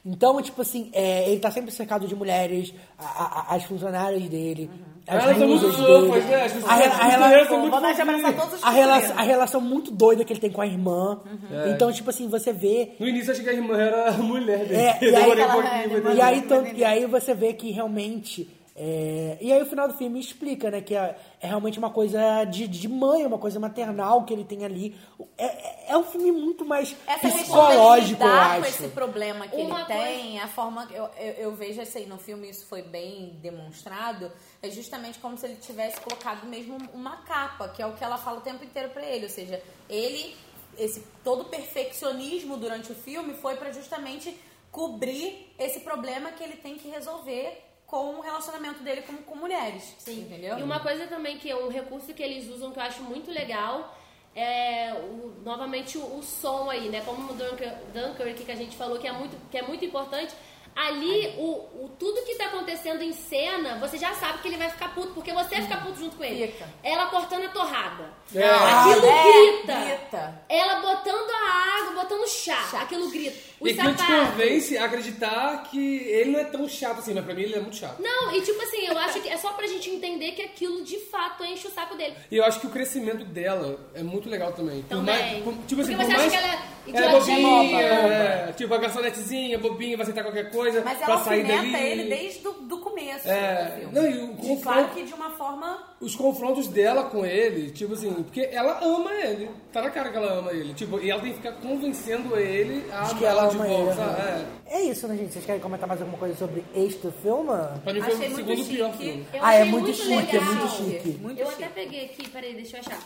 A: Então, tipo assim, é, ele tá sempre cercado de mulheres, a- a- a- as funcionárias dele,
B: Uhum.
A: as
D: Elas são Ah, tá muito
A: musas
D: fofas,
A: dele.
D: né? As
A: tá. A, re-
D: funcionárias
A: a, rela-
D: são muito
C: Vontade de abraçar
D: fofinhas.
C: todos os
A: a relação, a
C: brasileiros.
A: relação muito doida que ele tem com a irmã.
B: Uhum.
D: É.
A: Então, tipo assim, você vê
D: No início, eu achei que a irmã era a mulher dele.
A: É, e
D: Eu
A: aí,
D: demorei um
A: ela-
D: pouquinho pra
A: e
D: entender.
A: aí, tanto- e aí você vê que realmente. é, e aí o final do filme explica, né? Que é, é realmente uma coisa de, de mãe, uma coisa maternal que ele tem ali. É, é- é um filme muito mais
C: Essa
A: psicológico,
C: questão
A: eu
C: de lidar com
A: acho.
C: esse problema que
B: Uma
C: ele tem, a forma que eu, eu, eu vejo assim, no filme isso foi bem demonstrado, é justamente como se ele tivesse colocado mesmo uma capa, que é o que ela fala o tempo inteiro pra ele, ou seja, ele esse todo o perfeccionismo durante o filme foi pra justamente cobrir esse problema que ele tem que resolver com o relacionamento dele com, com mulheres. Sim, entendeu?
B: E uma coisa também que é um recurso que eles usam que eu acho muito legal é o- novamente o, o som aí, né? Como o Dunker- Dunkirk que a gente falou que é muito, que é muito importante. Ali, o, o- tudo que tá acontecendo em cena, você já sabe que ele vai ficar puto, porque você fica puto junto com ele.
C: Fica.
B: Ela cortando a torrada.
D: É.
B: Aquilo
C: É,
B: grita.
C: grita.
B: Ela botando a água, botando chá. Aquilo grita. Os
D: E que te
B: sapatos.
D: convence a acreditar que ele não é tão chato assim, mas pra mim ele é muito chato.
B: Não, e tipo assim, eu acho que é só pra gente entender que aquilo de fato enche o saco dele.
D: E eu acho que o crescimento dela é muito legal também. Por
B: Também.
D: mais- por- tipo assim,
B: Porque você
D: por mais...
B: acha que ela é
D: É bobinha,
B: né?
D: é, tipo a garçonetezinha, bobinha, vai aceitar qualquer coisa
C: Mas
D: pra
C: ela
D: sair dali.
C: alfineta ele desde o do começo
D: É,
C: do filme.
D: não, e o
C: De-
D: confronto-
C: Claro que de uma forma...
D: Os confrontos dela com ele, tipo assim, porque ela ama ele, tá na cara que ela ama ele, tipo, e ela tem que ficar convencendo ele a
A: Acho
D: amar
A: que ela
D: ela de
A: ama ele,
D: volta.
A: né?
D: é.
A: É isso, né, gente? Vocês querem comentar mais alguma coisa sobre este filme?
D: Pra
A: é
D: mim foi Achei o muito segundo pior chique. filme.
B: Eu
A: Ah, é
B: achei
A: muito,
B: muito
A: chique, é
B: legal.
A: muito chique.
B: eu até peguei aqui, peraí, deixa eu achar.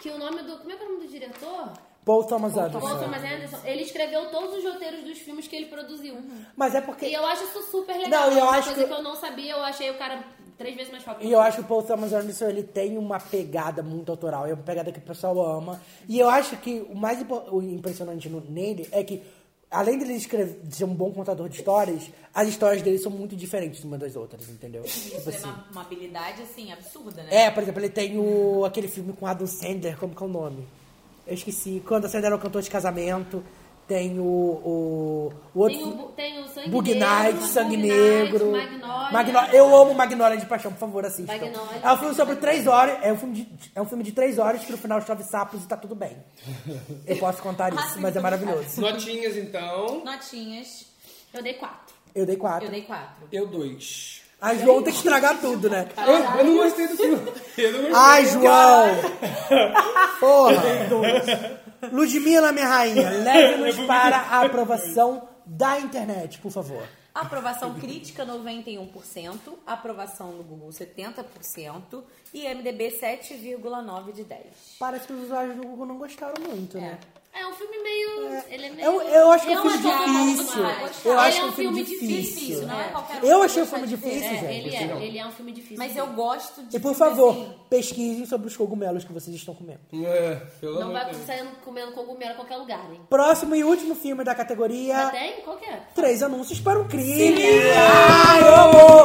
B: Que o nome do. Como é que é o nome do diretor?
A: Paul Thomas Anderson.
B: Paul Thomas Anderson. Ele escreveu todos os roteiros dos filmes que ele produziu.
A: Mas é porque.
B: E eu acho isso super legal.
A: Não, eu
B: Uma
A: acho
B: coisa
A: que-
B: que... eu não sabia, eu achei o cara três vezes mais famoso.
A: E eu acho que o Paul Thomas Anderson ele tem uma pegada muito autoral, é uma pegada que o pessoal ama. E eu acho que o mais impo- o impressionante no- nele é que, além dele escrever, de ser um bom contador de histórias, as histórias dele são muito diferentes umas das outras, entendeu? Tipo assim,
C: Isso é uma, uma habilidade, assim, absurda, né?
A: É, por exemplo, ele tem o, aquele filme com Adam Sandler, como que é o nome? Eu esqueci. Quando Adam Sandler era o cantor de casamento, tem o. O, o outro.
B: Tem o, bu- tem o Sangue
A: Bug
B: Negro,
A: Night, Sangue
B: Bug
A: Negro.
B: Night, Magnolia.
A: Magno- Eu amo Magnolia de paixão, por favor, assista.
B: Magnolia.
A: É um filme sobre três horas. É um filme de, é um filme de três horas que no final chove sapos e tá tudo bem. Eu posso contar isso, mas é maravilhoso.
D: Notinhas
A: É.
D: então.
C: Notinhas.
B: Eu dei quatro.
A: Eu dei quatro.
C: Eu dei quatro.
D: Eu dois.
A: A João tem que estragar tudo, né?
B: Ah,
D: Eu, eu não
B: tá.
D: gostei do filme. Eu não gostei.
A: Ai, João! Porra!
D: Eu dei
A: Ludmilla, minha rainha, leve-nos para a aprovação da internet, por favor.
C: Aprovação crítica 91%, aprovação no Google 70% e MDB 7,9 de 10.
A: Parece que os usuários do Google não gostaram muito, né?
B: É um filme meio. Ele é meio.
A: Eu, eu acho que é um
B: eu
A: filme
B: adoro
A: difícil.
B: demais.
A: Eu
B: Ele
A: acho
B: é
A: que é um filme
B: difícil,
A: difícil.
B: não é qualquer um
A: Eu
B: que
A: achei o
B: gosta
A: filme
B: de
A: difícil,
B: ver. É,
A: gente.
B: Ele é, ele é um filme difícil.
C: Mas eu gosto de.
A: E por favor, pesquisem sobre os cogumelos que vocês estão comendo.
D: É, pelo
B: Não
D: amor
B: vai
D: de Deus.
B: saindo comendo cogumelo em qualquer lugar, hein?
A: Próximo e último filme da categoria:
B: Já tem? Qual que é?
A: Três anúncios para um crime. Ai, eu amo!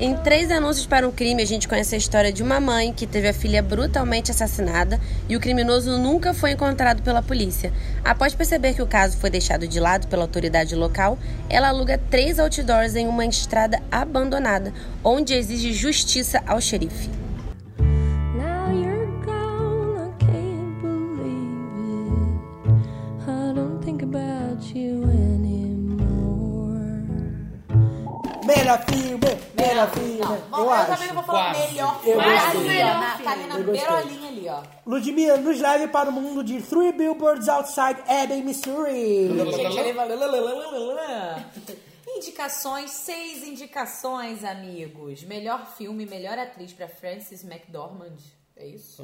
L: Em Três Anúncios para um Crime, a gente conhece a história de uma mãe que teve a filha brutalmente assassinada e o criminoso nunca foi encontrado pela polícia. Após perceber que o caso foi deixado de lado pela autoridade local, ela aluga três outdoors em uma estrada abandonada, onde exige justiça ao xerife.
E: Now you're gone, I can't believe it. I don't think about you anymore.
A: Melhor filme, melhor filme.
C: assim. Bom,
A: eu,
C: eu
A: acho.
C: também não vou falar o melhor
A: Eu
C: filme. Mas
A: gostei.
C: melhor na- Tá ali na
A: Eu gostei.
C: beirolinha ali, ó.
A: Ludmilla, nos leve para o mundo de Three Billboards Outside Ebbing, Missouri.
C: Gente, ele vai- lalalala. Indicações, seis indicações, amigos. Melhor filme, melhor atriz pra Frances McDormand. É isso?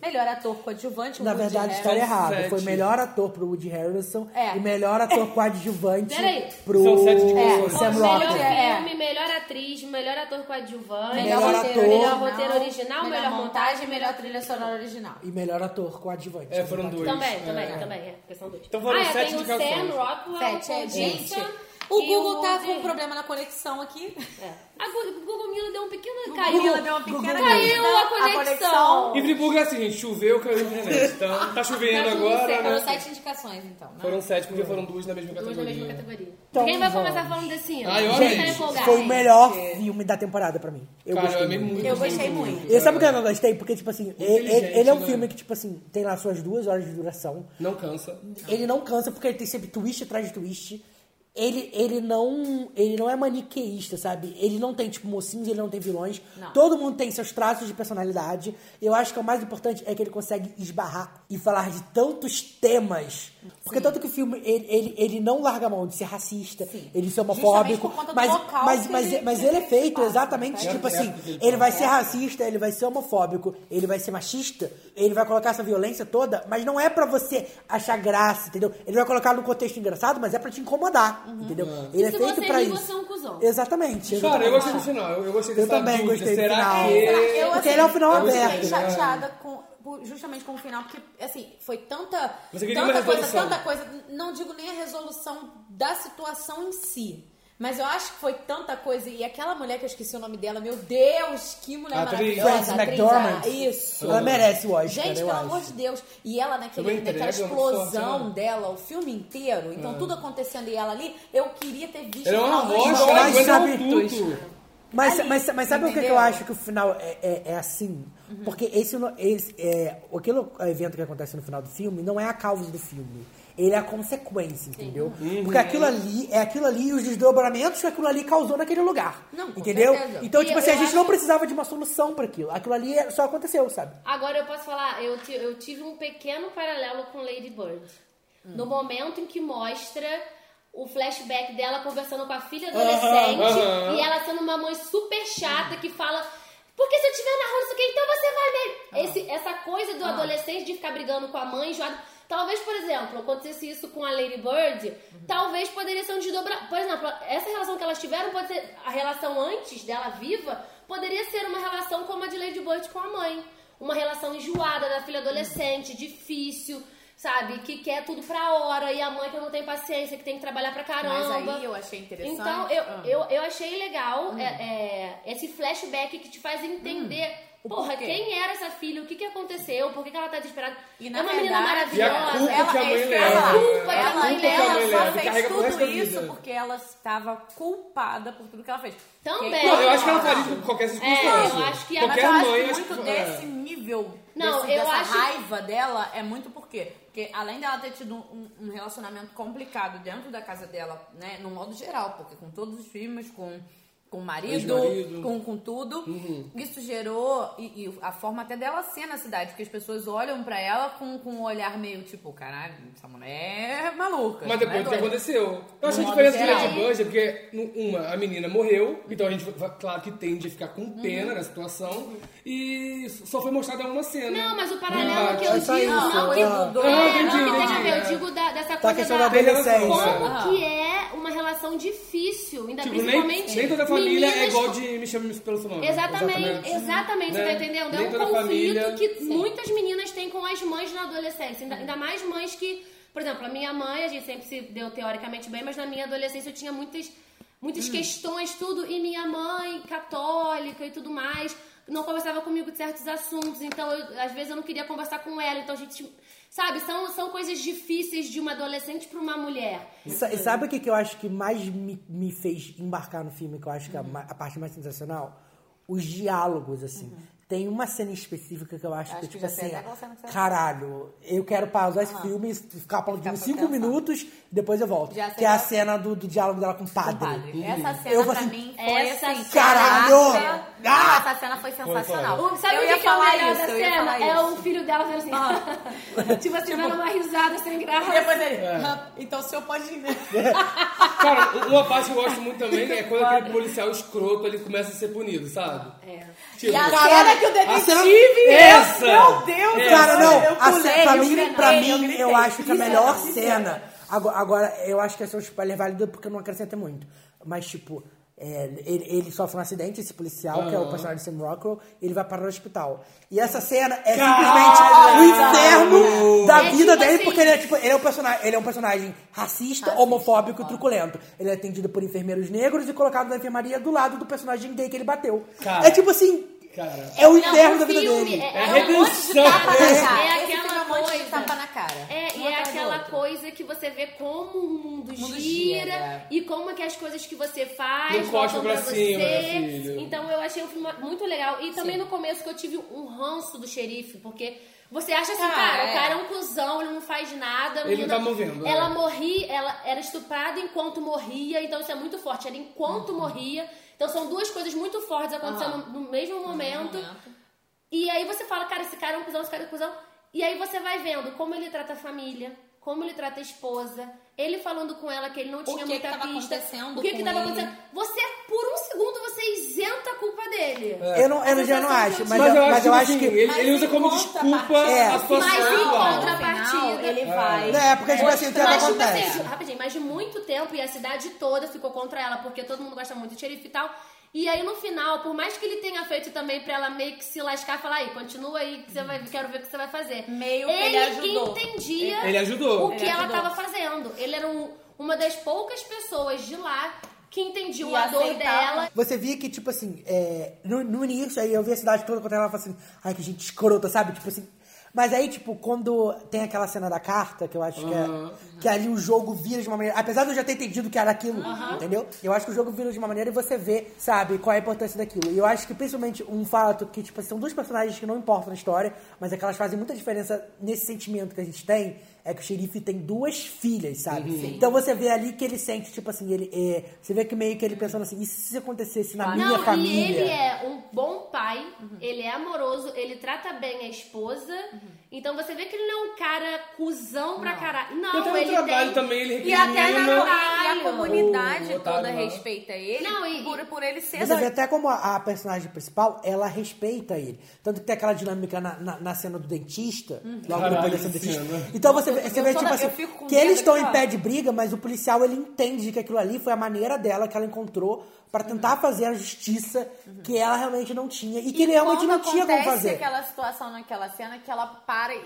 C: Melhor ator coadjuvante,
A: Na
C: Woody
A: verdade, história
C: Harrelson.
A: errada. Foi melhor ator pro Woody Harrison
C: É.
A: e melhor ator coadjuvante
B: Peraí.
A: pro
D: São sete de
B: É,
A: Sam
B: melhor
A: Rockwell.
C: é.
B: filme, melhor atriz, melhor ator coadjuvante,
A: Melhor ator.
B: melhor roteiro original, melhor,
C: melhor
B: montagem,
C: montagem, melhor trilha sonora original.
A: E melhor ator coadjuvante.
D: É, foram dois.
B: Também,
D: É.
B: também, também. É, porque são dois.
D: Então foram
B: ah, é,
D: sete
B: tem o
D: indicações.
B: Sam Rockwell,
C: Sete, é,
B: o
C: gente.
B: Jason
C: O
B: e
C: Google tá com
B: Woody.
C: um problema na conexão aqui.
B: A Gu- Google Mila deu um pequeno...
C: O
B: Caiu,
C: Google deu uma pequena
B: caiu
C: conexão.
B: a
C: A
B: conexão.
C: conexão.
D: E Friburgo é assim, gente, choveu, caiu na internet. Então, tá chovendo
C: Tá tudo certo.
D: agora,
C: Foram
D: né?
C: sete indicações, então. né?
D: Foram sete, porque foram duas na mesma
B: Duas na
D: categoria.
B: mesma categoria.
A: Então,
B: Quem vai
A: vamos.
B: começar falando desse ano?
D: Ah, eu
B: Quem tá
D: amei.
B: empolgado?
A: Foi o melhor filme da temporada pra mim. Eu
D: Cara, eu
A: gostei
D: amei muito,
A: muito.
D: Eu gostei muito, muito.
A: E sabe o que eu não gostei? Porque, tipo assim, e- e- ele,
D: Inteligente,
A: é um
D: né?
A: filme que, tipo assim, tem lá suas duas horas de duração.
D: Não cansa.
A: Ele não cansa porque ele tem sempre twist atrás de twist. Ele, ele, não, ele não é maniqueísta, sabe? Ele não tem, tipo, mocinhos, ele não tem vilões.
C: Não.
A: Todo mundo tem seus traços de personalidade. Eu acho que o mais importante é que ele consegue esbarrar e falar de tantos temas. Porque tanto que o filme, ele, ele, ele não larga a mão de ser racista, ele ser
C: Justamente
A: homofóbico.
C: por conta do
A: Mas,
C: local
A: mas,
C: que
A: mas,
C: ele-
A: mas
C: que
A: ele é
C: ele
A: feito
C: passa,
A: exatamente,
C: né?
A: tipo
C: É
A: assim,
C: dentro dele,
A: ele vai
C: né?
A: ser racista, ele vai ser homofóbico, ele vai ser machista, ele vai colocar essa violência toda, mas não é pra você achar graça, entendeu? Ele vai colocar num contexto engraçado, mas é pra te incomodar, entendeu? Ele é
B: Se
A: feito
B: você
A: pra
B: rir,
A: isso.
B: você é um cuzão.
A: Exatamente.
D: Cara,
A: exatamente.
D: eu gostei do final. Eu, eu gostei
A: Eu
D: dessa
A: também
D: dúvida.
A: gostei do
D: Será
A: final.
D: que...
A: É, eu, Porque assim, ele é um final
C: eu
A: aberto,
C: fiquei
A: né?
C: chateada com, por- justamente com o final, porque, assim, foi tanta,
D: Você queria
C: tanta
D: uma
C: coisa,
D: resolução.
C: tanta coisa. Não digo nem a resolução da situação em si. Mas eu acho que foi tanta coisa. E aquela mulher que eu esqueci o nome dela, meu Deus, que mulher
A: Atriz.
C: maravilhosa.
A: Frances
C: atriz,
A: McDormand.
C: ah, Isso.
A: Ela é merece o Oscar,
C: Gente,
A: eu
C: pelo
A: acho.
C: amor de Deus. E ela naquele,
A: Ela entrega
C: naquela
A: é uma
C: explosão
A: sorte, né?
C: dela, o filme inteiro. Então,
A: É.
C: tudo acontecendo e ela ali, eu queria ter visto.
A: Ela é uma
C: talvez
A: rocha,
C: dois
D: um
A: ela aguenta
C: minutos.
A: tudo. Mas,
C: Ali,
A: mas, mas sabe o que que,
C: entendeu?
A: eu acho que o final é, é, é assim?
B: Uhum.
A: Porque esse, no- esse é, aquele evento que acontece no final do filme não é a causa do filme. Ele é a consequência, entendeu? Porque aquilo
B: Uhum.
A: ali é aquilo ali e os desdobramentos que aquilo ali causou naquele lugar.
B: Não, com
A: entendeu?
B: certeza.
A: Então,
B: E
A: tipo assim, a
B: eu
A: gente não
B: acho-
A: precisava de uma solução para aquilo. Aquilo ali é- só aconteceu, sabe?
B: Agora eu posso falar, eu, ti- eu tive um pequeno paralelo com Lady Bird.
N: Hum.
B: No momento em que mostra o flashback dela conversando com a filha
N: Aham,
B: adolescente
N: aham.
B: e ela sendo uma mãe super chata que fala. Porque se eu tiver na rua, não sei o que, então você vai mesmo. Esse- essa coisa do
N: Ah.
B: adolescente de ficar brigando com a mãe, enjoado. Talvez, por exemplo, acontecesse isso com a Lady Bird,
N: Uhum.
B: talvez poderia ser um desdobramento. Por exemplo, essa relação que elas tiveram, pode ser a relação antes dela viva, poderia ser uma relação como a de Lady Bird com a mãe. Uma relação enjoada da filha adolescente, difícil, sabe? Que quer tudo pra hora, e a mãe que não tem paciência, que tem que trabalhar pra
A: é
B: caramba.
C: Mas aí eu achei interessante.
B: Então, eu,
C: Ah. Hum.
B: eu, eu achei legal é, é, esse flashback que te faz entender. Porra,
C: Hum. porquê.
B: quem era essa filha? O que, que aconteceu? Por que, que ela tá desesperada?
C: na
B: é uma menina
C: verdade,
B: maravilhosa.
C: E a culpa ela- que
B: A
C: a mãe é isso que eu ia leva. falar.
B: culpa que
C: Ela-
B: a mãe
C: ela
B: leva.
C: só fez
D: carrega pro
C: tudo
D: resto da vida.
C: isso porque ela estava culpada por tudo que ela fez.
B: Também.
D: Não, eu acho que ela faria de qualquer circunstância.
C: É, eu acho que ela
D: qualquer
C: mas eu
D: mãe,
C: acho que
D: acho que-
C: muito
D: é.
C: desse nível,
B: Não,
C: desse,
B: eu
C: dessa
B: acho-
C: raiva dela é muito por quê? Porque além dela ter tido um, um relacionamento complicado dentro da casa dela, né, no modo geral, porque com todos os filmes, com com o marido,
N: Ex-marido.
C: com, com tudo,
D: Uhum.
C: isso gerou e, e a forma até dela ser na cidade, porque as pessoas olham pra ela com, com um olhar meio tipo, caralho, essa mulher é maluca.
D: Mas
C: não é
D: depois do que
C: doida."
D: aconteceu. Eu acho
C: No
D: que a
C: modo
D: diferença de
C: geral.
D: Lady Bird é porque, nu- uma, a menina morreu, então a gente, va- claro que tende a ficar com pena
B: Uhum.
D: da situação, e só foi mostrada uma cena.
B: Não, mas o
D: Ah,
B: paralelo que eu
D: é só
B: digo,
D: isso,
B: não que,
D: é.
B: não que
D: Ah,
B: tem
D: entendi,
B: a ver, eu
D: entendi,
B: digo da-
C: Tá
B: dessa
A: Da
B: coisa
A: Tá questão da adolescência.
B: Como
A: Aham.
C: Ah.
B: que é uma relação difícil, ainda
D: Tipo, nem,
B: principalmente
D: nem toda família é
B: meninas
D: igual de Me Chame Pelo Seu Nome.
B: Exatamente, exatamente, você
D: Né?
B: tá entendendo?
D: Nem
B: é um
D: toda
B: conflito
D: família-
B: que tá. muitas meninas têm com as mães na adolescência, ainda, ainda mais mães que, por exemplo, a minha mãe, a gente sempre se deu teoricamente bem, mas na minha adolescência eu tinha muitas, muitas
N: Hum.
B: questões, tudo, e minha mãe, católica e tudo mais, não conversava comigo de certos assuntos, então eu- às vezes eu não queria conversar com ela, então a gente, sabe, são, são coisas difíceis de uma adolescente pra uma mulher.
A: E sa- e sabe o que, que eu acho que mais me, me fez embarcar no filme, que eu acho que é a,
C: Uhum.
A: ma- a parte mais sensacional? Os diálogos, assim. Tem uma cena específica que eu acho,
C: Uhum. Acho
A: que,
C: que
A: tipo
C: já sei
A: assim,
C: até qual cena que você vai falar.
A: caralho, eu quero pausar esse
C: Aham.
A: filme, ficar aplaudindo cinco minutos, depois eu volto.
C: Já sei
A: Que é a
C: qual-
A: cena do, do diálogo dela com o padre.
C: Uhum. Essa cena
A: eu,
C: pra
A: assim,
C: mim foi
A: essa
C: assim,
A: Caralho!
C: caraca.
A: Ah!
C: Essa cena foi sensacional.
B: O- sabe
C: Eu
B: o que,
C: ia
B: que é o
C: falar
B: melhor
C: isso,
B: da
C: eu ia
B: cena? É
C: falar isso. Ah.
B: o filho dela fazendo assim. tipo assim, dando uma risada sem graça.
C: Depois ele,
D: É.
C: "Ah, então o senhor pode ir, né?
D: Cara, uma parte que eu gosto muito também é quando aquele policial escroto ele começa a ser punido, sabe?
B: É.
D: Tipo,
B: Tipo,
C: E a cena que o
D: a cena-
C: detetive entra,
D: Essa!
C: meu Deus,
D: Essa.
A: É. Cara,
C: Eu
A: não, a
C: pulei,
A: cena- pra
C: eu
A: mim,
C: gritei,
A: pra mim,
C: eu
A: eu,
C: gritei.
A: acho que a
C: Isso, é
A: melhor
C: isso.
A: cena. Agora, agora, eu acho que esse é um spoiler válido porque não acrescenta muito. Mas, tipo, é, ele, ele sofre um acidente, esse policial, que é o
D: Aham.
A: personagem de Sam Rockwell, ele vai para o hospital. E essa cena é
D: Caralho!
A: simplesmente o inferno da
D: É
A: vida
D: tipo
A: dele,
D: assim-
A: porque ele é, tipo, ele é um personagem, ele é um personagem racista, homofóbico e truculento. Ele é atendido por enfermeiros negros e colocado na enfermaria do lado do personagem gay que ele bateu.
D: Cara.
A: é tipo assim,
D: Cara.
A: é o inferno da vida
B: filme
A: dele.
B: é-
D: É
B: é um monte de
D: redenção.
B: tapa na cara.
C: É.
B: É
C: Esse filme é
B: aquela
C: um monte de
B: coisa.
C: tapa na cara.
B: É,
C: Um
B: e é
C: atrás do
B: aquela
C: outro.
B: coisa que você vê como o mundo gira,
C: gira.
B: e como é que as coisas que você faz
D: Não
B: voltam
D: cospe
B: pra
D: pra cima,
B: você.
D: meu filho.
B: então eu achei o filme muito legal. E também no começo que eu tive um ranço do xerife, porque você acha assim,
N: Ah,
B: cara,
N: é.
B: o cara é um cuzão, ele não faz nada. a
N: Ele
B: menina-
N: tá movendo, é.
B: Ela morria, ela era estuprada enquanto morria, então isso é muito forte. Era enquanto morria. Então são duas coisas muito fortes acontecendo
N: Aham.
B: no mesmo momento. E aí você fala, cara, esse cara é um cuzão, esse cara é um cuzão. E aí você vai vendo como ele trata a família, como ele trata a esposa, ele falando com ela que ele não tinha
C: que
B: muita
C: que tava
B: pista.
C: acontecendo
B: o que
C: com
B: que tava
C: ele?
B: acontecendo? Você, por um segundo, você isenta a culpa dele.
A: Eu não, eu já não acho, mas, eu, mas eu acho que.
D: assim, ele, ele usa como desculpa a situação atual.
B: contrapartida,
C: ele vai.
B: Né?
A: Não, é porque, tipo assim, o que
B: mas,
A: acontece?
B: Tipo assim, rapidinho, mas de muito tempo e a cidade toda ficou contra ela, porque todo mundo gosta muito de xerife e tal. E aí no final, por mais que ele tenha feito também pra ela meio que se lascar, falar aí, continua aí, que você vai, quero ver o que você vai fazer. Meio
C: que ele
B: que
C: ajudou.
B: entendia
D: Ele ajudou.
B: o que
D: Ele
B: ela
D: ajudou.
B: tava fazendo. Ele era um- uma das poucas pessoas de lá que entendiam
C: E
B: a dor
C: aceitavam.
B: dela.
A: Você via que, tipo assim, é, no, no início, aí eu vi a cidade toda contra ela e falava assim, ai, que gente escrota, sabe? Tipo assim. Mas aí, tipo, quando tem aquela cena da carta, que eu acho que
E: Aham.
A: é. Que ali o jogo vira de uma maneira. Apesar de eu já ter entendido que era aquilo,
E: Aham.
A: entendeu? Eu acho que o jogo vira de uma maneira e você vê, sabe, qual é a importância daquilo. E eu acho que principalmente um fato que, tipo, são dois personagens que não importam na história, mas é que elas fazem muita diferença nesse sentimento que a gente tem. É que o xerife tem duas filhas, sabe?
E: Uhum. Sim.
A: Então você vê ali que ele sente, tipo assim, ele. é, você vê que meio que ele pensando assim, e se isso acontecesse na minha
B: não,
A: família?
B: e ele é um bom pai,
C: Uhum.
B: ele é amoroso, ele trata bem a esposa. Então você vê que ele não é um cara cuzão pra caralho. Não,
D: Até no
B: ele
D: um
B: tem...
D: trabalho também, ele é né?
B: E até na
D: recrimina.
C: E a comunidade
A: O otário
C: toda
A: lá.
C: respeita ele
B: Não, e-
C: por, por ele ser
A: Você vê até como a, a personagem principal, ela respeita ele. Tanto que tem aquela dinâmica na, na- na cena do dentista,
C: Uhum.
A: logo
D: Caralho,
A: depois da cena do
D: que
A: dentista.
D: cena. né?
A: Então você, vê- você
C: Eu
A: vê,
C: só
A: tipo
C: na-
A: assim,
C: eu fico com
A: que eles
C: medo
A: estão
C: aqui,
A: em
C: ó.
A: pé de briga, mas o policial, ele entende que aquilo ali foi a maneira dela que ela encontrou pra tentar
C: Uhum.
A: fazer a justiça que ela realmente não tinha e que ele realmente
C: quando
A: não tinha como
C: acontece
A: fazer.
C: aquela situação naquela cena que ela para e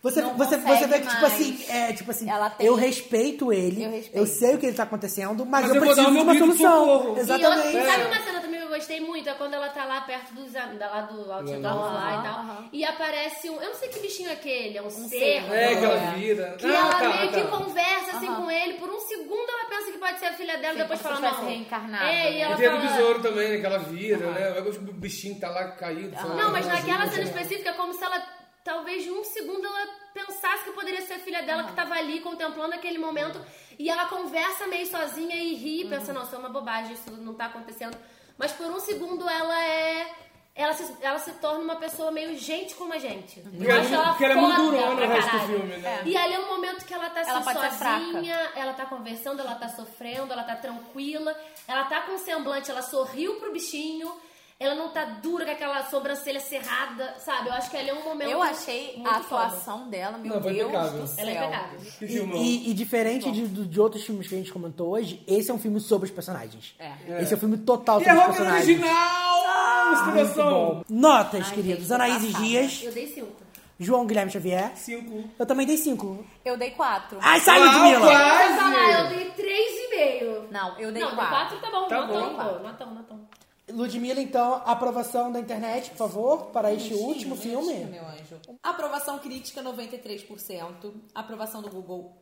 A: Você,
C: não
A: você,
C: consegue
A: você vê que, tipo
C: mais.
A: assim, é, tipo assim
C: Ela tem-
A: eu respeito ele, eu, sei o que ele tá acontecendo, mas, eu, preciso de uma solução.
B: E
A: Exatamente.
B: outra- sabe uma cena também que eu gostei muito? É quando ela tá lá perto dos, am- da- lá do
A: Aham,
B: outdoor
D: Uhum.
C: Uhum.
B: lá e tal.
C: aham.
B: E aparece um. Eu não sei que bichinho é aquele, é um, cervo.
C: cervo.
D: É, que ela vira.
B: Que
D: Ah,
B: ela
D: tá,
B: meio
D: tá.
B: que conversa assim
C: Aham.
B: com ele. Por um segundo ela pensa que pode ser a filha dela,
C: Uhum. Sim,
B: depois
C: como
B: fala
C: se
B: não.
C: fosse reencarnada,
B: É,
C: né?
B: e ela
D: E tem a do
B: fala-
D: besouro também, né? Que ela vira, né? O bichinho tá lá caído. sei lá,
B: Não, mas
D: assim,
B: naquela cena
D: sei lá.
B: específica é como se ela, talvez num segundo, ela pensasse que poderia ser a filha dela que tava ali contemplando aquele momento. E ela conversa meio sozinha e ri, pensa, não, isso é uma bobagem, isso não tá acontecendo. Mas por um segundo ela é. Ela se, ela se torna uma pessoa meio gente como a gente.
D: Porque ela é muito- porque ela é muito durona no resto do filme, né?
B: E ali é um momento que ela tá
C: Ela
B: assim,
C: pode ser
B: sozinha, ela tá conversando, ela tá sofrendo, ela tá tranquila, ela tá com um semblante, ela sorriu pro bichinho, ela não tá dura com aquela sobrancelha cerrada, sabe? Eu acho que ali é um momento.
C: Eu achei
B: muito
C: a
B: foda.
C: atuação dela, meu
A: Não, foi
C: Deus
A: impecável.
C: do céu.
B: Ela é impecável.
A: E, e- e diferente de, de- de outros filmes que a gente comentou hoje, esse é um filme sobre os personagens.
C: É.
A: Esse é um filme total
D: E
A: sobre
D: é
A: os
D: roteiro
A: personagens.
D: original!
A: Ah, Muito
D: Inspiração!
A: bom. Notas, queridos. Anaíses Dias,
B: Eu dei cinco.
A: João Guilherme Xavier.
D: Cinco.
A: Eu também dei cinco.
C: Eu dei quatro.
A: Ai, sai, Uau, Ludmilla! quase!
B: Eu vou falar, eu dei três e meio.
C: Não, eu dei
B: não, quatro
C: quatro.
B: tá bom,
C: Tá
B: notão,
C: bom.
B: pô, notão, notão.
A: Ludmilla, então, aprovação da internet, por favor, para este
C: Mentira,
A: último
C: mentira,
A: filme.
C: meu anjo. Aprovação crítica 93%, aprovação do Google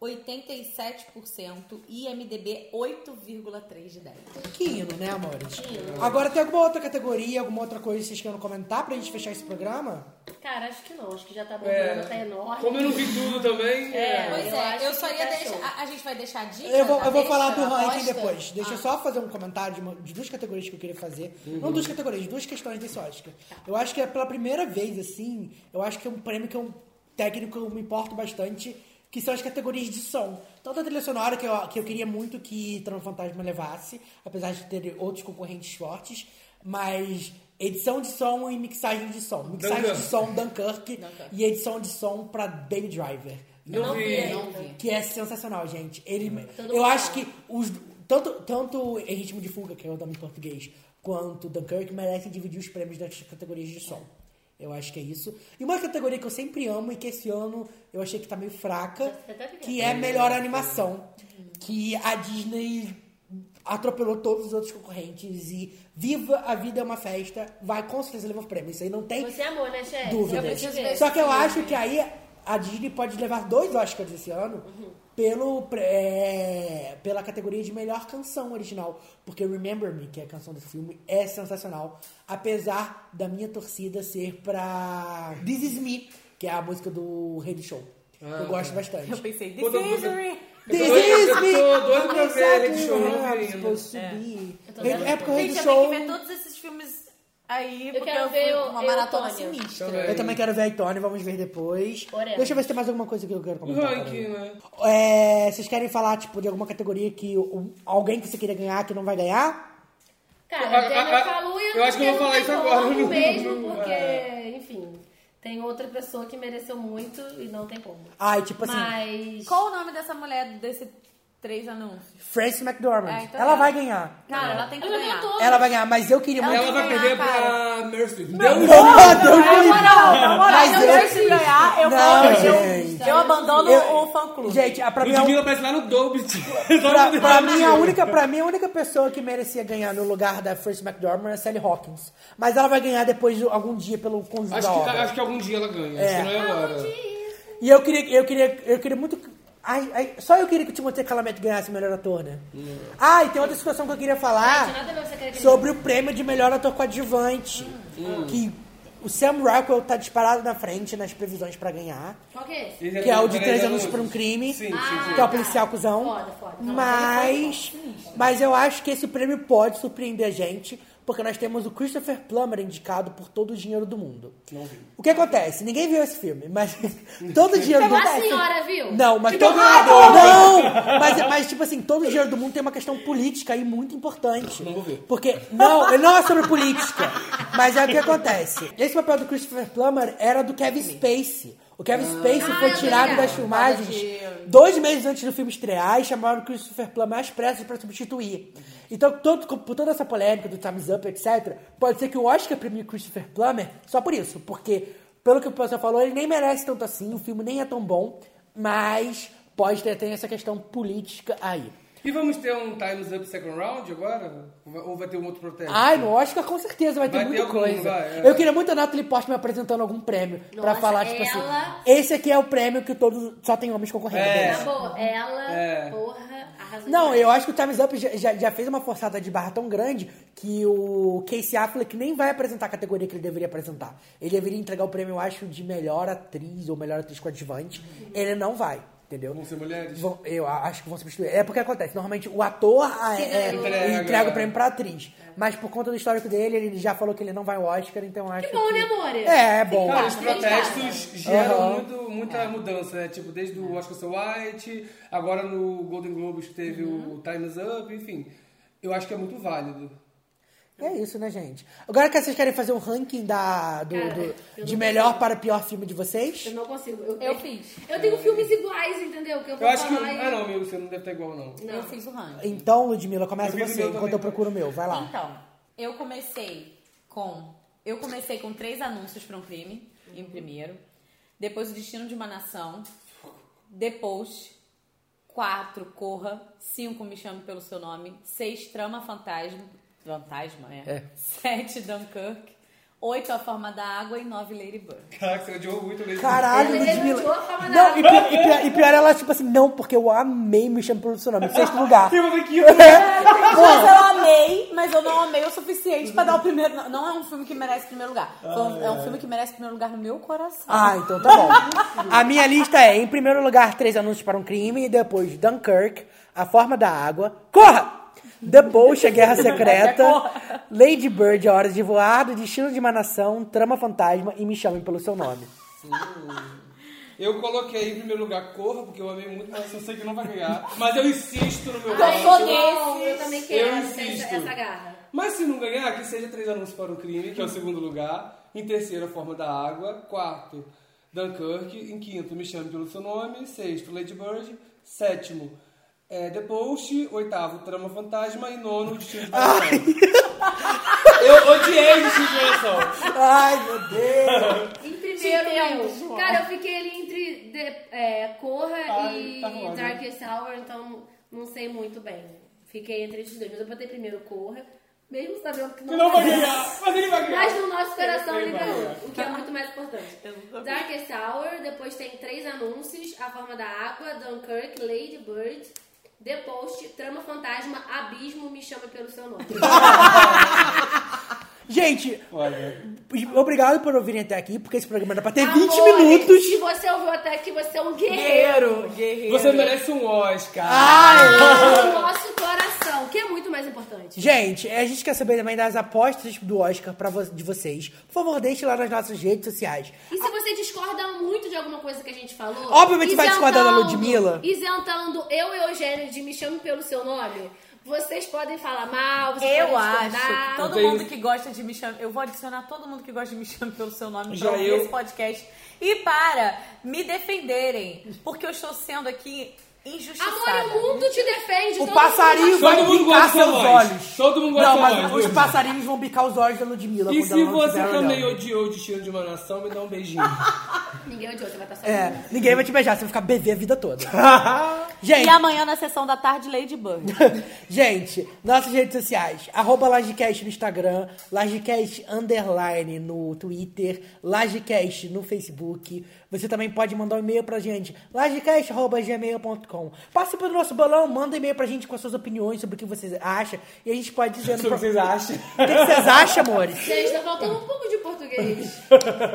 C: 87% e IMDb 8,3 de 10.
A: Que hino, né, amores? Agora tem alguma outra categoria, alguma outra coisa que vocês queiram comentar pra gente fechar esse programa?
B: Cara, acho que não, acho que já tá bom,
D: É.
B: o programa tá enorme.
D: Como eu não vi tudo também.
B: É,
C: Pois
B: eu
C: é,
B: acho
C: eu só
B: que
C: ia
B: tá
C: deixar.
B: show.
C: A, a gente vai deixar dicas?
A: Eu vou,
C: da
A: eu vou
C: lista,
A: falar do
C: da
A: ranking
C: aposta?
A: depois.
D: Ah.
A: Deixa eu só fazer um comentário de, uma- de duas categorias que eu queria fazer. Não duas categorias, duas questões desse Oscar. Eu acho que é pela primeira vez, assim, eu acho que é um prêmio que é um técnico que eu me importo bastante, que são as categorias de som. Tanto a trilha sonora, que eu, que eu queria muito que Trono Fantasma levasse, apesar de ter outros concorrentes fortes, mas edição de som e mixagem de som. Mixagem de
D: Dunkirk.
A: som, Dunkirk, e edição de som pra Baby Driver.
D: Não vi, não
A: Que é sensacional, gente. Ele, eu acho que os, tanto, tanto em ritmo de fuga, que é o nome em português, quanto Dunkirk merecem dividir os prêmios das categorias de som. Eu acho que é isso. E uma categoria que eu sempre amo e que esse ano eu achei que tá meio fraca, que é melhor animação. Que a Disney atropelou todos os outros concorrentes e Viva a Vida é uma Festa vai com certeza levar o prêmio. Isso aí não tem
B: Você amou, né, chefe?
C: É,
A: dúvidas. Só que eu acho que aí a Disney pode levar dois Oscars esse ano
C: Uhum.
A: pelo, pre- é, pela categoria de melhor canção original. Porque Remember Me, que é a canção do filme, é sensacional. Apesar da minha torcida ser pra This Is Me, que é a música do Rei do Show.
D: Ah,
A: eu gosto
D: tá.
A: bastante.
D: Eu
C: pensei,
D: This Puta, is puta. me.
A: This
D: Eu tô doido-
A: is me.
D: eu tô doido pra ver
A: Exactly
D: Rei do Show, não
A: where I'm
D: vi ainda.
A: supposed to
D: É.
A: be.
C: Eu tô
A: É
C: vendo
A: porque o Rei do
C: Gente,
A: Show...
C: Eu tenho que ver todos esses filmes aí,
B: Eu
C: porque
B: quero
C: eu
B: ver
C: fui
B: o-
C: uma
B: eu, assim,
C: maratona
B: Tônia.
C: sinistra.
A: Eu também quero ver a Itônia, vamos ver depois.
B: Oremos.
A: Deixa eu ver se tem mais alguma coisa que eu quero
D: O
A: comentar.
D: ranking,
A: peraí.
D: né?
A: É, vocês querem falar, tipo, de alguma categoria que o- alguém que você queria ganhar que não vai ganhar?
B: Cara,
D: Eu-
B: eu,
D: a- a- eu acho que eu vou falar isso agora.
B: mesmo, Um porque,
D: É.
B: enfim, tem outra pessoa que mereceu muito e não tem como.
A: Ai, tipo assim.
B: Mas.
C: Qual o nome dessa mulher, desse Três anúncios.
A: Frances McDormand.
C: É, então
A: ela
C: ela-
A: vai ganhar.
C: Cara, ela tem que ganhar.
A: Ela vai ganhar, mas eu queria
C: Ela
A: muito.
C: tem que Ela vai ganhar, perder cara.
D: pra Mercy.
A: Não,
D: Deus
A: não,
D: livre.
A: Deus
D: um Na
A: livre.
D: moral, na moral,
A: Mas é
D: se
A: eu-
D: o Mercy
C: ganhar, eu
A: não,
C: vou- eu-
A: gente.
C: eu abandono
A: Eu-
C: o fã-clube.
A: Gente, a, pra mim,
D: Ludmilla
A: a,
D: aparece lá no Dolby. tipo,
A: pra,
D: só-
A: pra mim, a única, pra mim, a única pessoa que merecia ganhar no lugar da Frances McDormand é a Sally Hawkins. Mas ela vai ganhar depois, de- algum dia, pelo conjunto
D: Acho
A: da
D: que, tá-
A: obra.
D: acho que algum dia ela ganha.
A: É.
D: Acho que não é
B: Ah,
D: agora.
A: E eu queria, eu queria, eu queria muito. Ai, ai, só eu queria que o Timothée Calamete ganhasse melhor ator, né? Ah, e tem outra situação que eu queria falar
B: Gente, nada a ver você querer que ele-
A: sobre o prêmio de melhor ator coadjuvante.
B: Hum.
A: Que o Sam Rockwell tá disparado na frente nas previsões pra ganhar.
B: Qual que é esse?
A: Que é o de três anos por um crime. Que é o policial cuzão.
B: Foda, foda. Não,
A: Mas, mas eu acho que esse prêmio pode surpreender a gente, porque nós temos o Christopher Plummer indicado por todo o dinheiro do mundo.
D: Não vi.
A: O que acontece? Ninguém viu esse filme, mas todo o dinheiro do
B: Pegou
A: mundo. é assim.
B: a senhora, viu?
A: Não, mas
B: Que
A: todo
B: babado!
A: Não! Mas, mas, tipo assim, todo o dinheiro do mundo tem uma questão política aí muito importante. Não vou ver. Porque. Não, não é sobre política. Mas é o que acontece. Esse papel do Christopher Plummer era do Kevin Spacey. O Kevin Spacey
B: Ah,
A: foi
B: eu tô
A: tirado
B: ligada.
A: das filmagens dois meses antes do filme estrear e chamaram o Christopher Plummer às pressas pra substituir. Então, todo, por toda essa polêmica do Time's Up, etc., pode ser que o Oscar premie o Christopher Plummer só por isso, porque, pelo que o pessoal falou, ele nem merece tanto assim, o filme nem é tão bom, mas pode ter, tem essa questão política aí.
D: E vamos ter um Time's Up Second Round agora? Ou vai- Ou vai ter um outro protesto?
A: Ai, no Oscar com certeza vai ter
D: Vai ter
A: muita
D: algum,
A: coisa.
D: vai, é.
A: Eu queria muito a Natalie Portman apresentando algum prêmio pra
B: Nossa,
A: falar, tipo assim,
B: ela-
A: esse aqui é o prêmio que todos só tem homens concorrendo.
B: É.
A: né?
B: Na boa, ela,
A: É.
B: porra, arrasou.
A: Não,
B: demais.
A: eu acho que o Time's Up já, já- já fez uma forçada de barra tão grande que o Casey Affleck nem vai apresentar a categoria que ele deveria apresentar. Ele deveria entregar o prêmio, eu acho, de melhor atriz ou melhor atriz coadjuvante. Ele não vai. Entendeu? Vão
D: ser mulheres?
A: eu a- acho que vão substituir. É porque acontece. Normalmente o ator ah, é- é-
D: Entrega.
A: entrega o prêmio pra atriz. Mas por conta do histórico dele, ele já falou que ele não vai ao Oscar, então eu acho.
B: bom, né, amores?
A: É, é bom.
D: Cara, os protestos geram
A: Aham.
D: muito- muita
B: É.
D: mudança, né? Tipo, desde o Oscar So White, agora no Golden Globes que teve
B: Uhum.
D: o Time's Up, enfim. Eu acho que é muito válido.
A: É isso, né, gente? Agora que vocês querem fazer um ranking da, do,
B: Cara,
A: do-
B: eu não
A: de
B: consigo.
A: melhor para pior filme de vocês?
B: Eu não consigo. Eu,
C: Eu fiz.
B: Eu tenho filmes iguais, entendeu? Que eu
D: Eu
B: vou
D: acho que.
B: falar e-
D: Ah, não, meu, você não deve estar igual, não.
C: Eu fiz o ranking.
A: Então, Ludmilla, começa
D: Eu fiz o
A: você
D: meu
A: enquanto
D: também,
A: eu procuro o meu. Vai lá.
C: Então, eu comecei com. Eu comecei com três anúncios para um crime, em primeiro. Depois o Destino de uma Nação. Depois, quatro, corra. Cinco, me chame pelo seu nome. Seis, trama fantasma. Fantasma, é.
D: É.
C: Sete, Dunkirk. Oito, a forma da água e nove, Lady Bird.
D: Caraca, você odiou muito mesmo.
A: Caralho,
C: Ele- ele
A: Ludmilla.
C: odiou a forma da
A: Não,
C: água.
A: e pior, e pior- e pior ela, tipo assim, não, porque eu amei me chamando pelo seu nome. Em sexto lugar.
D: Eu vou aqui,
C: Mas eu amei, mas eu não amei o suficiente pra dar o primeiro. Não, não é um filme que merece primeiro lugar. Foi um- é um filme que merece primeiro lugar no meu coração.
A: Ah, então tá bom. A minha lista é, em primeiro lugar, Três Anúncios para um Crime, e depois Dunkirk, A Forma da Água, Corra! The Bolcha, Guerra
C: É,
A: Secreta, Lady Bird, A Hora de Voar, Do Destino de uma Nação, Trama Fantasma e Me Chamem Pelo Seu Nome.
D: Eu coloquei em primeiro lugar Corra, porque eu amei muito, mas eu sei que não vai ganhar. Mas eu insisto no meu
B: Ai,
D: voto.
B: não, Eu também quero
D: Eu
B: essa,
D: insisto.
B: essa garra.
D: Mas se não ganhar, que seja três anúncios para o crime, que é o segundo lugar. Em terceiro, a forma da água. Quarto, Dunkirk. Em quinto, me chame pelo seu nome. Sexto, Lady Bird. Sétimo, é, The Post. Oitavo, Trama Fantasma. E nono, o Destino de Coração. Eu odiei o Destino de Coração.
A: Ai, meu Deus!
B: Em primeiro,
C: Te entendo,
B: eu.
C: João.
B: Cara, eu fiquei ali entre de- é, Corra
D: Ai,
B: e
D: tá bom, né?
B: Darkest Hour, então não sei muito bem. Fiquei entre esses dois, mas eu botei primeiro Corra, mesmo sabendo que não,
D: Não vai ganhar, mas ele vai ganhar.
B: Mas no nosso coração
D: Ele
B: ele
D: vai
B: ganhou,
D: ganhar.
B: o que é muito mais importante. Darkest Hour, depois tem três anúncios: A Forma da Água, Dunkirk, Lady Bird. The Post, Trama Fantasma, Abismo, me chama pelo seu nome.
A: Gente,
D: Olha.
A: obrigado por ouvirem até aqui, porque esse programa era pra ter 20
B: Amores,
A: minutos.
B: Se você ouviu até aqui, você é um guerreiro.
C: Guerreiro, guerreiro.
D: Você merece um Oscar.
A: Ai.
B: Do nosso coração, que é muito mais importante.
A: Gente, a gente quer saber também das apostas do Oscar pra vo- de vocês. Por favor, deixe lá nas nossas redes sociais.
B: E se você discorda muito de alguma coisa que a gente falou...
A: Obviamente vai
B: isentando-
A: discordar da Ludmilla.
B: Isentando eu e Eugênio de Me Chame Pelo Seu Nome, vocês podem falar mal, vocês
C: Eu
B: podem
C: acho
B: discordar.
C: que
D: Então é
C: todo mundo que gosta de me chamar. Eu vou adicionar todo mundo que gosta de me chamar pelo seu nome
D: Já
C: para ouvir
D: eu-
C: esse podcast. E para me defenderem, porque eu estou sendo aqui injustiçada.
B: Agora o mundo te defende.
A: O
B: todo
A: passarinho
B: mundo-
A: vai bicar
D: gosta de
A: seus
D: voz.
A: olhos.
D: Todo mundo gosta
A: Não,
D: de
A: mas
D: voz.
A: os passarinhos vão bicar os olhos da Ludmilla.
D: E
A: quando
D: se
A: ela não
D: você
A: estiver
D: também
A: olhando.
D: odiou o destino de uma nação, me dá um beijinho.
B: Ninguém odiou, você vai estar sozinho.
A: É, ninguém vai te beijar, você vai ficar bebê a vida toda.
N: E
A: gente,
N: amanhã na sessão da tarde, Lady Bird.
A: gente, nossas redes sociais. Arroba Lagecast no Instagram, Lagecast Underline no Twitter, Lagecast no Facebook. Você também pode mandar um e-mail pra gente, lagecast.gmail.com. Passe pelo nosso bolão, manda e-mail pra gente com as suas opiniões sobre o que vocês acham. E a gente pode dizer...
D: Sobre o que vocês acham.
A: O que vocês acham, amores?
B: Gente, tá faltando um pouco de português.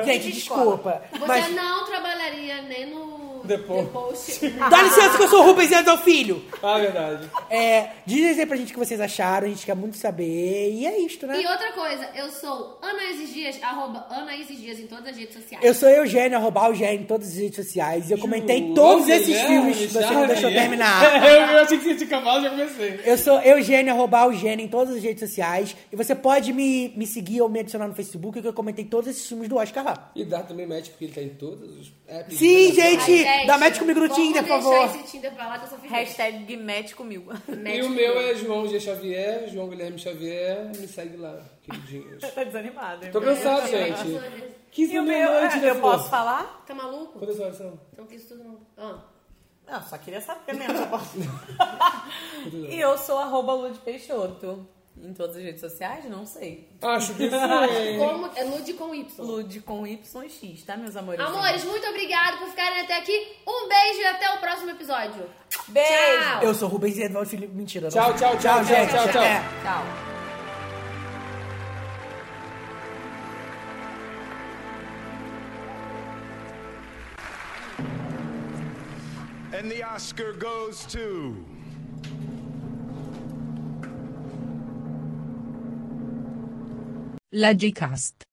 A: Gente, desculpa.
B: Você
A: Mas...
B: não trabalharia nem no
A: Depois.
B: Depois.
A: Dá licença que eu sou o Rubens Edson Filho.
D: Ah, verdade.
A: É, diz aí pra gente o que vocês acharam, a gente quer muito saber. E é isto, né?
B: E outra coisa, eu sou Anaíses Dias, arroba Anaíses Dias em todas as redes sociais.
A: Eu sou Eugênio, arroba Eugênio em todas as redes sociais. E eu comentei todos
D: né?
A: esses filmes, você não
D: é.
A: deixou eu terminar.
D: eu achei que você tinha acabado, já comecei.
A: Eu sou Eugênio, arroba Eugênio em todas as redes sociais. E você pode me, me seguir ou me adicionar no Facebook, que eu comentei todos esses filmes do Oscar lá.
D: E dá também match, porque ele tá em todos os apps. tá
A: Sim,
B: Ai,
A: gente!
B: gente,
A: dá match comigo no
B: vamos
A: Tinder, por
B: deixar
A: favor.
B: esse Tinder pra lá que eu só fiz
N: Hashtag match comigo.
D: E o meu é João G. Xavier, João Guilherme Xavier, me segue lá, queridinhos.
N: Tá desanimada. hein?
D: Tô
N: É,
D: cansado, gente.
N: eu tô
B: cansada.
D: 15
N: E o
D: mil
N: meu,
D: noites, né,
N: é, eu
D: Flor?
N: posso falar?
B: Tá maluco?
D: Quantas horas são?
B: Então que isso tudo não... Ah.
N: Não, só queria saber mesmo. eu posso. e eu sou arroba Lud Peixoto. Em todas as redes sociais? Não sei.
D: Acho que sim.
B: Como é Lud com Y.
N: Lud com Y e X, tá, meus amores?
B: Amores, muito obrigado por ficarem até aqui. Um beijo e até o próximo episódio.
N: Beijo.
B: Tchau.
A: Eu sou Rubens Edvaldo Felipe. Mentira. não.
D: Tchau, tchau, tchau, tchau,
A: gente.
D: tchau, tchau.
A: É.
N: Tchau.
G: And the Oscar goes to.
O: La Gcast.